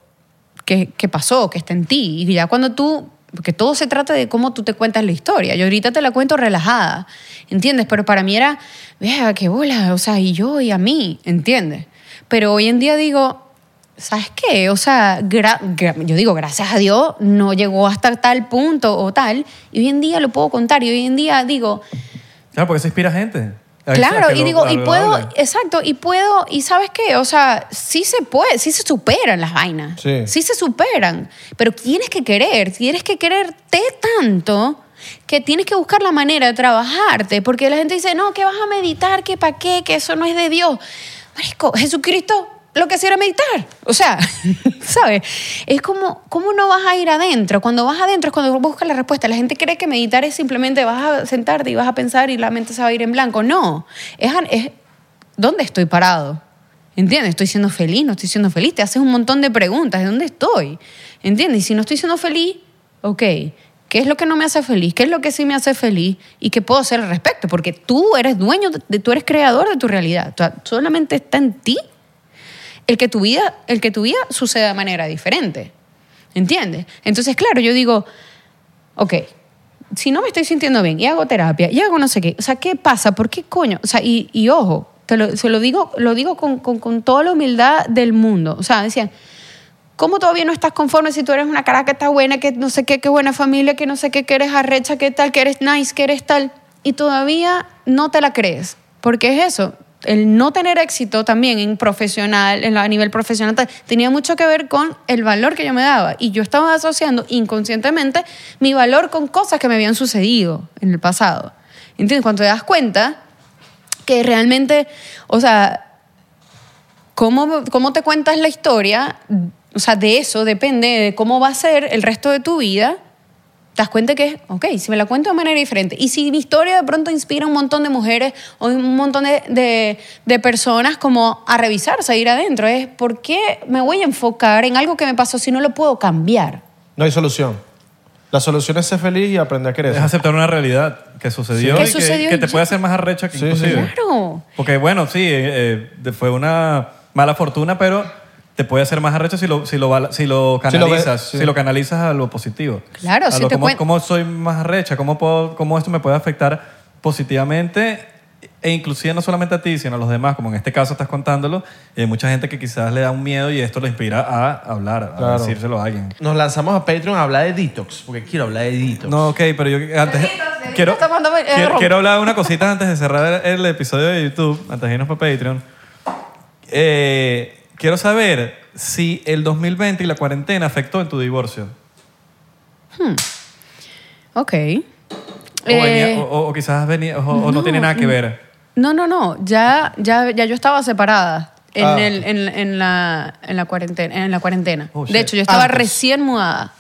[SPEAKER 1] que, que pasó, que está en ti. Y ya cuando tú, porque todo se trata de cómo tú te cuentas la historia. Yo ahorita te la cuento relajada, ¿entiendes? Pero para mí era, vea, qué bola, o sea, y yo y a mí, ¿entiendes? Pero hoy en día digo, ¿sabes qué? O sea, gra- gra- yo digo, gracias a Dios no llegó hasta tal punto o tal. Y hoy en día lo puedo contar. Y hoy en día digo,
[SPEAKER 2] Claro, porque eso inspira gente.
[SPEAKER 1] Claro,
[SPEAKER 2] Exacto,
[SPEAKER 1] y
[SPEAKER 2] lo-
[SPEAKER 1] digo,
[SPEAKER 2] lo-
[SPEAKER 1] y
[SPEAKER 2] lo
[SPEAKER 1] puedo,
[SPEAKER 2] habla.
[SPEAKER 1] exacto, y puedo, y sabes qué, o sea, sí se puede, sí se superan las vainas,
[SPEAKER 3] Sí.
[SPEAKER 1] sí se superan, pero tienes que querer, tienes que quererte tanto que tienes que buscar la manera de trabajarte, porque la gente dice, no, que vas a meditar, que para qué, que eso no es de Dios. Marico, Jesucristo lo que hacía era meditar, o sea, ¿sabes? Es como, ¿cómo no vas a ir adentro? Cuando vas adentro es cuando buscas la respuesta. La gente cree que meditar es simplemente vas a sentarte y vas a pensar y la mente se va a ir en blanco. No, es, es ¿dónde estoy parado? ¿Entiendes? ¿Estoy siendo feliz? ¿No estoy siendo feliz? Te haces un montón de preguntas. ¿De dónde estoy? ¿Entiendes? Y si no estoy siendo feliz, ok, ¿qué es lo que no me hace feliz? ¿Qué es lo que sí me hace feliz? ¿Y qué puedo hacer al respecto? Porque tú eres dueño, de, tú eres creador de tu realidad. O sea, solamente está en ti el que tu vida, el que tu vida suceda de manera diferente. ¿Entiendes? Entonces, claro, yo digo, ok, si no me estoy sintiendo bien y hago terapia y hago no sé qué, o sea, ¿qué pasa? ¿Por qué coño? O sea, y, y ojo, te lo, se lo digo, lo digo con, con- con toda la humildad del mundo. O sea, decían, ¿cómo todavía no estás conforme si tú eres una cara que está buena, que no sé qué, que buena familia, que no sé qué, que eres arrecha, que tal, que eres nice, que eres tal? Y todavía no te la crees. Porque es eso, el no tener éxito también en profesional, en la- a nivel profesional, tal, tenía mucho que ver con el valor que yo me daba. Y yo estaba asociando inconscientemente mi valor con cosas que me habían sucedido en el pasado. ¿Entiendes? Cuando te das cuenta que realmente, o sea, cómo, cómo te cuentas la historia, o sea, de eso depende de cómo va a ser el resto de tu vida. Te das cuenta que es, ok, si me la cuento de manera diferente. Y si mi historia de pronto inspira a un montón de mujeres o un montón de, de- de personas como a revisarse, a ir adentro, es por qué me voy a enfocar en algo que me pasó si no lo puedo cambiar.
[SPEAKER 3] No hay solución. La solución es ser feliz y aprender a
[SPEAKER 2] Es
[SPEAKER 3] crecer.
[SPEAKER 2] aceptar una realidad que sucedió
[SPEAKER 1] Sí. Que
[SPEAKER 2] y que,
[SPEAKER 1] sucedió
[SPEAKER 2] que
[SPEAKER 1] y
[SPEAKER 2] te
[SPEAKER 1] ya.
[SPEAKER 2] puede hacer más arrecha que
[SPEAKER 3] Sí, sí,
[SPEAKER 2] inclusive.
[SPEAKER 3] sí.
[SPEAKER 1] Claro.
[SPEAKER 2] Porque bueno, sí, eh, eh, fue una mala fortuna, pero te puede hacer más arrecho si lo, si lo, val- si lo
[SPEAKER 3] Si lo ve-
[SPEAKER 2] canalizas,
[SPEAKER 3] sí.
[SPEAKER 2] si lo canalizas a lo positivo.
[SPEAKER 1] Claro,
[SPEAKER 2] A
[SPEAKER 1] si
[SPEAKER 2] lo
[SPEAKER 1] te
[SPEAKER 2] cómo,
[SPEAKER 1] cuen-
[SPEAKER 2] cómo soy más arrecha, cómo, puedo- cómo esto me puede afectar positivamente e inclusive no solamente a ti, sino a los demás, como en este caso estás contándolo, y hay mucha gente que quizás le da un miedo y esto lo inspira a hablar, a
[SPEAKER 3] Claro.
[SPEAKER 2] decírselo a alguien.
[SPEAKER 3] Nos lanzamos a Patreon a hablar de detox, porque quiero hablar de detox.
[SPEAKER 2] No, ok, pero yo antes.
[SPEAKER 1] Deditos, deditos,
[SPEAKER 2] quiero,
[SPEAKER 1] tomando, eh,
[SPEAKER 2] quiero,
[SPEAKER 1] ron.
[SPEAKER 2] quiero hablar de una cosita antes de cerrar el, el episodio de YouTube, antes de irnos para Patreon. Eh, quiero saber si el 2020 y la cuarentena afectó en tu divorcio.
[SPEAKER 1] Ok.
[SPEAKER 2] O, venía-
[SPEAKER 1] Eh,
[SPEAKER 2] o- o- o quizás venía, o, o no, tiene nada que ver.
[SPEAKER 1] No, no, no. Ya, ya, ya yo estaba separada en,
[SPEAKER 3] Ah.
[SPEAKER 1] el, en, en la, en la cuarentena. En la cuarentena.
[SPEAKER 2] Oh, shit.
[SPEAKER 1] de hecho, yo estaba
[SPEAKER 3] Antes.
[SPEAKER 1] recién mudada.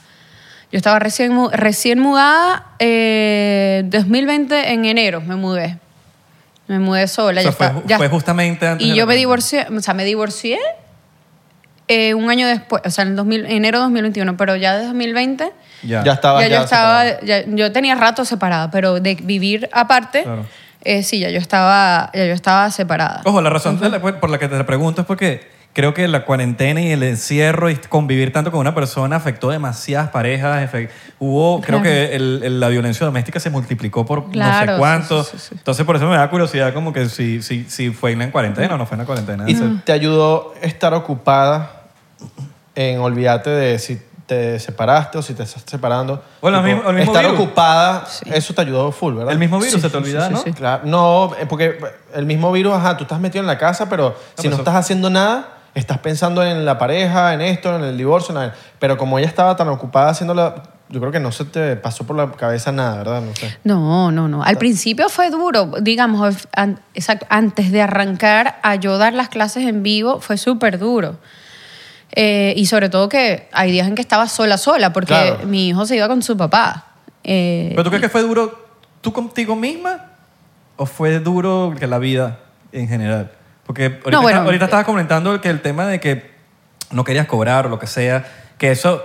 [SPEAKER 1] Yo estaba recién, mu- recién mudada. Eh, 2020 en enero me mudé. Me mudé sola.
[SPEAKER 2] O sea,
[SPEAKER 1] ya
[SPEAKER 2] fue
[SPEAKER 1] estaba-
[SPEAKER 2] ju-
[SPEAKER 1] ya-
[SPEAKER 2] fue justamente antes
[SPEAKER 1] Y
[SPEAKER 2] de
[SPEAKER 1] yo
[SPEAKER 2] la
[SPEAKER 1] me
[SPEAKER 2] pandemia.
[SPEAKER 1] divorcié. O sea, me divorcié eh, un año después. O sea, en 2000, enero de 2021. Pero ya de 2020
[SPEAKER 2] Ya.
[SPEAKER 3] Ya estaba.
[SPEAKER 1] ya, yo
[SPEAKER 3] separado.
[SPEAKER 1] estaba ya- yo tenía rato separada pero de vivir aparte
[SPEAKER 2] Claro.
[SPEAKER 1] eh, sí ya yo estaba ya yo estaba separada
[SPEAKER 2] Ojo, la razón de la- pues, por la que te pregunto es porque creo que la cuarentena y el encierro y convivir tanto con una persona afectó demasiadas parejas. efe- Hubo,
[SPEAKER 1] Claro.
[SPEAKER 2] creo que el- el- la violencia doméstica se multiplicó por
[SPEAKER 1] Claro,
[SPEAKER 2] no
[SPEAKER 1] sí,
[SPEAKER 2] sé cuánto.
[SPEAKER 1] sí, sí, sí.
[SPEAKER 2] Entonces, por eso me da curiosidad como que si, si, si fue en la cuarentena o no fue en la cuarentena.
[SPEAKER 3] Y
[SPEAKER 2] O sea,
[SPEAKER 3] te ayudó estar ocupada en olvidarte de si te separaste o si te estás separando.
[SPEAKER 2] O lo mismo- o lo mismo
[SPEAKER 3] estar
[SPEAKER 2] virus.
[SPEAKER 3] ocupada, eso te ayudó full, ¿verdad?
[SPEAKER 2] el mismo virus se te
[SPEAKER 1] sí,
[SPEAKER 2] olvidaba,
[SPEAKER 1] sí,
[SPEAKER 2] ¿no?
[SPEAKER 1] sí.
[SPEAKER 3] Claro, no, eh, porque el mismo virus, ajá, tú estás metido en la casa, pero si
[SPEAKER 2] pero
[SPEAKER 3] no
[SPEAKER 2] eso-
[SPEAKER 3] estás haciendo nada, estás pensando en la pareja, en esto, en el divorcio, en la- pero como ella estaba tan ocupada haciéndola, yo creo que no se te pasó por la cabeza nada, ¿verdad? No sé.
[SPEAKER 1] no no no al principio fue duro digamos an- exacto antes de arrancar a yo dar las clases en vivo fue súper duro Eh, y sobre todo que hay días en que estaba sola sola porque
[SPEAKER 3] Claro.
[SPEAKER 1] mi hijo se iba con su papá Eh,
[SPEAKER 2] ¿Pero tú crees que fue duro tú contigo misma o fue duro que la vida en general? Porque ahorita,
[SPEAKER 1] No, bueno,
[SPEAKER 2] está- ahorita
[SPEAKER 1] eh.
[SPEAKER 2] estabas comentando que el tema de que no querías cobrar o lo que sea, que eso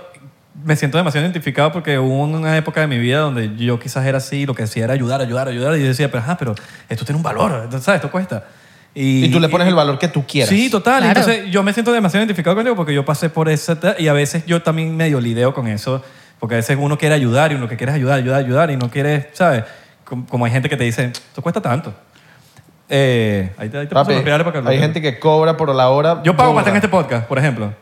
[SPEAKER 2] me siento demasiado identificado porque hubo una época de mi vida donde yo quizás era así, lo que hacía era ayudar, ayudar, ayudar y yo decía, pero ajá, pero esto tiene un valor, entonces, ¿sabes? Esto cuesta. Y,
[SPEAKER 3] Y tú le pones el valor que tú quieras.
[SPEAKER 2] Sí, total.
[SPEAKER 1] Claro.
[SPEAKER 2] Entonces yo me siento demasiado identificado contigo porque yo pasé por esa ta- y a veces yo también medio lideo con eso porque a veces uno quiere ayudar y uno que quiere es ayudar, ayudar, ayudar y no quiere, ¿sabes? Com- Como, hay gente que te dice, esto cuesta tanto. Eh, ahí te, ahí te paso
[SPEAKER 3] Papi,
[SPEAKER 2] los reales para que lo-
[SPEAKER 3] hay gente que cobra por la hora.
[SPEAKER 2] Yo pago para
[SPEAKER 3] dura.
[SPEAKER 2] estar en este podcast, por este ejemplo.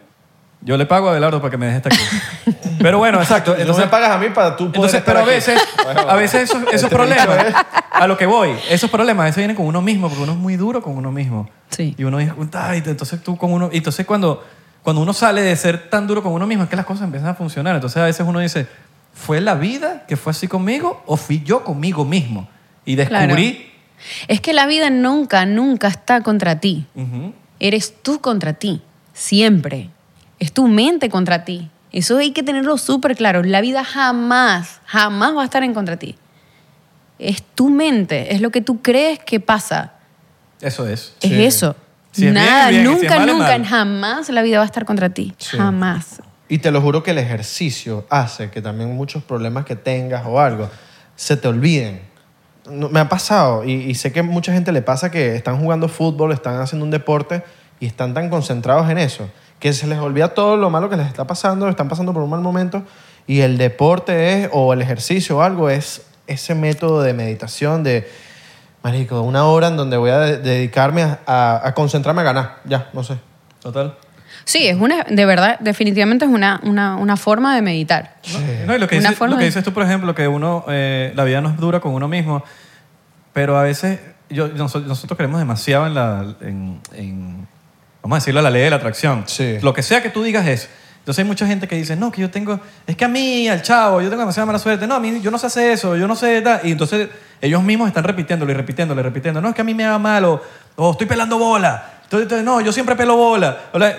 [SPEAKER 2] Yo le pago a Abelardo para que me deje estar aquí. Pero bueno, exacto.
[SPEAKER 3] Entonces, no
[SPEAKER 2] Entonces,
[SPEAKER 3] me pagas a mí para tú poder
[SPEAKER 2] entonces,
[SPEAKER 3] estar
[SPEAKER 2] pero a
[SPEAKER 3] aquí.
[SPEAKER 2] veces,
[SPEAKER 3] Bueno,
[SPEAKER 2] a veces esos, esos
[SPEAKER 3] este
[SPEAKER 2] problemas, ¿eh?
[SPEAKER 3] bicho es-
[SPEAKER 2] a lo que voy, esos problemas, a veces vienen con uno mismo, porque uno es muy duro con uno mismo.
[SPEAKER 1] Sí.
[SPEAKER 2] Y uno es, "Ay", entonces tú con uno, y entonces cuando, cuando uno sale de ser tan duro con uno mismo, es que las cosas empiezan a funcionar. Entonces a veces uno dice, ¿fue la vida que fue así conmigo o fui yo conmigo mismo? Y
[SPEAKER 1] Claro.
[SPEAKER 2] descubrí,
[SPEAKER 1] Es que la vida nunca, nunca está contra ti.
[SPEAKER 2] ujú,
[SPEAKER 1] Eres tú contra ti, siempre. Es tu mente contra ti. Eso hay que tenerlo súper claro. La vida jamás, jamás va a estar en contra ti. Es tu mente, es lo que tú crees que pasa.
[SPEAKER 2] eso es.
[SPEAKER 1] Es eso.
[SPEAKER 2] Si es bien,
[SPEAKER 1] Nada,
[SPEAKER 2] es bien, y si es
[SPEAKER 1] nunca,
[SPEAKER 2] mal, es
[SPEAKER 1] nunca,
[SPEAKER 2] mal.
[SPEAKER 1] jamás la vida va a estar contra ti.
[SPEAKER 3] Sí.
[SPEAKER 1] Jamás.
[SPEAKER 3] Y te lo juro que el ejercicio hace que también muchos problemas que tengas o algo se te olviden. No, me ha pasado y, y sé que mucha gente le pasa que están jugando fútbol, están haciendo un deporte y están tan concentrados en eso que se les olvida todo lo malo que les está pasando, están pasando por un mal momento y el deporte es, o el ejercicio o algo es ese método de meditación de, marico, una hora en donde voy a de- dedicarme a, a- a concentrarme a ganar. Ya, no sé.
[SPEAKER 2] Total.
[SPEAKER 1] Sí, es una, de verdad, definitivamente es una, una, una forma de meditar.
[SPEAKER 2] No, y lo que,
[SPEAKER 1] Una
[SPEAKER 2] dices,
[SPEAKER 1] forma
[SPEAKER 2] lo que
[SPEAKER 1] de-
[SPEAKER 2] dices tú, por ejemplo, que uno, eh, la vida no es dura con uno mismo, pero a veces yo, nosotros, nosotros creemos demasiado en la, en, en, vamos a decirlo, la ley de la atracción.
[SPEAKER 3] Sí.
[SPEAKER 2] Lo que sea que tú digas es. Entonces hay mucha gente que dice, no, que yo tengo, es que a mí, al chavo, yo tengo demasiada mala suerte, no, a mí yo no sé hacer eso, yo no sé, tal. y entonces ellos mismos están repitiéndolo y repitiéndolo y repitiendo, no, es que a mí me va mal, o, o estoy pelando bola, Entonces, entonces, no, yo siempre pelo bola, O la-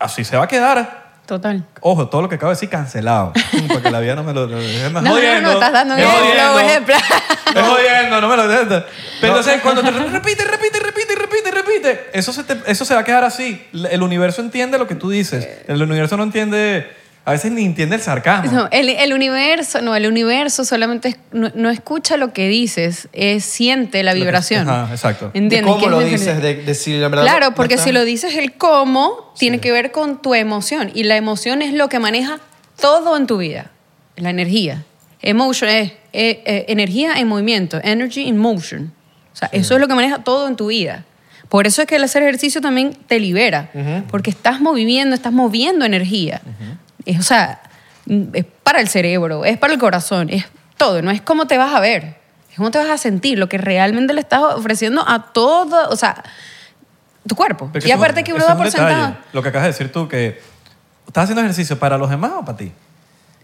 [SPEAKER 2] así se va a quedar.
[SPEAKER 1] Total.
[SPEAKER 2] Ojo, todo lo que acabo de decir cancelado. Porque la vida no me lo. No,
[SPEAKER 1] No, no, no, no, estás dando un ejemplo, un ejemplo.
[SPEAKER 2] Es jodiendo, no me lo entiendes. Pero entonces, cuando te repite, repite, repite, repite, repite, eso se, te- eso se va a quedar así. El universo entiende lo que tú dices. El universo no entiende. A veces ni entiende el sarcasmo.
[SPEAKER 1] No, el, el universo, no, el universo solamente es- no, no escucha lo que dices, eh, siente la
[SPEAKER 2] Lo que-
[SPEAKER 1] vibración.
[SPEAKER 2] ajá, exacto.
[SPEAKER 1] ¿Entiendes?
[SPEAKER 3] ¿Cómo
[SPEAKER 1] Que es
[SPEAKER 3] lo
[SPEAKER 1] diferente.
[SPEAKER 3] dices? De, de si la verdad
[SPEAKER 1] Claro,
[SPEAKER 3] no
[SPEAKER 1] porque
[SPEAKER 3] está-
[SPEAKER 1] si lo dices el cómo, tiene que ver con tu emoción. Y la emoción es lo que maneja todo en tu vida. La energía. Emotion es eh, eh, energía en movimiento. Energy in motion. O sea, eso es lo que maneja todo en tu vida. Por eso es que el hacer ejercicio también te libera. Porque estás moviendo, estás moviendo energía. Es, o sea, mm, es para el cerebro, es para el corazón, es todo. No es cómo te vas a ver. Es cómo te vas a sentir, lo que realmente le estás ofreciendo a todo, o sea, tu cuerpo.
[SPEAKER 2] Porque
[SPEAKER 1] y
[SPEAKER 2] eso es
[SPEAKER 1] aparte
[SPEAKER 2] un-
[SPEAKER 1] que
[SPEAKER 2] eso
[SPEAKER 1] uno
[SPEAKER 2] es
[SPEAKER 1] da
[SPEAKER 2] un
[SPEAKER 1] por
[SPEAKER 2] detalle.
[SPEAKER 1] sentado.
[SPEAKER 2] Lo que acabas de decir tú, que. ¿Estás haciendo ejercicio para los demás o para ti?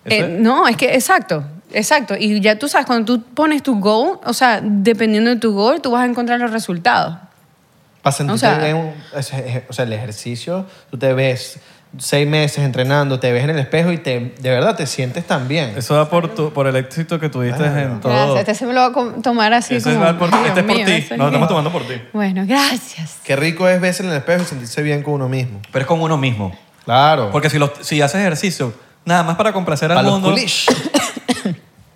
[SPEAKER 2] Eso
[SPEAKER 1] Eh,
[SPEAKER 2] es-
[SPEAKER 1] no, es que exacto, exacto. Y ya tú sabes, cuando tú pones tu goal, o sea, dependiendo de tu goal, tú vas a encontrar los resultados.
[SPEAKER 3] Para sentirte
[SPEAKER 1] O sea-
[SPEAKER 3] bien, es- es- o sea, el ejercicio, tú te ves seis meses entrenando, te ves en el espejo y te, de verdad te sientes tan bien.
[SPEAKER 2] Eso va por, tu- por el éxito que tuviste en todo.
[SPEAKER 1] Gracias. Este se me lo va a com- tomar así.
[SPEAKER 2] Ese es
[SPEAKER 1] como,
[SPEAKER 2] mal por-
[SPEAKER 1] Dios
[SPEAKER 2] este es por
[SPEAKER 1] mío,
[SPEAKER 2] ti.
[SPEAKER 1] eso es
[SPEAKER 2] Nos lo estamos
[SPEAKER 1] que-
[SPEAKER 2] tomando por ti.
[SPEAKER 1] Bueno, gracias.
[SPEAKER 3] Qué rico es verse en el espejo y sentirse bien con uno mismo.
[SPEAKER 2] Pero es con uno mismo.
[SPEAKER 3] Claro.
[SPEAKER 2] Porque si, lo- si haces ejercicio, nada más para complacer al
[SPEAKER 3] para los
[SPEAKER 2] mundo.
[SPEAKER 3] culish.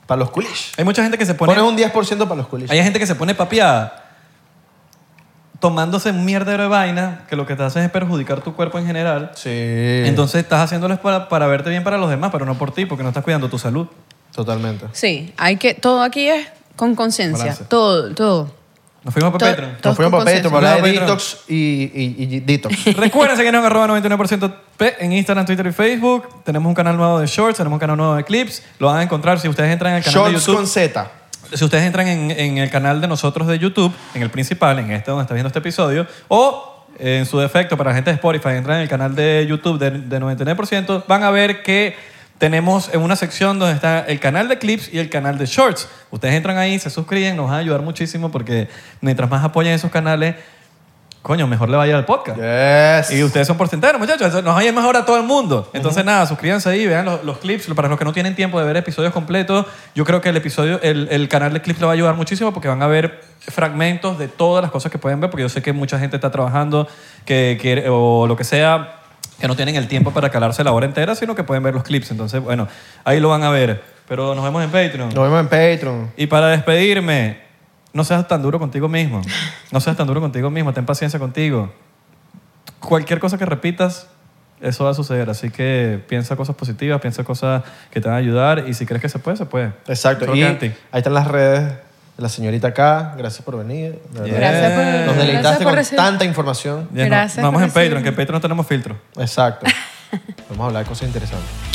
[SPEAKER 3] para los culish.
[SPEAKER 2] Hay mucha gente que se pone.
[SPEAKER 3] Pones un 10% para los culish.
[SPEAKER 2] Hay gente que se pone papiada tomándose mierda de vaina que lo que te hace es perjudicar tu cuerpo en general.
[SPEAKER 3] Sí.
[SPEAKER 2] Entonces estás haciéndolo es para, para verte bien para los demás, pero no por ti, porque no estás cuidando tu salud.
[SPEAKER 3] Totalmente.
[SPEAKER 1] Sí, hay que, todo aquí es con conciencia.
[SPEAKER 2] Balance.
[SPEAKER 1] Todo, todo.
[SPEAKER 2] Nos fuimos para
[SPEAKER 1] Todo-
[SPEAKER 2] Patreon.
[SPEAKER 1] todo
[SPEAKER 3] Nos fuimos
[SPEAKER 1] con
[SPEAKER 3] para Patreon
[SPEAKER 1] conciencia.
[SPEAKER 3] para hablar
[SPEAKER 2] Nos
[SPEAKER 3] de
[SPEAKER 2] fuimos para
[SPEAKER 3] detox y, y- y detox.
[SPEAKER 2] Recuerden seguirnos en arroba 99% P en Instagram, Twitter y Facebook. Tenemos un canal nuevo de Shorts, tenemos un canal nuevo de Clips. Lo van a encontrar si ustedes entran al canal de
[SPEAKER 3] Shorts
[SPEAKER 2] YouTube.
[SPEAKER 3] con Z.
[SPEAKER 2] Si ustedes entran en, en el canal de nosotros de YouTube, en el principal, en este donde está viendo este episodio, o eh, en su defecto para la gente de Spotify, entran en el canal de YouTube de, de 99%, van a ver que tenemos en una sección donde está el canal de clips y el canal de shorts. Ustedes entran ahí, se suscriben, nos va a ayudar muchísimo porque mientras más apoyen esos canales, coño, mejor le va a ir al podcast.
[SPEAKER 3] Yes.
[SPEAKER 2] Y ustedes son porcenteros, muchachos. Eso Nos oyen mejor a todo el mundo. Entonces, nada, suscríbanse ahí, vean los, los clips. Para los que no tienen tiempo de ver episodios completos, yo creo que el episodio, el, el canal de clips le va a ayudar muchísimo porque van a ver fragmentos de todas las cosas que pueden ver, porque yo sé que mucha gente está trabajando que, quiere- o lo que sea, que no tienen el tiempo para calarse la hora entera, sino que pueden ver los clips. Entonces, bueno, ahí lo van a ver. Pero nos vemos en Patreon.
[SPEAKER 3] Nos vemos en Patreon.
[SPEAKER 2] Y para despedirme, no seas tan duro contigo mismo. No seas tan duro contigo mismo. Ten paciencia contigo. Cualquier cosa que repitas, eso va a suceder. Así que piensa cosas positivas, piensa cosas que te van a ayudar. Y si crees que se puede, se puede.
[SPEAKER 3] Exacto.
[SPEAKER 2] Solo
[SPEAKER 3] Y
[SPEAKER 2] queda
[SPEAKER 3] ahí
[SPEAKER 2] en ti.
[SPEAKER 3] están las redes de la señorita acá. Gracias por venir. de verdad.
[SPEAKER 1] Gracias por,
[SPEAKER 2] Eh,
[SPEAKER 3] Nos
[SPEAKER 1] gracias
[SPEAKER 3] deleitaste
[SPEAKER 1] por
[SPEAKER 3] con
[SPEAKER 1] recibir-
[SPEAKER 3] tanta información.
[SPEAKER 2] Ya no-
[SPEAKER 1] Gracias
[SPEAKER 2] Vamos
[SPEAKER 1] por
[SPEAKER 2] en Patreon,
[SPEAKER 1] decirme.
[SPEAKER 2] que en Patreon no tenemos filtro.
[SPEAKER 3] Exacto. Nos vamos a hablar de cosas interesantes.